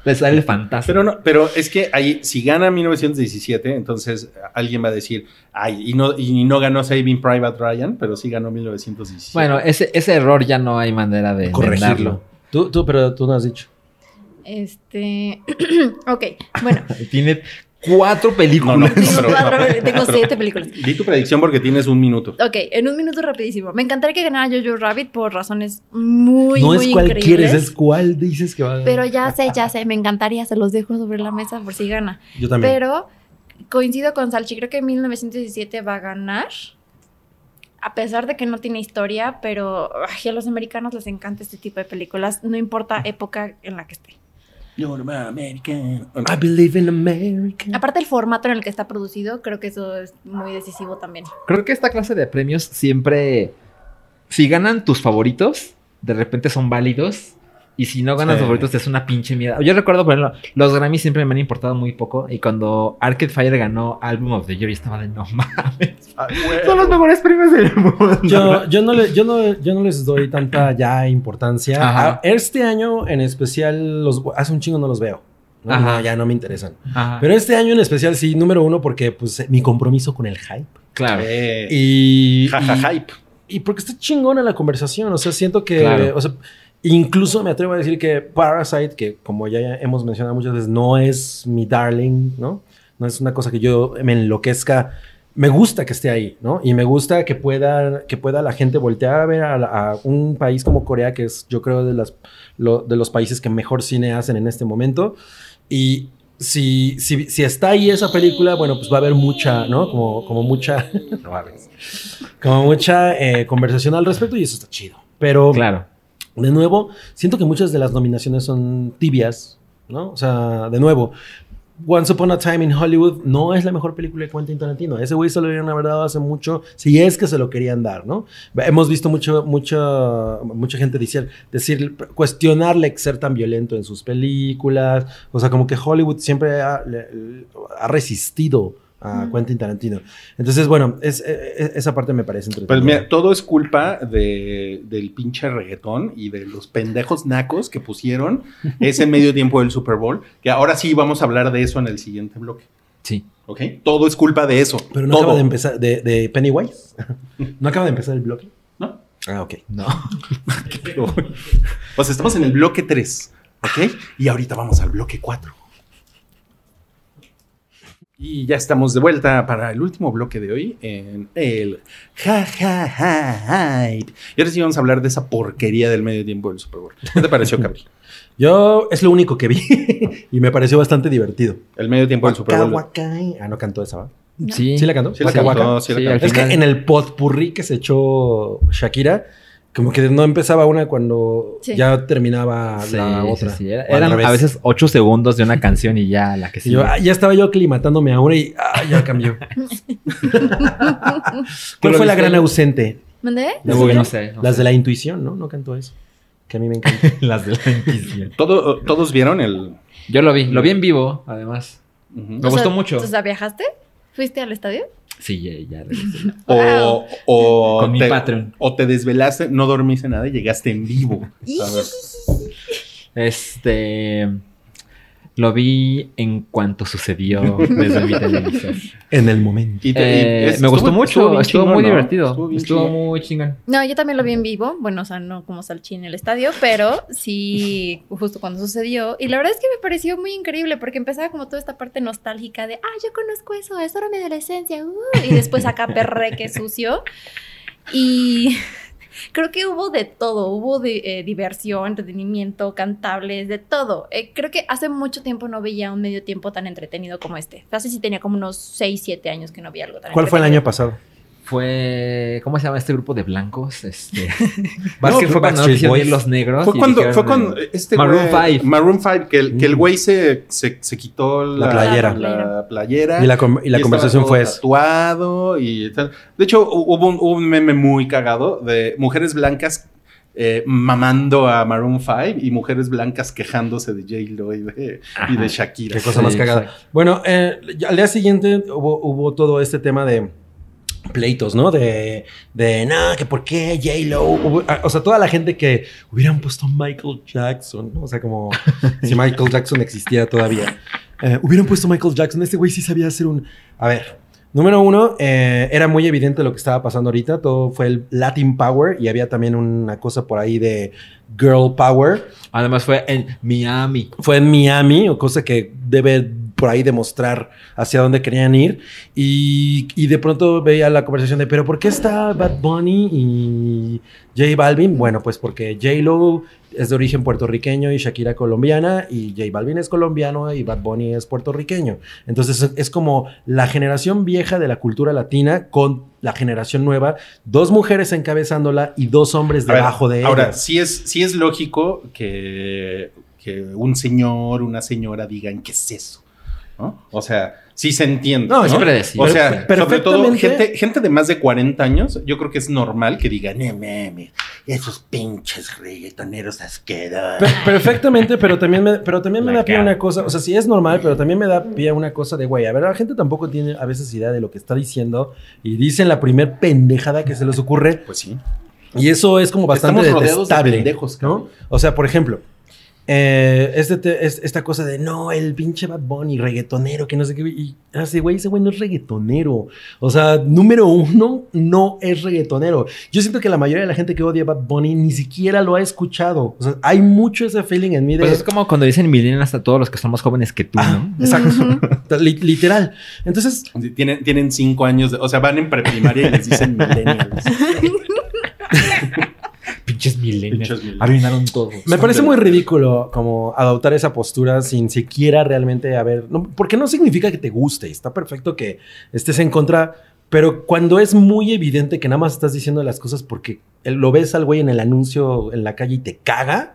Le sale el fantasma.
Ah, Pero no, pero es que ahí, si gana 1917, entonces ah, alguien va a decir, ay, y no, y no ganó Saving Private Ryan, pero sí ganó 1917.
Bueno, ese, ese error ya no hay manera de
Corregirlo.
enmendarlo.
Tú, tú, pero tú no has dicho.
Este. [CLEARS THROAT] ok, bueno.
Tiene cuatro películas.
No, no.
tengo,
pero-
cuatro- tengo
pero-
siete películas.
Di tu predicción porque tienes un minuto.
Ok, en un minuto rapidísimo. Me encantaría que ganara Jojo Rabbit por razones muy,
no
muy
es cuál
increíbles.
quieres, es cuál dices que va a ganar.
Pero ya sé, ya sé, me encantaría, se los dejo sobre la mesa por si gana.
Yo también.
Pero coincido con Salchi, creo que 1917 va a ganar. A pesar de que no tiene historia, pero ay, a los americanos les encanta este tipo de películas, no importa época en la que esté.
I believe in America.
Aparte el formato en el que está producido, creo que eso es muy decisivo también.
Creo que esta clase de premios siempre. Si ganan tus favoritos, de repente son válidos. Y si no ganan
Sí.
tus favoritos, es una pinche mierda. Yo recuerdo, por ejemplo, los Grammys siempre me han importado muy poco. Y cuando Arcade Fire ganó Album of the Year, yo estaba de no mames. Son los mejores premios del mundo.
Yo, yo, no le- yo, no, yo no les doy tanta ya importancia.
Ajá.
A- Este año en especial, los, hace un chingo no los veo. ¿no?
Ajá.
No, ya no me interesan.
Ajá,
Pero este año en especial sí, número uno, porque pues eh, mi compromiso con el hype.
claro.
Eh,
Y,
ja, ja, hype.
y porque está chingona la conversación. O sea, siento que.
Claro.
o sea, incluso me atrevo a decir que Parasite, que como ya hemos mencionado muchas veces, no es mi darling, ¿no? No es una cosa que yo me enloquezca. Me gusta que esté ahí, ¿no? Y me gusta que pueda, que pueda la gente voltear a ver a, la- a un país como Corea, que es, yo creo, de, las, lo- de los países que mejor cine hacen en este momento. Y si, si, si está ahí esa película, bueno, pues va a haber mucha, ¿no? Como, como mucha [LAUGHS] como mucha eh, conversación al respecto y eso está chido. Pero
Claro.
de nuevo, siento que muchas de las nominaciones son tibias, ¿no? O sea, de nuevo, Once Upon a Time in Hollywood no es la mejor película de Quentin Tarantino. Ese güey se lo hubieran dado hace mucho, si es que se lo querían dar, ¿no? Hemos visto mucho, mucha mucha gente decir, decir, cuestionarle ser tan violento en sus películas. O sea, como que Hollywood siempre ha, le- le- ha resistido a
Mm.
Quentin Tarantino. Entonces, bueno, es- es- esa parte me parece
Pues
entretenida.
mira, todo es culpa de, del pinche reggaetón y de los pendejos nacos que pusieron ese
[LAUGHS]
medio tiempo del Super Bowl, que ahora sí vamos a hablar de eso en el siguiente bloque.
Sí.
¿Ok? Todo es culpa de eso.
Pero no
todo.
acaba de empezar, de, de Pennywise. [LAUGHS] no acaba de empezar el bloque.
No.
Ah, ok.
No.
Pues estamos en el bloque 3, ¿ok? Y ahorita vamos al bloque 4. Y ya estamos de vuelta para el último bloque de hoy en el ja ja ja hype. Y ahora sí vamos a hablar de esa porquería del medio tiempo del Super Bowl. ¿Qué te
[LAUGHS]
pareció, Cabri?
Yo es lo único que vi [LAUGHS] y me pareció bastante divertido.
El medio tiempo del Super Bowl.
Guacaguacay. Ah, no cantó esa, ¿va?
No.
Sí.
¿Sí la cantó?
Sí la
Guacaguaca.
cantó, sí la
Sí,
cantó.
al
Es que
final.
en el potpurrí que se echó Shakira, como que no empezaba una cuando
Sí.
ya terminaba la
Sí,
otra.
sí, sí. Era-
O al
eran
revés.
a veces ocho segundos de una canción y ya la que
Y
sí.
yo, ah, ya estaba yo aclimatándome a una y ah, ya
[LAUGHS]
cambió. ¿Cuál
Pero
fue la
viste-
gran ausente?
¿Mandé?
no sé. no
Las
sé.
de la intuición, ¿no? No cantó eso. Que a mí me encanta.
[LAUGHS]
Las de la inquisición.
Todo- todos vieron el.
Yo lo vi, lo vi en vivo, además.
Ujú.
Me
O sea,
gustó mucho.
O sea, ¿viajaste? ¿Fuiste al estadio?
Sí, ya, ya regresé.
O, o
Con mi
te,
Patreon.
o te desvelaste, no dormiste nada y llegaste en vivo. A ver.
[LAUGHS] Este. Lo vi en cuanto sucedió desde mi televisor. [LAUGHS]
en el momento.
Y te- y
Eh,
es-
me gustó
estuvo-
mucho,
bien
estuvo,
chingón,
muy
¿no?
divertido.
Estuvo
Estuvo,
bien chingón.
muy chingón.
No, yo también lo vi en vivo. Bueno, o sea, no como Salchín en el estadio, pero
[LAUGHS]
sí justo cuando sucedió. Y la verdad es que me pareció muy increíble porque empezaba como toda esta parte nostálgica de, ah, yo conozco eso, eso era mi adolescencia. uh", y
[LAUGHS]
después acá perreque sucio. Y [LAUGHS] creo que hubo de todo. Hubo de, eh, diversión, entretenimiento, cantables, de todo. Eh, creo que hace mucho tiempo no veía un medio tiempo tan entretenido como este. Casi sí tenía como unos 6, 7 años que no veía algo tan
¿Cuál fue el
entretenido.
año pasado?
Fue. ¿Cómo se llama este grupo de blancos? [LAUGHS] Este.
Basket-
que fue cuando no
Backstreet
quisieron ir
Boys.
los negros.
Fue
y
cuando,
dijeron,
fue cuando
eh,
este
Maroon
güey-
5.
Maroon 5, que el, que el
Mm.
güey se, se, se quitó la,
La playera.
la playera.
Y la, com- y la
Y
conversación
estaba
fue
todo
eso.
tatuado y tal. De hecho, hu- hubo un, hubo un meme muy cagado de mujeres blancas eh, mamando a Maroon 5 y mujeres blancas quejándose de J-Lo y de, y de Shakira.
Qué cosa más
Sí,
cagada. Bueno, eh, ya al día siguiente hubo, hubo todo este tema de pleitos, ¿no? De, de no, que por qué J-Lo. Hubo- ah, O sea, toda la gente que hubieran puesto a Michael Jackson, ¿no? O sea, [LAUGHS] como si Michael Jackson existiera todavía. Eh, hubieran puesto a Michael Jackson. Este güey sí sabía hacer un. A ver. Número uno, eh, era muy evidente lo que estaba pasando ahorita. Todo fue el Latin Power y había también una cosa por ahí de Girl Power
Además fue en Miami.
fue en Miami, o cosa que debe por ahí demostrar hacia dónde querían ir. Y, y de pronto veía la conversación de, pero ¿por qué está Bad Bunny y J Balvin? Bueno, pues porque J Lo es de origen puertorriqueño y Shakira colombiana y J Balvin es colombiano y Bad Bunny es puertorriqueño. Entonces es- es como la generación vieja de la cultura latina con la generación nueva, dos mujeres encabezándola y dos hombres
A ver,
debajo de
Ahora,
ellas.
sí es, sí es lógico que, que un señor, una señora digan qué es eso. ¿no? O sea, sí se entiende.
No,
No,
Es predecible.
O sea,
Per-
sobre todo
perfectamente.
gente, gente de más de 40 años, yo creo que es normal que digan, "Eh, mames, esos pinches reggaetoneros asquerosos.
Per- perfectamente, pero también me, pero también me
La
da pie a
cara.
una cosa, o sea, sí es normal, pero también me da pie a una cosa de, güey, a ver, la gente tampoco tiene a veces idea de lo que está diciendo y dicen la primer pendejada que se les ocurre
Pues sí.
y eso es como bastante
Estamos rodeados de
detestable,
pendejos,
¿no? O sea, por ejemplo, eh, este te- es- esta cosa de, no, el pinche Bad Bunny, reggaetonero, que no sé qué, y así, güey, ese güey no es reggaetonero, o sea, número uno, no es reggaetonero, yo siento que la mayoría de la gente que odia a Bad Bunny ni siquiera lo ha escuchado. O sea, hay mucho ese feeling en mí de.
Pues es como cuando dicen millennials hasta todos los que somos jóvenes que tú,
Ah,
¿no?
exacto. Li- [LAUGHS] literal. Entonces,
Tienen, tienen cinco años, de- o sea, van en preprimaria y les dicen
[LAUGHS]
millennials.
Pinches millennials.
Pinches millennials.
Arruinaron todo.
me parece muy ridículo como adoptar esa postura sin siquiera realmente haber. no, porque no significa que te guste. Está perfecto que estés en contra. Pero cuando es muy evidente que nada más estás diciendo las cosas porque el- lo ves al güey en el anuncio en la calle y te caga,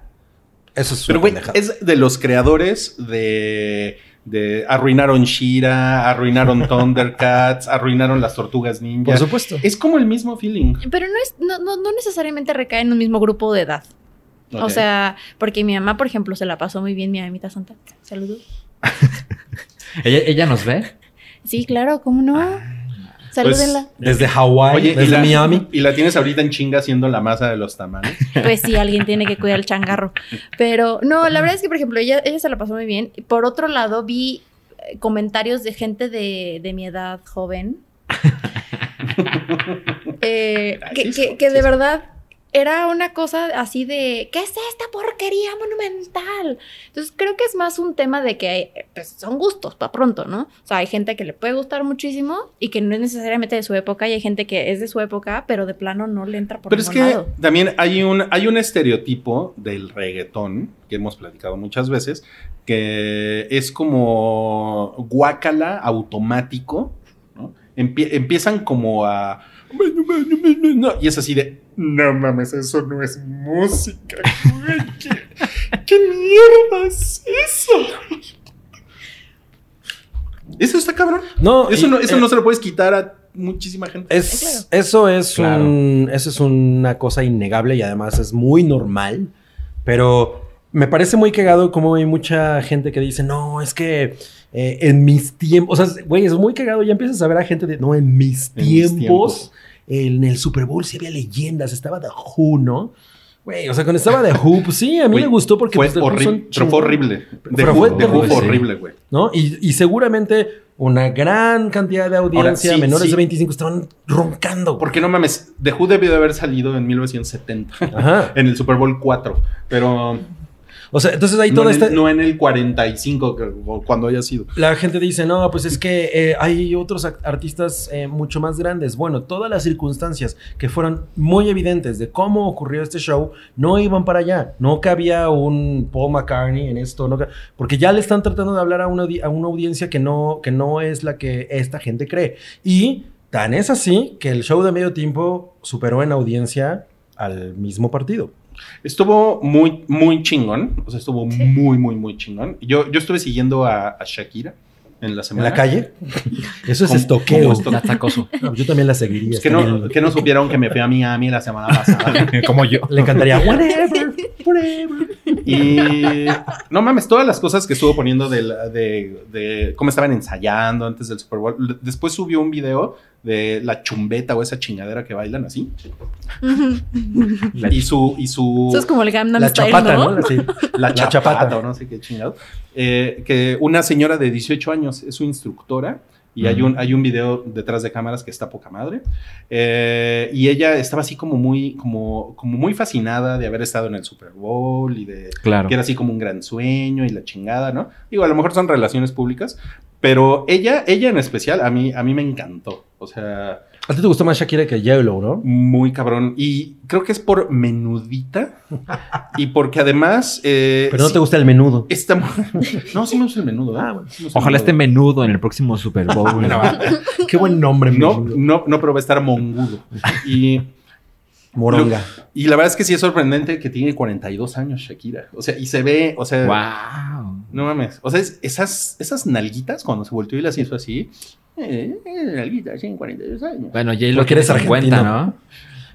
eso es
Pero
una
güey,
pendejada.
es de los creadores de, de arruinaron Shira,
[LAUGHS]
arruinaron Thundercats, arruinaron las Tortugas Ninja.
Por supuesto.
Es como el mismo feeling.
Pero no, es, no, no, no necesariamente recae en un mismo grupo de edad. O
Ok.
sea, porque mi mamá, por ejemplo, se la pasó muy bien, mi amita santa. Saludos.
¿Ella, ella nos ve.
Sí, claro, ¿cómo no? Salúdenla.
Desde Hawái,
Oye,
desde
y la,
Miami.
y la tienes ahorita en chinga haciendo la masa de los tamales.
Pues, sí, alguien tiene que cuidar el changarro. Pero no, la verdad es que, por ejemplo, ella, ella se la pasó muy bien. Por otro lado, vi eh, comentarios de gente de, de mi edad
[LAUGHS]
joven. eh, que, que- que de verdad era una cosa así de, ¿qué es esta porquería monumental? Entonces creo que es más un tema de que eh, pues, son gustos para pronto, ¿no? O sea, hay gente que le puede gustar muchísimo y que no es necesariamente de su época y hay gente que es de su época, pero de plano no le entra por
Pero es
ningún
que
lado.
también hay un, hay un estereotipo del reggaetón que hemos platicado muchas veces, que es como guácala automático. ¿no? Empie- empiezan como a. No, y es así de. No mames, eso no es música. güey, ¿Qué, qué mierda es eso? Eso está cabrón.
No,
Eso,
y-
no, eso
eh,
no se lo puedes quitar a muchísima gente.
Es, Eso es
Claro.
un- eso es una cosa innegable y además es muy normal. Pero me parece muy cagado como hay mucha gente que dice, no, es que eh, en mis tiempos. O sea, güey, es muy cagado. Ya empiezas a ver a gente de, no, en mis
En mis
tiempos.
tiempos".
En el Super Bowl sí había leyendas, estaba The Who, ¿no? Güey, o sea, cuando estaba The Who, pues sí, a mí
Güey,
me gustó porque
fue,
pues, The Who
horrible,
son
pero fue
chingones.
horrible. De
Pero
Who-
fue
de Who
terrible,
fue
sí.
horrible, güey.
¿no? Y, y seguramente una gran cantidad de audiencia,
Ahora, sí,
menores
sí.
de 25, estaban roncando. güey.
Porque no mames, The Who debió de haber salido en
[LAUGHS]
1970,
Ajá.
en el Super Bowl 4, pero
O sea, entonces ahí este
no,
toda
en
esta...
el, no en el 45, que- o cuando haya sido.
La gente dice, no, pues es que eh, hay otros ac- artistas eh, mucho más grandes. Bueno, todas las circunstancias que fueron muy evidentes de cómo ocurrió este show no iban para allá. No cabía un Paul McCartney en esto, no ca- porque ya le están tratando de hablar a una, audi- a una audiencia que no, que no es la que esta gente cree. Y tan es así que el show de medio tiempo superó en audiencia al mismo partido.
Estuvo muy, muy chingón, o sea, estuvo muy, muy, muy chingón. Yo, yo estuve siguiendo a, a Shakira en la
En
semana. [LAUGHS]
la calle. Eso es
Ah. Como- como
estoqueo.
esto-
La tacoso.
No, yo también la seguiría.
Es que,
está
no,
bien.
que
[LAUGHS]
no supieron que me fui a Miami la semana pasada.
Como yo.
Le encantaría. Whatever, whatever.
Y no mames, todas las cosas que estuvo poniendo de, la- de- de cómo estaban ensayando antes del Super Bowl. L- Después subió un video de la chumbeta o esa chingadera que bailan así. Y su, y su
Eso es como el Gangnam
La
Style,
chapata,
¿no?
¿no? Sí.
la,
la
chapata,
chapata.
o no sé qué chingado. Eh, que una señora de 18 años es su instructora. Y hay, un, hay un video detrás de cámaras que está poca madre. Eh, y ella estaba así como muy, como, como muy fascinada de haber estado en el Super Bowl y de,
Claro.
que era así como un gran sueño y la chingada, ¿no? Digo, a lo mejor son relaciones públicas, pero ella, ella en especial, a mí, a mí me encantó. O sea,
A ti te gustó más Shakira que Yellow, ¿no?
muy cabrón. Y creo que es por menudita y porque además... eh,
Pero no
sí,
te gusta el menudo.
está mu- no, sí me gusta el menudo. ¿eh? Sí me gusta el
Ojalá esté
menudo.
menudo en el próximo Super
[LAUGHS]
Bowl.
Qué buen nombre,
No,
menudo.
no, no, pero va a estar mongudo. Y,
Moronga.
y la verdad es que sí es sorprendente que tiene 42 años Shakira. O sea, y se ve, o sea,
wow.
No mames. O sea, es- esas, esas nalguitas, cuando se volteó y las hizo así. Eh, eh, nalguitas, tienen 42 años. Pues
Bueno, Jay lo
Porque
quiere
eres
50,
argentino.
¿no?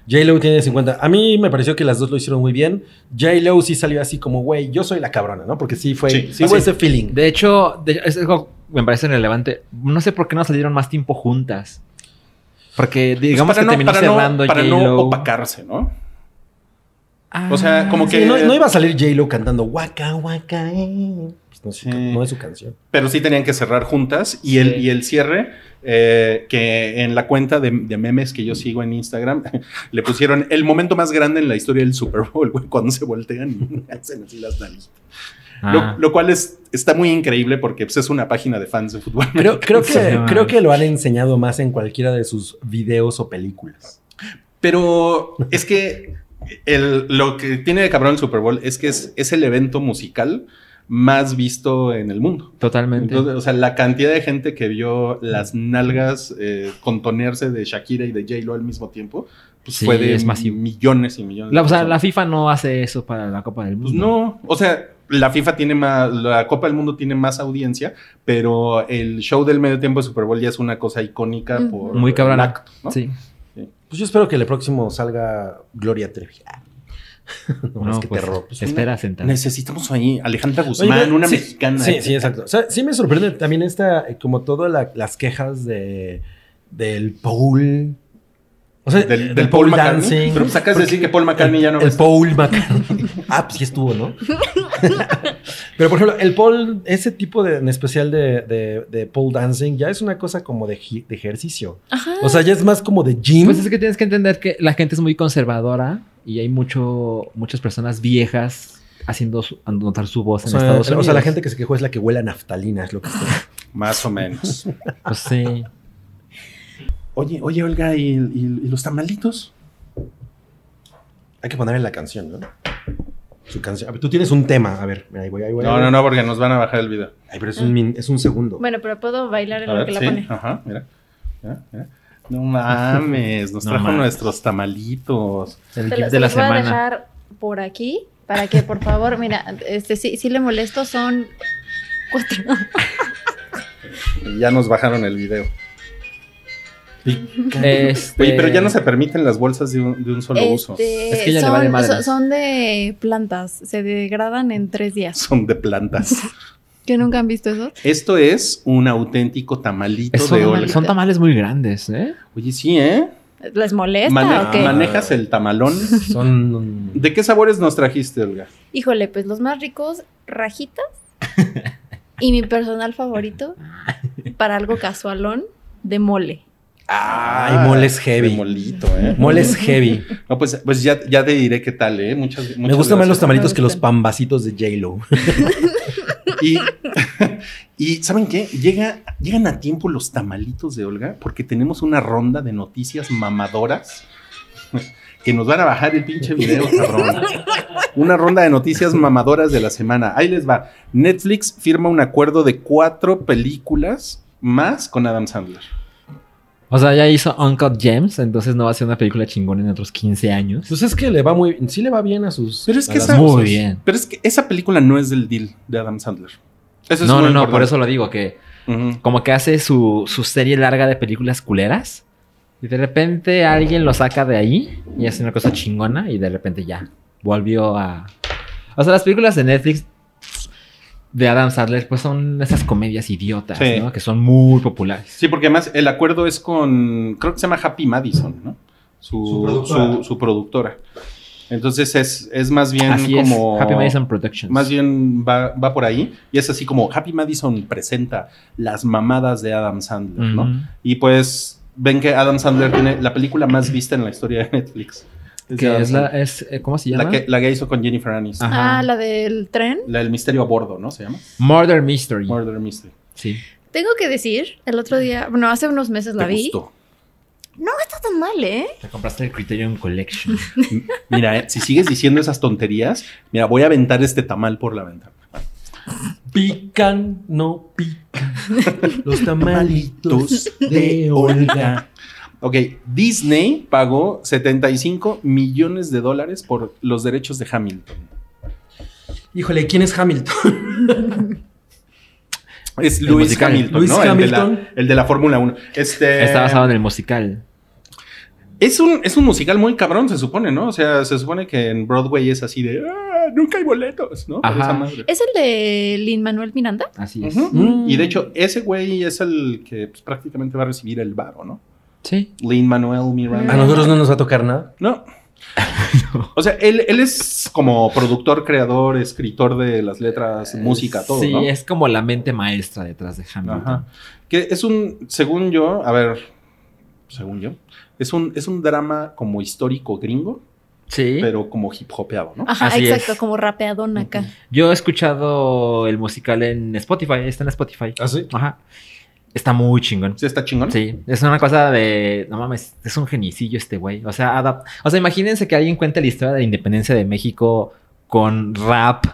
J-Lo tiene 50. A mí me pareció que las dos lo hicieron muy bien. J-Lo sí salió así como, güey, yo soy la cabrona, ¿no? Porque sí fue,
Sí,
sí,
sí,
hubo
sí.
ese feeling.
De hecho, de- es algo que me parece relevante. No sé por qué no salieron más tiempo juntas. Porque digamos
Pues
que terminó
para
cerrando
no, para no
J-Lo.
opacarse, ¿no?
Ah,
O sea, como
Sí,
que.
no, no iba a salir J-Lo cantando Waka Waka. eh. Pues no, es su,
Sí.
ca- no es su canción.
Pero sí tenían que cerrar juntas. Y, el,
Sí.
y el cierre, eh, que en la cuenta de, de memes que yo sigo en Instagram, [LAUGHS] le pusieron el momento más grande en la historia del Super Bowl, güey, cuando se voltean y [LAUGHS] hacen así las nalguitas.
Ah.
Lo, lo cual es, está muy increíble porque pues, es una página de fans de fútbol.
Creo, creo,
Sí,
que,
no,
creo
mames.
que lo han enseñado más en cualquiera de sus videos o películas.
Pero es que el- lo que tiene de cabrón el Super Bowl es que es, es el evento musical más visto en el mundo.
Totalmente.
Entonces, o sea, la cantidad de gente que vio las nalgas eh, contonearse de Shakira y de J-Lo al mismo tiempo, pues
Sí,
fue de
es masivo.
millones y millones.
La- o
de
sea, la
personas.
FIFA no hace eso para la Copa del Mundo.
Pues no, o sea, la FIFA tiene más, la Copa del Mundo tiene más audiencia, pero el show del medio tiempo de Super Bowl ya es una cosa icónica
Ujú.
por
Muy cabrona.
el acto, ¿no?
Sí.
Pues yo espero que el próximo salga Gloria Trevi. Ah. [LAUGHS] no, es que
pues,
terror.
espera sentar.
Necesitamos ahí Alejandra
Oye,
Guzmán,
ve-
una
sí,
mexicana.
Sí, sí, exacto. O sea, sí me sorprende también esta, eh, como todas la- las quejas de del pole. O sea,
Eh, del, del Paul McCartney. Pero pues acabas de decir que Paul McCartney
el,
ya no
el
es.
Paul McCartney. [LAUGHS] ah, pues sí estuvo, ¿no? Pero por ejemplo, el pole, ese tipo de, en especial de, de, de pole dancing, ya es una cosa como de, gi- de ejercicio.
Ajá.
O sea, ya es más como de gym.
Pues es que tienes que entender que la gente es muy conservadora y hay mucho, muchas personas viejas haciendo su- notar su voz
O
en
sea,
Estados
o
Unidos.
sea, la gente que se quejó es la que huele a naftalina, es lo que está.
Más o menos.
Pues sí.
Oye, oye, Olga, ¿y, [LAUGHS] y- y los tamalitos?
Hay que ponerle la canción, ¿no? Su canción. A ver, tú tienes un tema. A ver, mira, ahí voy, ahí voy.
No,
ahí
no,
voy.
no, porque nos van a bajar el video.
Ay, pero es un, min- es un segundo.
Bueno, pero puedo bailar en
A
lo que
ver,
la
sí.
pone.
Ajá, mira. Mira, mira. No mames, [LAUGHS] nos
No
trajo
mames.
nuestros tamalitos.
Se lo- se los voy a dejar por aquí para que, por favor, mira, este, si, si le molesto son cuatro.
Y ya nos bajaron el video. Y-
Este-
oye, pero ya no se permiten las bolsas de un, de un solo uso.
Este,
Es que ella le
son,
vale madres.
son- son de plantas, se degradan en tres
[LAUGHS]
días.
Son de plantas.
¿Que nunca han visto eso?
Esto es un auténtico tamalito
Esos
de
tamales-
Olga.
son tamales muy grandes, ¿eh?
Oye, sí, ¿eh?
¿Les molesta
Mane-
o qué?
mane-
¿Manejas el tamalón?
Son. [LAUGHS]
¿De qué sabores nos trajiste, Olga?
Híjole, pues los más ricos, rajitas. y mi personal favorito, para algo casualón, de mole.
Ay, moles heavy.
Ah, de molito, ¿eh?
Moles heavy.
No, pues, pues ya, ya te diré qué tal, ¿eh? Muchas,
Me
muchas
gustan más los
gracias.
tamalitos que los pambacitos de J-Lo.
Y, [LAUGHS] y ¿saben qué? Llega, llegan a tiempo los tamalitos de Olga porque tenemos una ronda de noticias mamadoras [LAUGHS] que nos van a bajar el pinche video, cabrón. Una ronda de noticias mamadoras de la semana. Ahí les va. Netflix firma un acuerdo de cuatro películas más con Adam Sandler.
O sea, ya hizo Uncut Gems, entonces no va a ser una película chingona en otros 15 años.
Pues es que le va muy. Sí le va bien a sus.
Pero es
a
que
las
esa-
musas.
Muy bien.
Pero es que esa película no es del deal de Adam Sandler. Eso es
no,
muy
no, no, por
importante.
eso lo digo, que
Ujú.
como que hace su, su serie larga de películas culeras y de repente alguien lo saca de ahí y hace una cosa chingona y de repente ya volvió a... O sea, las películas de Netflix de Adam Sandler pues son esas comedias idiotas,
Sí.
¿no? Que son muy populares.
Sí, porque además el acuerdo es con, creo que se llama Happy Madison, ¿no? Su, su, su productora. Entonces es, es más bien
Así
como...
es, Happy Madison Productions.
Más bien va, va por ahí. Y es así como Happy Madison presenta las mamadas de Adam Sandler, ¿no?
Ujú.
Y pues ven que Adam Sandler tiene la película más vista en la historia de Netflix. de
Que
Adam
es la,
Sandler.
es, eh, ¿cómo se
La
llama?
que, la que hizo con Jennifer Aniston.
Ajá.
Ah, la del tren.
La del misterio a bordo, ¿no? Se llama.
Murder Mystery.
Murder Mystery.
Sí.
Tengo que decir, el otro día, bueno, hace unos meses la
¿Te
vi.
gustó?
Está tan mal, ¿eh?
Te compraste el Criterion Collection.
Mira, eh, si sigues diciendo esas tonterías, mira, voy a aventar este tamal por la ventana.
Pican, no pican. [LAUGHS] Los tamalitos de Olga.
Ok, Disney pagó 75 millones de dólares por los derechos de Hamilton.
Híjole, ¿quién es Hamilton?
Es
El
Lewis
musical.
Hamilton,
Lewis
¿no? El de
Hamilton.
la, el de la Fórmula 1. Este,
Está basado en el musical.
es, un, es un musical muy cabrón, se supone, ¿no? O sea, se supone que en Broadway es así de "Ah, nunca hay boletos, ¿no? Por
Ajá.
esa madre.
¿Es el de Lin Manuel Miranda?
Así es.
Ujú.
Mm.
Y de hecho, ese güey es el que pues, prácticamente va a recibir el varo, ¿no?
Sí.
Lin Manuel Miranda.
A nosotros no nos va a tocar nada.
[LAUGHS]
No. O sea, él, él es como productor, creador, escritor de las letras, música, todo.
Eh, Sí,
¿no?
es como la mente maestra detrás de Hamilton.
Ajá. Que es un, según yo, a ver, según yo, es un, es un drama como histórico gringo,
Sí. Ah.
pero como hip hopeado, ¿no?
Ajá,
Así
exacto,
es.
como rapeadón acá.
Yo he escuchado el musical en Spotify. Está en Spotify.
¿Ah, sí?
Ajá. Está muy chingón.
¿Sí está chingón?
Sí, es una cosa de, no mames, es un genicillo este güey. O sea, adap- o sea, imagínense que alguien cuente la historia de la independencia de México con rap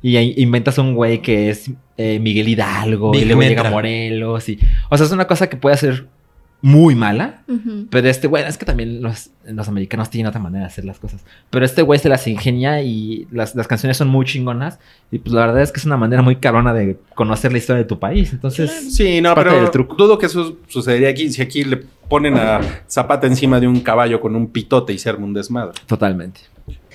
y ahí inventas un güey que es eh, Miguel Hidalgo y
Big
luego
Metra.
llega Morelos y, o sea, es una cosa que puede ser muy mala,
Ujú.
pero este güey, es que también los, los americanos tienen otra manera de hacer las cosas, pero este güey se las ingenia y las, las canciones son muy chingonas y pues la verdad es que es una manera muy carona de conocer la historia de tu país, entonces...
Sí, no,
Parte
pero
del truco.
dudo que eso sucedería aquí. Si aquí le ponen a Zapata encima de un caballo con un pitote y se arma un desmadre.
Totalmente.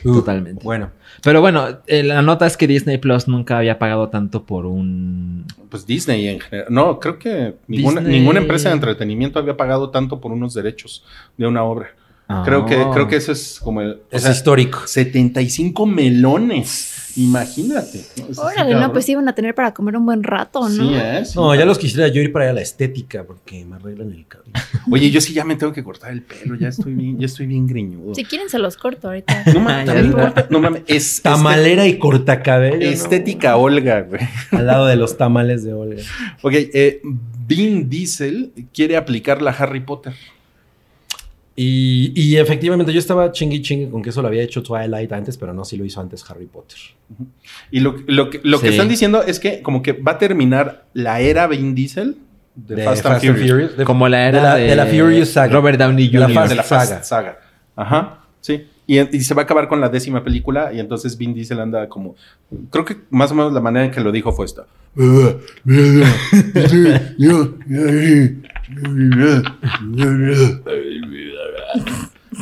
Uh,
Totalmente.
Bueno,
Pero bueno, eh, la nota es que Disney Plus nunca había pagado tanto por un...
Pues Disney en general. No, creo que ninguna,
Disney.
ninguna empresa de entretenimiento había pagado tanto por unos derechos de una obra.
ah,
Creo que, creo que eso es como el. o
es
sea,
histórico.
75 melones. Imagínate. ¿no? Es así,
Órale,
cabrón.
no, pues iban a tener para comer un buen rato, ¿no?
Sí, ¿eh? Sí.
No, ya los quisiera yo ir para allá a la estética porque me arreglan el cabello.
Oye, yo sí ya me tengo que cortar el pelo, ya estoy bien, ya estoy bien greñudo.
Si quieren, se los corto ahorita.
No mames,
Ya
también
está.
corta- no mames, es-
Tamalera y cortacabello. ¿no?
este- estética Olga, güey.
Al lado de los tamales de Olga.
Ok, eh, Vin Diesel quiere aplicar la Harry Potter.
Y, y efectivamente, yo estaba chingui chingue con que eso lo había hecho Twilight antes, pero no, sí lo hizo antes Harry Potter.
Y lo, lo que- lo que
Sí.
están diciendo es que como que va a terminar la era Vin Diesel de, Fast, and Furious.
de-
Como la era
de la,
de,
de la Furious Saga.
Robert Downey
De la
Jr.
Fast
de la
Saga.
Fast Saga. Ajá, sí. Y, y se va a acabar con la décima película y entonces Vin Diesel anda como... Creo que más o menos la manera en que lo dijo fue esta.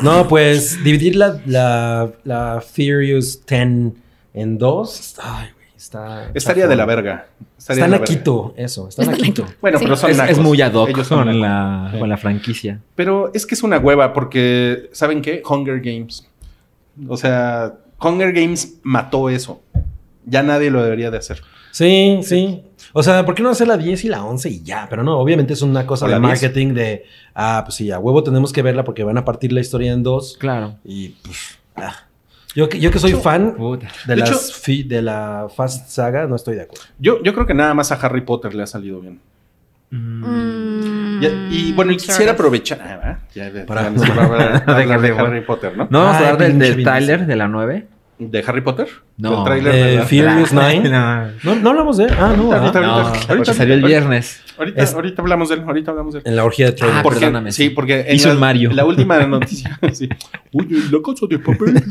No, pues dividir la, la, la Furious 10 en dos. Ay, güey, está.
Estaría de la verga. Estaría
Están
de
a
la verga.
Quito, eso. Están a
Están a
Quito.
Bueno,
Sí.
pero son
Es, es
nacos.
muy ad hoc
Ellos son
con,
nacos.
la,
Sí.
con la franquicia.
Pero es que es una hueva porque, ¿saben qué? Hunger Games. O sea, Hunger Games mató eso. Ya nadie lo debería de hacer.
Sí, sí. O sea, ¿por qué no hacer la 10 y la 11 y ya? Pero no, obviamente es una cosa
O la
de
10.
marketing de, ah, pues sí, a huevo tenemos que verla porque van a partir la historia en dos.
Claro.
Y pues, ah. yo, que- yo que soy fan
Puta.
de,
De
las
hecho-
fi- de la Fast Saga, no estoy de acuerdo.
Yo, yo creo que nada más a Harry Potter le ha salido bien.
Mm,
Y, y, bueno, y quisiera
sort of.
aprovechar. ah, ¿verdad? Ya, ya,
Para-
ya me- para- para- para
Deja
hablar de
de-
Harry Potter, ¿no?
No vamos
Ay,
a hablar del,
pinche
del
Vin
Tyler
Diesel.
de la 9.
¿De Harry Potter?
No.
Del tráiler,
Eh,
¿verdad?
Furious 9.
No.
No, no hablamos de... Ah,
Ahorita,
no. ah.
ahorita,
[LAUGHS] No,
ahorita,
porque
ahorita,
salió el
ahorita.
viernes.
Ahorita,
Es-
ahorita hablamos de él, ahorita hablamos de él.
En la orgía de Troy.
Ah,
porque,
perdóname,
sí,
sí.
porque en
Hizo
la,
un Mario.
la última
[LAUGHS]
noticia. sí. Uy, uy, la cosa de papel.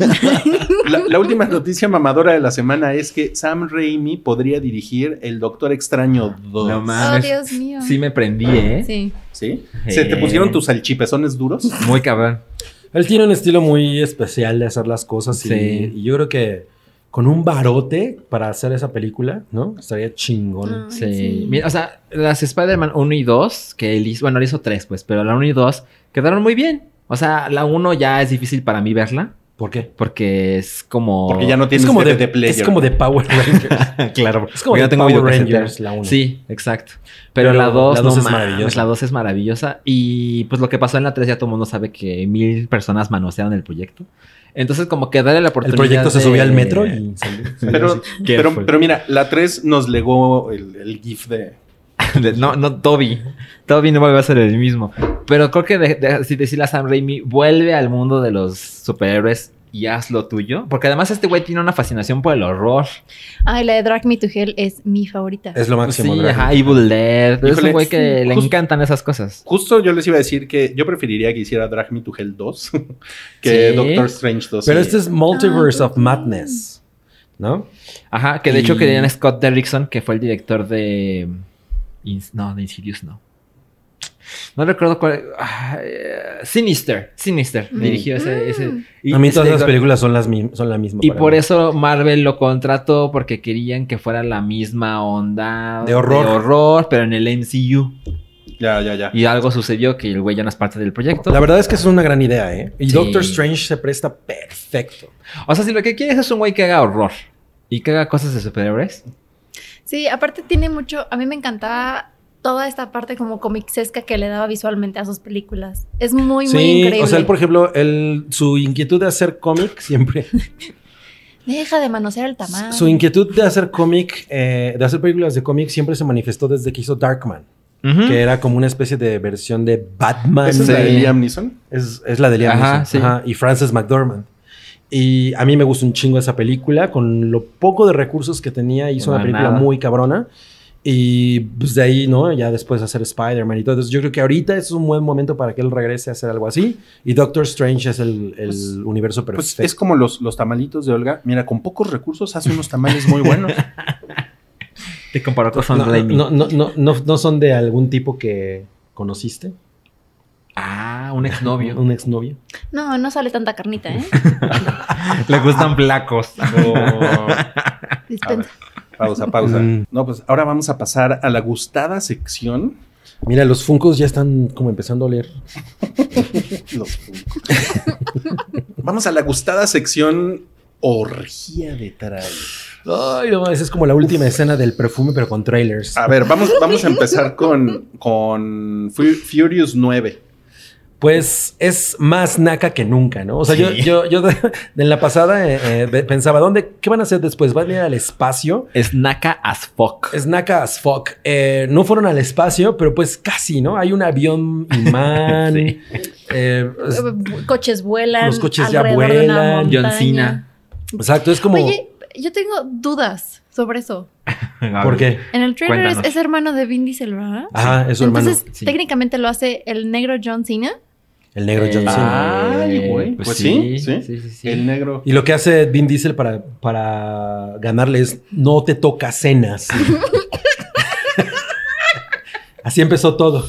La, la última noticia mamadora de la semana es que Sam Raimi podría dirigir El Doctor Extraño 2.
No
Oh,
mames.
Dios mío.
Sí me prendí, ¿eh?
Sí.
¿Sí? ¿Se te
Eh.
pusieron tus salchipezones duros?
Muy cabrón.
Él tiene un estilo muy especial de hacer las cosas y,
Sí.
y yo creo que con un barote para hacer esa película, ¿no? Estaría chingón.
Ay,
Sí. Mira, o sea, las Spider-Man 1 y 2, que él hizo, bueno, él hizo 3, pues, pero la 1 y 2 quedaron muy bien. O sea, la 1 ya es difícil para mí verla,
¿Por qué?
porque es como...
Porque ya no
Es
tienes
como, de,
DVD player.
es como de Power Rangers.
Claro,
Es como
yo
de
no tengo
Power
videocasetera.
Rangers, la uno.
Sí, exacto. Pero,
Pero
la 2
la
no
dos es
mames,
maravillosa.
La 2 es maravillosa. Y pues lo que pasó en la 3 ya todo el mundo sabe que mil personas manosearon el proyecto. Entonces, como que darle la
El
oportunidad.
proyecto se
de-
subía al metro y salió.
Pero,
¿Qué
pero-
fue?
pero mira, la 3 nos legó el, el GIF de.
de- [LAUGHS] no, no, Toby. Toby no vuelve a ser el mismo. Pero creo que de- de- si decirle a Sam Raimi, vuelve al mundo de los superhéroes y haz lo tuyo. Porque además este güey tiene una fascinación por el horror.
Ay, la de Drag Me to Hell es mi favorita.
Es lo máximo.
Pues sí,
Dragon.
ajá, Evil Dead. Es
Híjole,
un güey que le
justo-
encantan esas cosas.
Justo yo les iba a decir que yo preferiría que hiciera Drag Me to Hell 2 [LAUGHS] que
Sí.
Doctor Strange 2.
Pero
Sí.
este es Multiverse
Ah,
of Madness, ¿no?
Ajá, que de hecho
Y-
querían a Scott Derrickson, que fue el director de. Ins- No, de Insidious no. No recuerdo cuál. ah, eh, Sinister. Sinister.
Mm.
Dirigió ese. ese- y
A mí
ese
todas las
director.
películas son las mi- son la misma.
Y
para
por
mí.
eso Marvel lo contrató porque querían que fuera la misma onda
De horror.
horror, pero en el MCU.
Ya, ya, ya.
Y algo sucedió que el güey ya no es parte del proyecto.
La verdad es que es una gran idea, ¿eh? Y
Sí.
Doctor Strange se presta perfecto.
O sea, si lo que quieres es un güey que haga horror y que haga cosas de superhéroes.
Sí, aparte tiene mucho. A mí me encantaba toda esta parte como comicsesca que le daba visualmente a sus películas. Es muy, muy increíble.
o sea, él, por ejemplo, él, su inquietud de hacer cómic
[LAUGHS]
siempre.
Deja de manosear el tamal.
Su inquietud de hacer cómic, eh, de hacer películas de cómic, siempre se manifestó desde que hizo Darkman,
Ujú.
que era como una especie de versión de Batman.
¿Esa es la de
Sí.
Liam Neeson?
Es, es la de Liam
Ajá,
Neeson.
sí.
Ajá, y Frances McDormand. Y a mí me gusta un chingo esa película. Con lo poco de recursos que tenía, hizo
No,
una película
nada.
muy cabrona. Y pues de ahí, ¿no? Ya después hacer Spider-Man y todo. Entonces, yo creo que ahorita es un buen momento para que él regrese a hacer algo así. Y Doctor Strange es el, el
Pues-
universo
Pues
perfecto.
es como los, los tamalitos de Olga. Mira, con pocos recursos hace unos tamales muy
[LAUGHS]
buenos.
Te comparó con Sam
no,
Raimi.
no, no, no, no, no son de algún tipo que conociste.
Ah, un exnovio.
Un exnovio.
No, no sale tanta carnita,
[LAUGHS]
¿eh?
Le gustan flacos.
A ver,
Dispensa.
pausa, pausa.
Mm.
No, pues ahora vamos a pasar a la gustada sección.
Mira, los Funkos ya están como empezando a oler.
Los [LAUGHS] Funko. Vamos a la gustada sección orgía de trailers.
Ay, no, esa es como la última escena del perfume, pero con trailers.
A ver, vamos, vamos a empezar con, con Fu- Furious 9.
Pues es más naca que nunca, ¿no? O sea,
Sí.
yo, yo, yo en la pasada eh, eh, ve- pensaba, ¿dónde, ¿qué van a hacer después? ¿Van a ir al espacio?
Es naca as fuck.
Es naca as fuck. Eh, no fueron al espacio, pero pues casi, ¿no? Hay un avión [LAUGHS] imán.
Sí.
eh, es-
Coches vuelan.
Los coches ya
alrededor de una
vuelan,
montaña.
John Cena.
exacto, es como...
Oye, yo tengo dudas sobre eso.
¿Por qué?
En el trailer es,
Cuéntanos.
es hermano de Vin Diesel, ¿verdad?
Ajá, Ah, es su hermano.
Entonces,
sí.
técnicamente lo hace el negro John Cena.
El negro
eh,
John
ah,
Cena.
Ay, güey. Pues sí, sí.
sí, sí, sí.
El negro.
Y lo que hace Vin Diesel para, para ganarle es no te toca cenas. [LAUGHS] Así empezó todo.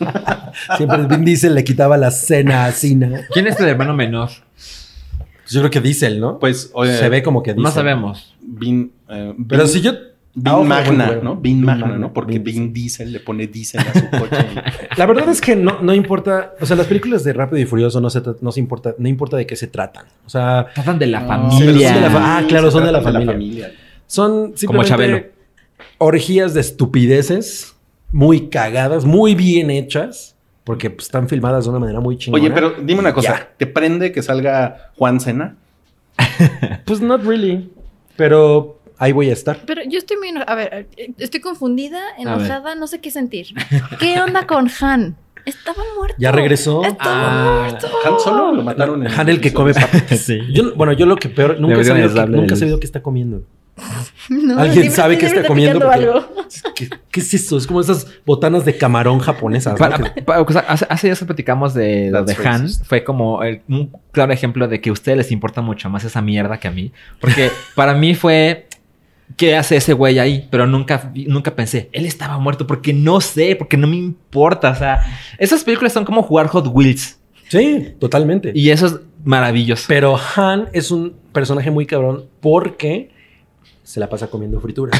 [LAUGHS] Siempre Vin Diesel le quitaba la cena a Cena.
¿Quién es el hermano menor?
Yo creo que Diesel, ¿no?
Pues oye,
Se ve como que Diesel.
No sabemos.
Vin, eh, Vin-
Pero si yo...
Vin
Ah, ojo,
Magna,
güey.
¿no? Vin
Vin
Magna,
Magna,
¿no? Porque
Vin
Vin Diesel le pone diésel a su
[LAUGHS]
coche.
La verdad es que no, no importa... O sea, las películas de Rápido y Furioso no, se tra- no, se importa, no importa de qué se tratan. O sea...
Tratan de la
pero sí
familia.
de la
fa- ah, claro, son de la
Trata
familia. Son simplemente
Chabelo.
orgías de estupideces muy cagadas, muy bien hechas, porque pues, están filmadas de una manera muy chingona.
Oye, pero dime una cosa.
Ya.
¿Te prende que salga Juan Cena?
Pues not really. Pero ahí voy a estar.
Pero yo estoy muy... eno- A ver, eh, estoy confundida,
ver.
enojada, no sé qué sentir. ¿Qué onda con Han? Estaba muerto.
Ya regresó.
Ah.
Estaba muerto.
Han Solo lo mataron en
Han el que come
[LAUGHS]
papitas. Yo- bueno, yo lo que peor, nunca he
Deberían
sabido, que,
darle
nunca he
el-
sabido qué está comiendo.
No,
Alguien
siempre
sabe
estoy-
qué está
siempre
comiendo
picando algo.
¿Qué, qué es eso? Es como esas botanas de camarón japonesas. ¿no?
Para-
Que-
para- o sea, hace, hace días que platicamos de lo de
That's
Han,
racist.
fue como el- un claro ejemplo de que a ustedes les importa mucho más esa mierda que a mí. Porque para mí fue, ¿qué hace ese güey ahí? Pero nunca, vi- nunca pensé, él estaba muerto porque no sé, porque no me importa. O sea, esas películas son como jugar Hot Wheels
sí, totalmente.
y eso es maravilloso.
Pero Han es un personaje muy cabrón porque se la pasa comiendo fritura.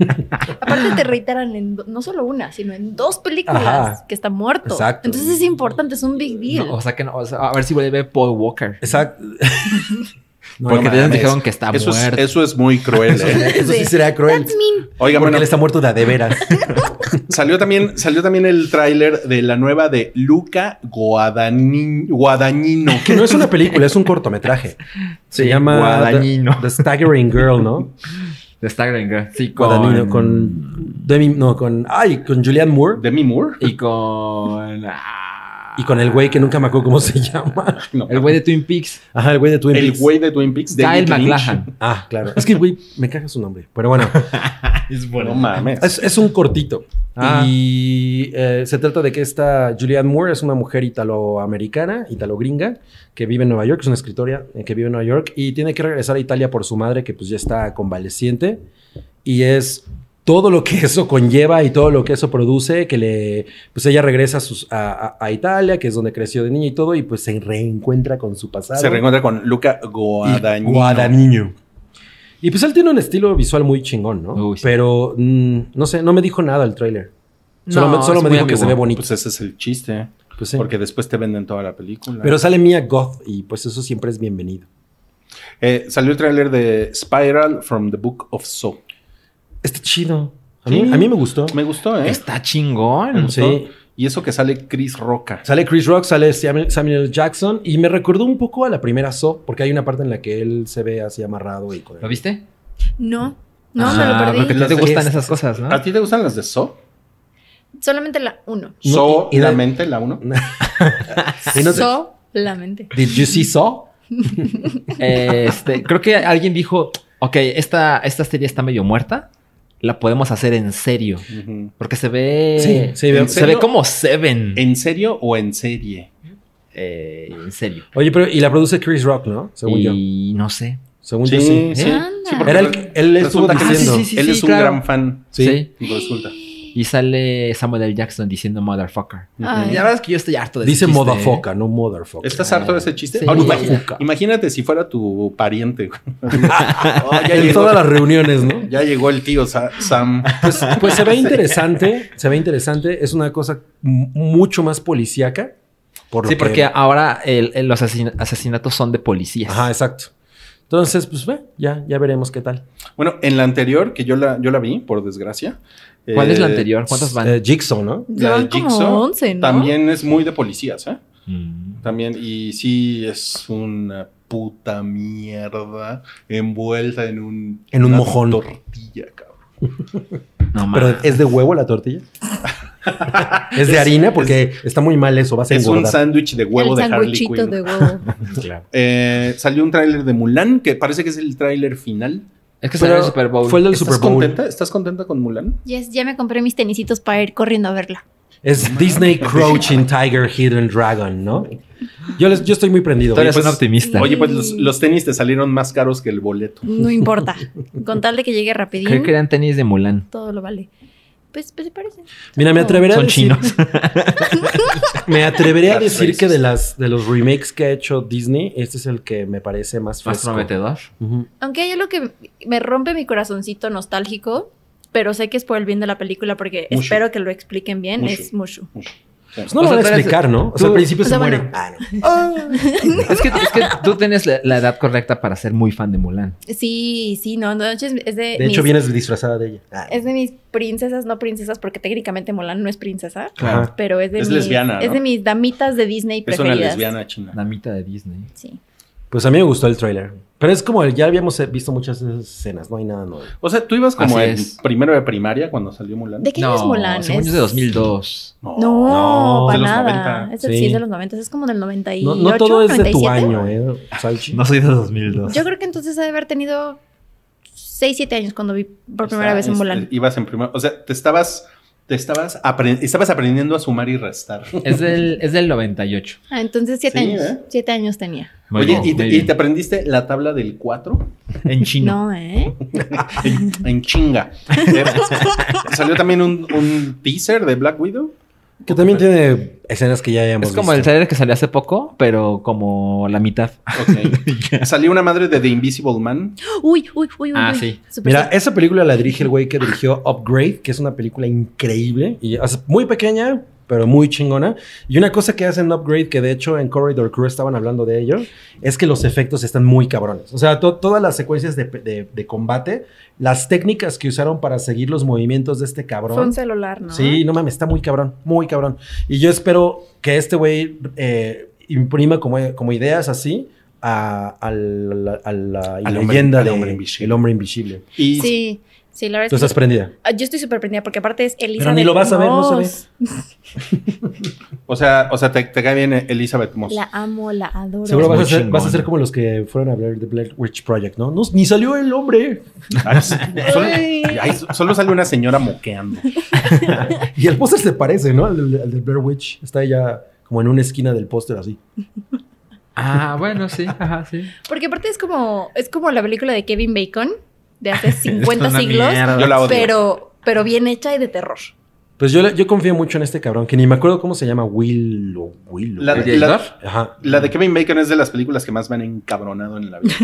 Aparte te reiteran en do- no solo una, sino en dos películas
Ajá.
que está muerto.
Exacto.
Entonces es importante, es un big deal.
No, o sea, que no, o sea, a ver si vuelve Paul Walker.
[LAUGHS] Exacto. [LAUGHS] No,
porque
no
te
mames.
dijeron que está
eso es,
muerto.
eso es muy cruel. [LAUGHS]
[LAUGHS]
¿eh?
Eso sí sería cruel.
That's mean.
Oiga,
Porque
bueno,
él está muerto de a de veras.
salió también, salió también el tráiler de la nueva de Luca Guadani- Guadagnino.
Que no es una película, es un cortometraje. Se llama The,
Guadagnino.
The Staggering Girl, ¿no?
De Staggering Girl. Sí,
Guadagnino
con...
con Demi, no, con ay, con Julianne Moore
Demi Moore.
Y con... ah,
y con el güey que nunca me acuerdo cómo se [LAUGHS] llama.
No.
El güey de Twin Peaks.
Ajá, el güey de Twin
El
Peaks.
güey de Twin Peaks.
Kyle
David Lynch.
McLachlan.
Ah, claro. Es que güey, me caga su nombre. Pero bueno,
Es
No
bueno.
mames.
es, es un cortito.
Ah.
Y eh, se trata de que esta Julianne Moore es una mujer italoamericana, italo-gringa, que vive en Nueva York, es una escritora eh, que vive en Nueva York y tiene que regresar a Italia por su madre que pues ya está convaleciente y es todo lo que eso conlleva y todo lo que eso produce, que le, pues ella regresa a, sus- a- a- a Italia, que es donde creció de niña y todo, y pues se reencuentra con su pasado.
Se reencuentra con Luca
Y
Guadagnino.
Guadagnino. Y pues él tiene un estilo visual muy chingón, ¿no?
Uy, sí.
Pero mm, no sé, no me dijo nada el tráiler. Solo
No,
me, solo
es
me
muy
dijo que se ve
ambiguo.
bonito.
Pues ese es el chiste.
Pues sí.
Porque después te venden toda la película.
Pero sale Mia Goth y pues eso siempre es bienvenido.
Eh, salió el tráiler de Spiral from the Book of Saw.
Está chido. A
Sí.
mí, a mí me gustó.
Me gustó, ¿eh?
Está chingón.
gustó.
Sí.
Y eso que sale Chris Roca.
Sale Chris Rock, sale Samuel Samuel Jackson y me recordó un poco a la primera So, porque hay una parte en la que él se ve así amarrado y con
¿Lo viste?
No, no,
Ah,
me lo perdí.
Porque no te
Las
gustan
series.
esas
[LAUGHS]
cosas, ¿no?
¿A ti te gustan las de Saw?
Solamente la uno.
No,
Saw
y- y
la
de-
mente, la uno.
[LAUGHS] Y no te-
Solamente.
Did you see Saw?
Este, creo que alguien dijo, ok, esta, esta serie está medio muerta. La podemos hacer en serio.
Ujú.
Porque se ve...
Sí, sí,
¿En
veo-
Se
serio?
ve como Seven.
¿En serio o en serie?
Eh, en serio.
Oye, pero y la produce Chris Rock, ¿no? Según yo.
Y no sé.
Según yo sí.
sí.
¿Eh?
Anda.
porque
Era el que- él estuvo
resulta que
diciendo.
sí, sí, sí, él
sí,
es un
claro.
gran fan.
Sí.
Resulta.
Y sale Samuel L. Jackson diciendo motherfucker.
Ay.
Y la verdad es que yo estoy harto de ese
Dice
chiste, ¿eh?
modafoca, no motherfucker.
¿Estás harto de ese chiste?
Sí.
Ahora,
Puta
imagi-
fuca.
imagínate si fuera tu pariente. [LAUGHS] Oh, ya,
en
llegó,
todas las
[LAUGHS]
reuniones, ¿no?
ya llegó el tío Sa- Sam.
Pues, pues se ve interesante, se ve interesante. Es una cosa m- mucho más policíaca. Por lo
Sí,
que-
porque ahora el- el- los asesin- asesinatos son de policías.
Ajá, exacto. Entonces, pues ve, ya, ya veremos qué tal.
Bueno, en la anterior, que yo la, yo la vi, por desgracia.
¿Cuál es la
eh,
anterior? ¿Cuántas van?
Eh, Jigsaw, ¿no?
La
Llevan
de
como
Jigsaw
11, ¿no?
También es muy de policías, ¿eh?
Mm.
También, y sí es una puta mierda envuelta en un...
En un
una
mojón.
Tortilla, cabrón. Ah.
no
Pero
mames.
es de huevo la
[LAUGHS]
tortilla. es de harina porque está muy mal eso, vas a
Es un
engordar.
sándwich de huevo
el
de Harley
sandwichito
Quinn.
de huevo.
Claro.
Eh, salió un tráiler de Mulan, que parece que es el tráiler final.
Es que
Pero
salió el Super Bowl.
Fue el del
¿Estás
Super Bowl.
contenta? ¿Estás contenta con Mulan?
Yes, ya me compré mis tenisitos para ir corriendo a verla.
Es Disney Crouching Tiger Hidden Dragon, ¿no? Yo, les- yo estoy muy prendido.
Tú eres
pues,
un optimista.
Oye, pues los, los tenis te salieron más caros que el boleto.
No importa. Con tal de que llegue rapidín,
Creo que eran tenis de Mulan.
todo lo vale. Pues, pues se parece.
Mira, me atreveré a
Son
decir-
chinos.
[LAUGHS] Me atreveré a
That's
decir que
racist.
de las de los remakes que ha hecho Disney, este es el que me parece más
Más
fresco.
prometedor. [LAUGHS] Pues
Ujú.
Aunque hay algo que me rompe mi corazoncito nostálgico, pero sé que es por el bien de la película porque
Mushu.
espero que lo expliquen bien,
Mushu.
es Mushu.
Pues no
O
lo van
sea, tú
a
eres-
explicar, ¿no? O sea,
tú-
al principio
o sea,
se muere.
bueno.
Ah, no.
Es que, es que tú tienes la, la edad correcta para ser muy fan de Mulan.
[LAUGHS] Sí, sí, no, no, es de, eh, es de
De hecho,
mis,
vienes disfrazada de ella. Ah.
es de mis princesas, no princesas, porque técnicamente Mulan no es princesa,
Claro.
Ajá.
pero es de
Es
mis,
lesbiana,
es
¿no?
de mis damitas de Disney
Es una
preferidas.
lesbiana china.
La mitad de Disney.
Sí.
Pues a mí me gustó el tráiler. Pero es como, el- ya habíamos eh, visto muchas de esas escenas, no hay nada nuevo.
O sea, tú ibas como
Así
en
es.
primero de primaria cuando salió Mulan.
¿De qué año es Mulan?
según yo es de 2002.
No,
No,
para
de los
nada.
90.
Es de- sí.
Sí.
es de los 90, es como del 98,
No, no todo es de tu
97.
año, ¿eh? Salchi.
No soy de 2002.
Yo creo que entonces ha de haber tenido 6, 7 años cuando vi por primera vez en Mulan.
eh, Ibas en primero. O sea, te estabas. Te estabas, apren- estabas aprendiendo a sumar y restar.
Es del, es del 98.
Ah, entonces 7
Sí,
años.
¿eh?
7 años tenía.
Muy
Oye,
bien,
¿y te,
muy
y
bien.
te aprendiste la tabla del 4?
En chino.
No, ¿eh?
En, en chinga. Eh, Salió también un, un teaser de Black Widow.
Que también tiene escenas que ya hayamos
Es como el
visto.
trailer que salió hace poco, pero como la mitad.
[LAUGHS]
Ok. Salió una madre de The Invisible Man.
Uy, uy, uy, uy.
Ah,
uy.
sí.
Súper
Mira,
Pues sí.
esa película la dirige el güey que dirigió Upgrade, que es una película increíble. Y, o sea, muy pequeña, pero muy chingona. Y una cosa que hacen en Upgrade, que de hecho en Corridor Crew estaban hablando de ello, es que los efectos están muy cabrones. O sea, to- todas las secuencias de, pe- de- de combate, las técnicas que usaron para seguir los movimientos de este cabrón.
Fue un celular, ¿no?
Sí, no mames, está muy cabrón, muy cabrón. Y yo espero que este güey eh, imprima como, como ideas así a, a la, a la
hombre-
leyenda
al
de
hombre invisible.
El hombre invisible.
Y
Sí, sí, la
Tú
verdad es
estás
que
prendida.
Ah, yo estoy súper prendida porque aparte es Elizabeth.
ni lo vas a ver, no se ve.
Moss.
O sea, o sea te, te cae bien Elizabeth Moss.
La amo, la adoro.
Seguro vas a,
muy
ser,
chingón.
vas a ser como los que fueron a hablar de Blair Witch Project, ¿no? No, Ni salió el hombre.
Ay, solo, ay, solo sale una señora moqueando.
Y el póster se parece, ¿no? Al, del- al de Blair Witch. Está ella como en una esquina del póster así.
Ah, bueno, sí, ajá, sí.
Porque aparte es como, es como la película de Kevin Bacon
[LAUGHS]
de hace
Es
50
una
siglos,
mierda.
Yo la odio.
pero, pero bien hecha y de terror.
Pues yo, le- yo confío mucho en este cabrón, que ni me acuerdo cómo se llama. Will o Will. o-
La
¿El
de, la-
director?
Ajá.
la de Kevin Bacon es de las películas que más me han encabronado en la
[LAUGHS]
vida.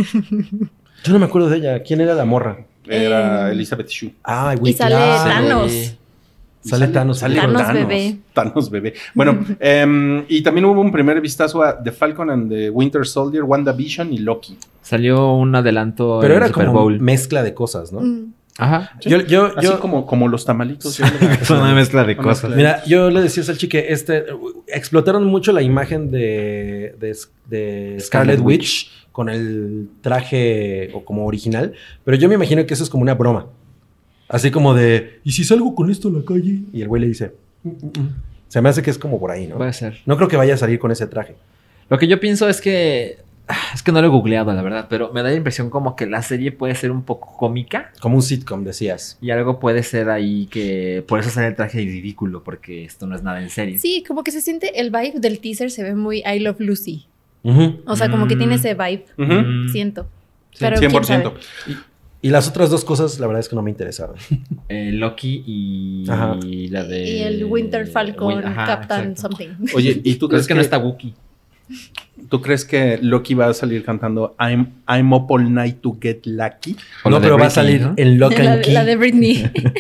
Yo no me acuerdo de ella. ¿Quién era la morra?
Era
Eh,
Elizabeth Shue.
Ah, güey.
Y sale
claro.
Thanos.
Sí.
Sale Thanos.
Thanos bebé.
Thanos bebé.
[LAUGHS]
Bueno, em, y también hubo un primer vistazo a The Falcon and the Winter Soldier, WandaVision y Loki.
Salió un adelanto
Pero
en
era
el Super
como
Bowl.
mezcla de cosas, ¿no?
Mm.
Ajá.
Sí.
Yo, yo,
Así
yo,
como, como los tamalitos. yo
Es una mezcla de
Una
cosas.
mezcla
Pues Mira, yo le decía a Salchi que este, uh, explotaron mucho la imagen de, de, de Scarlet
Scarlet
Witch con el traje o como original, pero yo me imagino que eso es como una broma. Así como de, ¿y si salgo con esto a la calle? Y el güey le dice, "Mm, mm, mm". se me hace que es como por ahí, ¿no?
Puede ser.
No creo que vaya a salir con ese traje.
Lo que yo pienso es que. ah, Es que no lo he googleado, la verdad, pero me da la impresión como que la serie puede ser un poco cómica
Como un sitcom, decías.
y algo puede ser ahí que. Por eso sale el traje ridículo, porque esto no es nada en serio.
Sí, como que se siente el vibe del teaser, se ve muy I Love Lucy.
Ujú.
O sea, como que
Mm.
tiene ese vibe,
Ujú.
Mm.
siento.
Sí,
Pero quién
100%.
Y las otras dos cosas, la verdad es que no me interesaron.
Eh, Loki y
Ajá.
la de.
Y el Winter Falcon,
Win- ajá,
Captain
exacto.
Something.
Oye, ¿y tú
Pero
crees
es que no está Wookiee.
¿Tú crees que Loki va a salir cantando I'm, I'm up all night to get lucky?
O
No,
la de
pero va a
Breaking,
salir
¿no?
en Lock
[LAUGHS] La,
and
de- la
Key.
de Britney. [LAUGHS]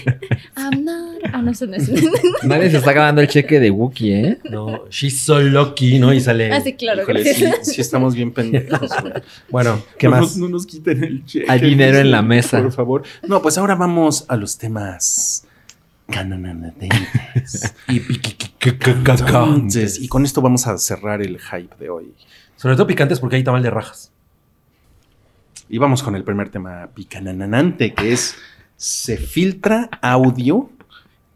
I'm not Ah, no, eso no es. [LAUGHS]
Nadie se está ganando el cheque de Wookiee, ¿eh?
No, she's so lucky, ¿no? Y sale.
ah, sí, claro.
Híjole,
gracias.
sí, sí estamos bien pendejos. güey.
Bueno, ¿qué
no,
más?
Nos, no nos quiten el cheque.
Hay dinero en la
por
mesa.
Por favor. No, pues ahora vamos a los temas canonanatentes.
Y piqui- que- que- que-
Entonces, y con esto vamos a cerrar el hype de hoy.
Sobre todo picantes porque hay tamal de rajas.
Y vamos con el primer tema picananante, que es se filtra audio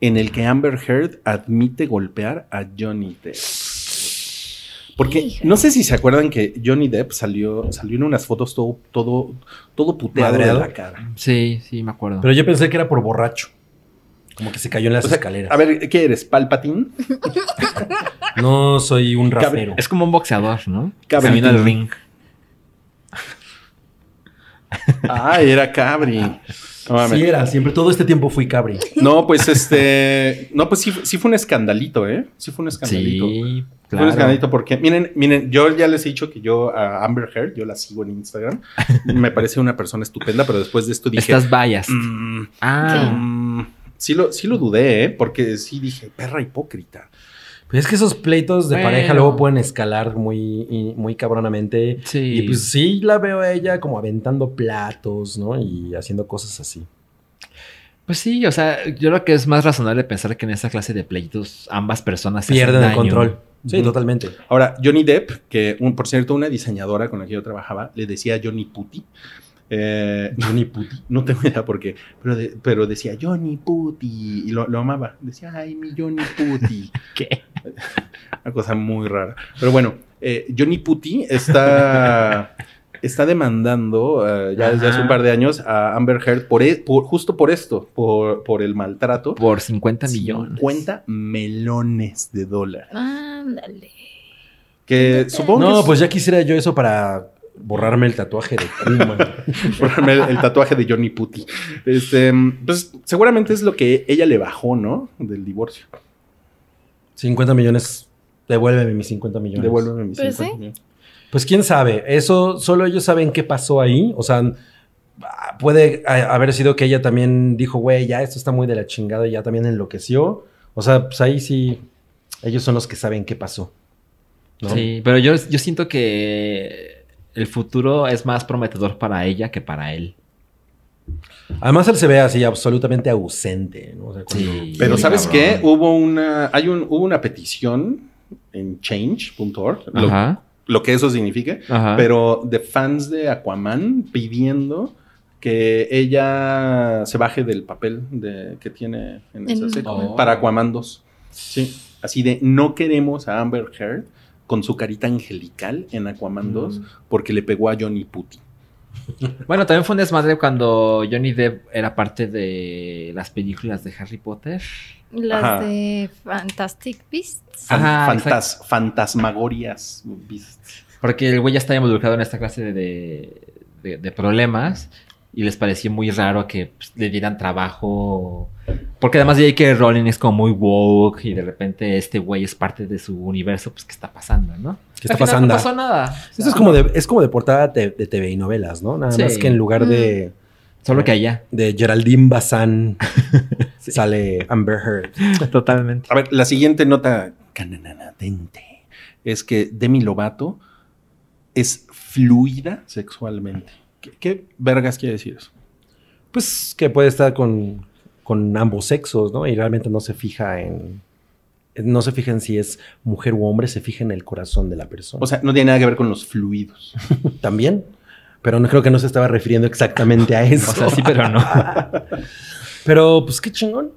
en el que Amber Heard admite golpear a Johnny Depp. Porque
Híjole.
no sé si se acuerdan que Johnny Depp salió, salió en unas fotos todo, todo, todo puteado
Madreado.
de la cara.
Sí, sí, me acuerdo.
Pero yo pensé que era por borracho. Como que se cayó en las
O sea,
escaleras.
a ver, ¿qué eres? ¿Palpatín?
No soy un
Cabe-
rapero.
Es como un boxeador, ¿no?
Cabe-
Camina al ring.
Ah, era Cabri. No, mames.
Sí era, siempre. Todo este tiempo fui cabri.
No, pues este. No, pues sí, sí fue un escandalito, ¿eh? Sí fue un escandalito.
Sí,
Fue
claro.
un escandalito porque, miren, miren, yo ya les he dicho que yo a Amber Heard, yo la sigo en Instagram. Me parece una persona estupenda, pero después de esto dije.
Estas vallas.
"Mm,
Ah,
mm". sí, lo, sí lo dudé, ¿eh? Porque sí dije, perra hipócrita.
Pero Pues es que esos pleitos de
Bueno.
pareja luego pueden escalar muy, y- muy cabronamente.
sí.
Y pues sí la veo a ella como aventando platos, ¿no? Y haciendo cosas así.
Pues sí, o sea, yo creo que es más razonable pensar que en esa clase de pleitos ambas personas se
Pierden el
hacen daño.
control. Sí,
Ujú.
totalmente.
Ahora, Johnny Depp, que un- por cierto, una diseñadora con la que yo trabajaba, le decía Johnny Putty. Eh, Johnny Putty, no tengo idea por qué, pero, de- pero decía Johnny Putty y lo, lo amaba. Decía, ay, mi Johnny Putty.
¿Qué?
Una cosa muy rara. Pero bueno, eh, Johnny Putty está, está demandando eh, ya desde hace un par de años a Amber Heard por, e- por- justo por esto, por, por el maltrato.
Por 50 millones.
50 melones de dólar.
[LAUGHS] Ándale.
Que supongo que
No,
es-
pues ya quisiera yo eso para borrarme el tatuaje de
[LAUGHS]
Kuma.
borrarme el, el tatuaje de Johnny Putty. Este, pues seguramente es lo que ella le bajó, ¿no? Del divorcio.
50 millones. Devuélveme mis 50 millones.
Devuélveme mis
Pues
50
sí.
millones.
Pues quién sabe, eso solo ellos saben qué pasó ahí, o sea, ah, puede a- haber sido que ella también dijo, güey, ya esto está muy de la chingada, ya también enloqueció, o sea, pues ahí sí, ellos son los que saben qué pasó. ¿no?
Sí, pero yo, yo siento que el futuro es más prometedor para ella que para él.
Además él se ve así absolutamente ausente, ¿no? O sea, cuando-
Sí.
Pero
Sí,
¿sabes
cabrón.
qué? Hubo una, hay un, hubo una petición en change.org, lo,
Ajá,
lo que eso significa,
ajá.
pero de fans de Aquaman pidiendo que ella se baje del papel de, que tiene en esa
En-
serie
Oh.
para Aquaman 2. Sí, así de no queremos a Amber Heard con su carita angelical en Aquaman
Mm.
2 porque le pegó a Johnny Putti.
Bueno, también fue un desmadre cuando Johnny Depp era parte de las películas de Harry Potter.
Las
Ajá. Ah.
de Fantastic Beasts.
Fan-
Ajá,
fantas- fantasmagorias. ¿viste?
Porque el güey ya estaba involucrado en esta clase de, de- de problemas y les pareció muy raro que pues, le dieran trabajo. Porque además J.K. Rowling es como muy woke y de repente este güey es parte de su universo, pues ¿qué está pasando, no?
¿Qué está
Al final
pasando?
No pasó nada.
Esto es como de, es como de portada te- de TV y novelas, ¿no? Nada
Sí. Mm.
más que en lugar de,
Solo que allá.
de Geraldine [LAUGHS] Bazán sale Amber Heard.
Totalmente.
A ver, la siguiente nota cananatente es que Demi Lovato es fluida sexualmente. ¿Qué, qué vergas quiere decir eso?
pues que puede estar con, con ambos sexos, ¿no? Y realmente no se fija en no se fija en si es mujer u hombre, se fija en el corazón de la persona.
O sea, no tiene nada que ver con los fluidos.
también, pero no creo que no se estaba refiriendo exactamente [LAUGHS] a eso.
O sea, sí, pero no.
Pero pues qué chingón.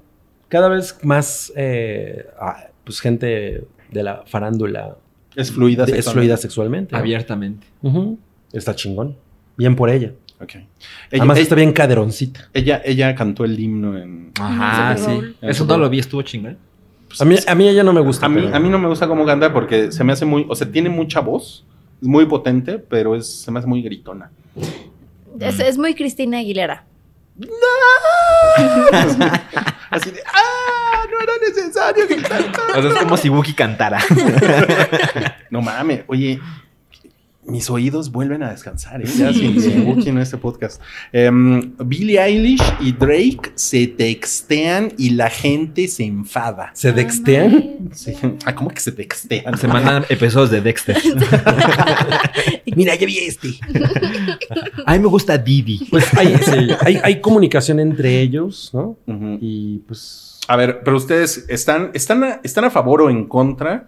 Cada vez más eh, ah, pues gente de la farándula
Es fluida
de- es
sexualmente.
fluida sexualmente. ¿no?
Abiertamente.
Ujú. Está chingón. Bien por ella.
Ok. Ella,
Además
ella-
está bien caderoncita.
ella- ella cantó el himno en...
Ajá,
Super
sí.
Bowl.
Eso no lo vi, estuvo chingón.
A mí, a mí ella no me gusta.
A mí,
pero-
a mí no me gusta cómo canta porque se me hace muy... O sea, tiene mucha voz, es muy potente, pero es, se me hace muy gritona.
Es, es muy Cristina Aguilera.
Así de, ¡ah! No era necesario gritar.
O sea, es como si Buki cantara.
No mames, oye, mis oídos vuelven a descansar, ¿eh? ya sin, sin Wookiee en este podcast. Em, Billie Eilish y Drake se textean y la gente se enfada.
¿Se dextean?
Sí. Ah, ¿Cómo que se textean?
Se mandan episodios de Dexter.
Mira, ya vi este.
A mí me gusta Didi.
Pues hay, sí, hay, hay comunicación entre ellos, ¿no?
Ujú.
Y pues.
A ver, pero ustedes están, están, a, están a favor o en contra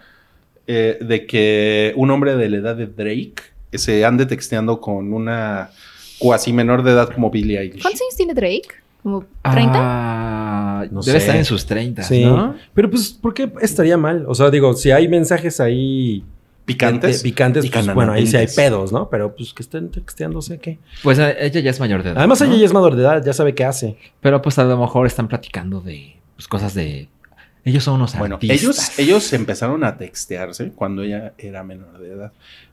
eh, de que un hombre de la edad de Drake se ande texteando con una cuasi menor de edad como Billie Eilish.
¿Cuántos años tiene Drake? ¿Como 30?
Ah,
No
debe
sé.
estar en sus 30,
Sí.
¿no?
Pero pues, ¿por qué estaría mal? O sea, digo, si hay mensajes ahí.
¿Picantes?
de- Picantes, pues,
Picananatentes.
bueno, ahí sí hay pedos, ¿no? Pero pues que estén texteándose, ¿qué?
Pues eh, ella ya es mayor de edad.
Además,
¿no?
ella ya es mayor de edad, ya sabe qué hace.
Pero pues a lo mejor están platicando de pues, cosas de. Ellos son unos
Bueno,
artistas.
ellos, ellos empezaron a textearse cuando ella era menor de edad.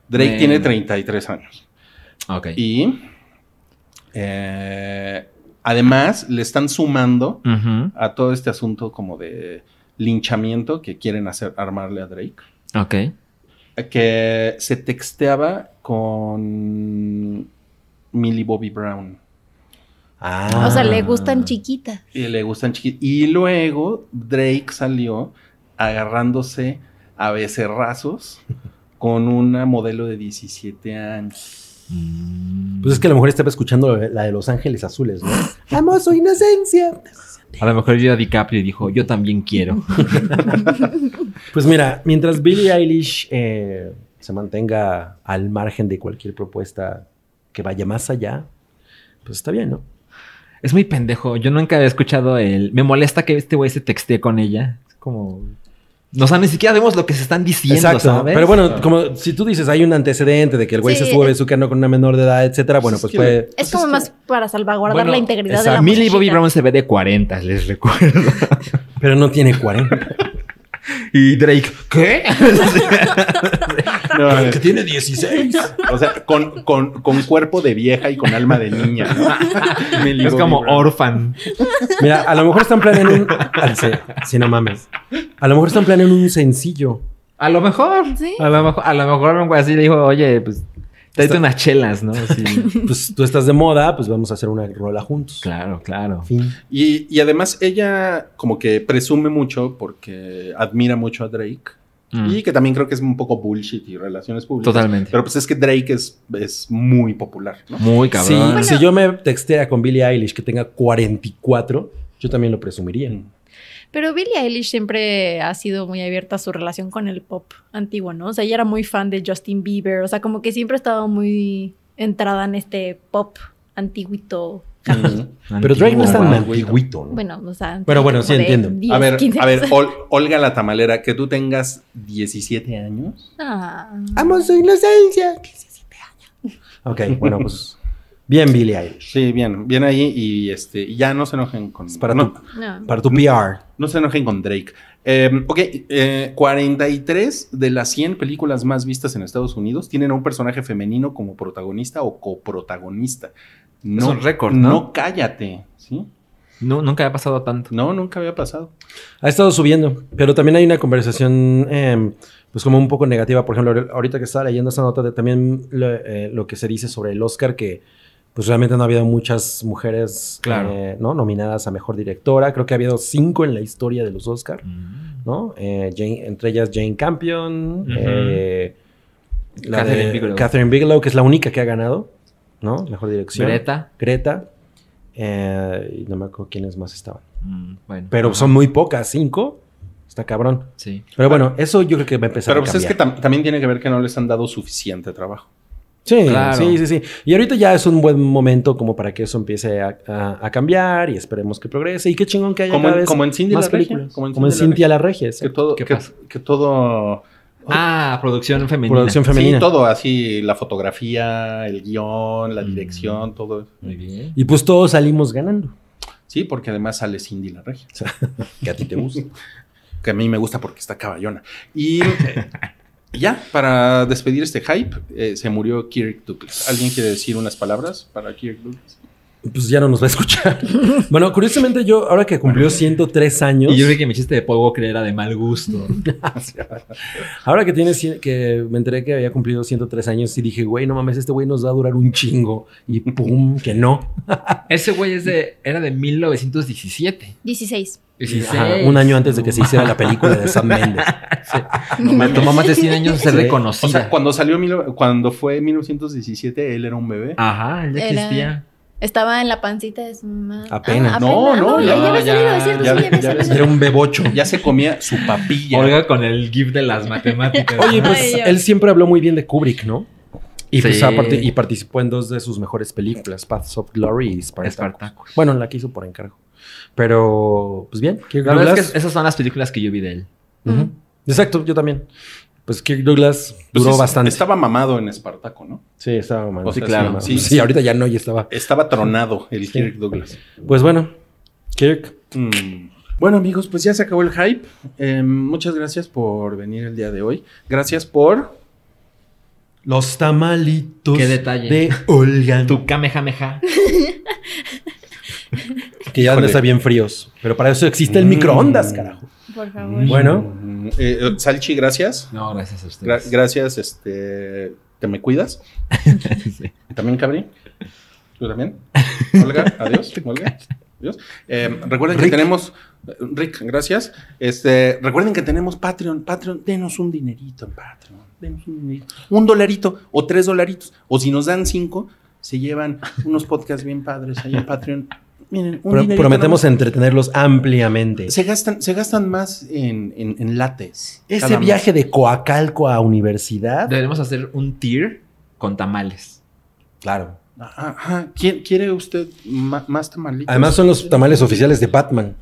Drake
Bueno.
tiene 33 años.
Ok.
Y eh, además le están sumando
Ujú,
a todo este asunto como de linchamiento que quieren hacer armarle a Drake.
Ok.
que se texteaba con Millie Bobby Brown.
O sea,
Ah.
le gustan chiquitas.
Y le gustan chiquitos. Y luego Drake salió agarrándose a becerrazos [LAUGHS] con una modelo de 17 años.
Pues es que a lo mejor estaba escuchando la de Los Ángeles Azules, ¿no? Amo su inocencia.
A lo mejor yo a DiCaprio y dijo, yo también quiero.
Pues mira, mientras Billie Eilish eh, se mantenga al margen de cualquier propuesta que vaya más allá, pues está bien, ¿no?
Es muy pendejo. Yo nunca había escuchado el. Me molesta que este güey se textee con ella. Es como. No, o sea, ni siquiera vemos lo que se están diciendo, ¿sabes?
Pero bueno, como si tú dices, hay un antecedente de que el güey
Sí,
se estuvo
es-
besuqueando con una menor de edad, etcétera, bueno, pues
Es que lo-
puede.
Es como más para salvaguardar
Bueno,
la integridad de
esa-
la
Millie
muchachita.
Bobby Brown se ve de 40, les recuerdo.
Pero no tiene 40.
[LAUGHS] y Drake, [LAUGHS] ¿qué?
No,
que
es-
tiene 16.
[LAUGHS] o sea, con, con- con cuerpo de vieja y con alma de niña. ¿no? Millie
es
Bobby
como
Brown.
orfan.
Mira, a lo mejor están planeando un. Ah, sí, sí, no mames. A lo mejor están planeando un sencillo.
A lo mejor.
Sí.
A lo mejor, a lo mejor un güey así le dijo, oye, pues, tráete unas chelas, [LAUGHS] ¿no? Sí.
Pues tú estás de moda, pues vamos a hacer una rola juntos.
claro, claro.
Fin.
Y, y además ella como que presume mucho porque admira mucho a Drake.
Mm,
Y que también creo que es un poco bullshit y relaciones públicas.
Totalmente.
Pero pues es que Drake es, es muy popular, ¿no?
Muy
Si,
cabrón.
si yo me textera con Billie Eilish que tenga 44, yo también lo presumiría.
Pero Billie Eilish siempre ha sido muy abierta a su relación con el pop antiguo, ¿no? O sea, ella era muy fan de Justin Bieber, o sea, como que siempre ha estado muy entrada en este pop antiguito.
Mm.
Pero Drake no es tan
Antiguo, wow.
antiguito, ¿no?
Bueno, o sea,
Bueno, bueno, sí
como de
entiendo.
10,
a ver,
15
a ver, [LAUGHS]
años.
Ol- Olga la tamalera, que tú tengas 17 años.
Ah.
Amo su inocencia.
Ok, bueno, pues. Bien, Billie Eilish.
Sí, bien, bien ahí y este, y ya no se enojen con
Es para
no,
tu,
No.
para tu PR.
no se enojen con Drake. Eh, ok, eh, 43 de las 100 películas más vistas en Estados Unidos tienen a un personaje femenino como protagonista o coprotagonista. No,
un récord, ¿no?
cállate, ¿sí?
No, nunca había pasado tanto.
No, nunca había pasado.
Ha estado subiendo, pero también hay una conversación, eh, pues como un poco negativa. Por ejemplo, ahorita que estaba leyendo esa nota, de también lo, eh, lo que se dice sobre el Oscar, que pues realmente no ha habido muchas mujeres
Claro.
eh, ¿no? nominadas a mejor directora. Creo que ha habido cinco en la historia de los Oscar,
Mm.
¿no? Eh, Jane- entre ellas Jane Campion,
Ujú.
eh, la de
Catherine Bigelow.
Catherine Bigelow, que es la única que ha ganado, ¿no? Mejor dirección.
Greta.
Greta. eh, y no me acuerdo quiénes más estaban.
Mm, bueno.
Pero
Ajá.
son muy pocas, cinco. Está cabrón.
Sí.
Pero bueno, eso yo creo que va a empezar
Pero
a
pues es que
cambiar.
tam- también tiene que ver que no les han dado suficiente trabajo.
Sí,
Claro.
sí, sí, sí. Y ahorita ya es un buen momento como para que eso empiece a, a- a cambiar y esperemos que progrese. Y qué chingón que haya
Como,
cada
en-
vez
como en Cindy
más
la Regia,
películas.
Como en
Como en
Cindy la
Cintia la Regia.
Que
exacto.
todo,
¿Qué
que,
pasa?
que todo,
Ah, producción femenina.
Producción femenina.
sí, todo así, la fotografía, el guión, la
Mm.
dirección, todo.
Muy bien.
Y pues todos salimos ganando.
Sí, porque además sale Cindy la regia,
[LAUGHS] Que a ti te gusta.
[LAUGHS] que a mí me gusta porque está caballona. Y [LAUGHS] eh, ya, para despedir este hype, eh, se murió Kirk Douglas. ¿Alguien quiere decir unas palabras para Kirk Douglas?
pues ya no nos va
[LAUGHS]
a escuchar. bueno, curiosamente yo, ahora que cumplió 103 años,
Y yo creo que mi chiste de Paul Walker era de mal [LAUGHS] gusto.
ahora que tiene cien- que me enteré que había cumplido 103 años y dije, güey, no mames, este güey nos va a durar un chingo. Y pum, que no.
Ese güey es de, era de 1917.
16.
Ajá, un año antes de que se hiciera [LAUGHS] la película de Sam Mendes.
[LAUGHS]
Ah,
Me tomó más
[LAUGHS]
de 100 años ser
Sí.
O
reconocida.
sea, cuando salió, mil- cuando fue 1917, él era un bebé.
Ajá, él ya
Era-
existía.
[LAUGHS] Estaba en la pancita de su mamá. Ah,
Apenas.
No, no,
ya,
ya,
ya había
ya,
salido, es
ya,
cierto, sí, ya había
ya había
salido.
Era un bebocho.
Ya se comía su papilla.
Olga con el GIF de las matemáticas.
Oye, pues
Ay, Dios.
él siempre habló muy bien de Kubrick, ¿no? Y, pues,
Sí.
ha parti- y participó en dos de sus mejores películas, Paths of Glory y Spartacus.
Espartacus.
Bueno, la que hizo por encargo. Pero, pues bien, Kirk
La verdad es
Douglas.
que esas son las películas que yo vi de él.
Ujú. Exacto, yo también. Pues Kirk Douglas
Pues
duró
es-
bastante.
Estaba mamado en Espartaco, ¿no?
Sí, estaba mal.
O sea,
sí,
sí,
claro. Sí,
sí,
sí,
sí.
ahorita ya no, ya estaba.
Estaba tronado el
Sí.
Kirk Douglas.
Pues bueno, Kirk,
Mm. Bueno, amigos, pues ya se acabó el hype. Eh, muchas gracias por venir el día de hoy. Gracias por.
Los tamalitos
Qué detalle.
de Olga.
Tu Kamehameha.
que ya
Híjole.
están bien fríos. Pero para eso existe el
Mm.
microondas, carajo.
Por favor.
Bueno,
Mm, eh, eh, Salchi, gracias.
No, gracias a
Gra-
ustedes.
gracias, este. Te me
[LAUGHS]
cuidas.
Sí.
También, Cabri. Tú también.
[LAUGHS]
Olga, adiós. Olga, adiós. Eh, recuerden que
Rick.
tenemos. Rick, gracias. Este, recuerden que tenemos Patreon. Patreon, denos un dinerito en Patreon. Denos un dinerito. Un dolarito o tres dolaritos. O si nos dan cinco, se llevan unos podcasts bien padres ahí en Patreon. Miren, un
pro-
dinerito
prometemos
nada
entretenerlos ampliamente.
más. Se gastan, se gastan más en, en, en lates.
Ese
cada mes.
viaje de Coacalco a universidad.
Deberíamos hacer un tier con tamales.
Claro.
Ajá, ajá. ¿Quiere, quiere usted ma- más tamalitos?
Además son los tamales oficiales de Batman.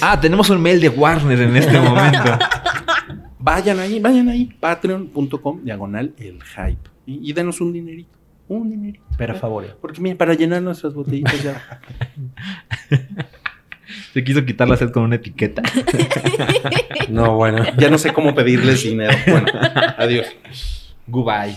Ah, tenemos un mail de Warner en este momento.
[LAUGHS] Vayan ahí, vayan ahí, patreon.com diagonal el hype. Y, y denos un dinerito, un dinerito.
Pero favor.
Porque mira, para llenar nuestras botellitas ya.
Se quiso quitar la sed con una etiqueta.
No, bueno.
ya no sé cómo pedirles dinero.
[LAUGHS]
Bueno, adiós.
Goodbye.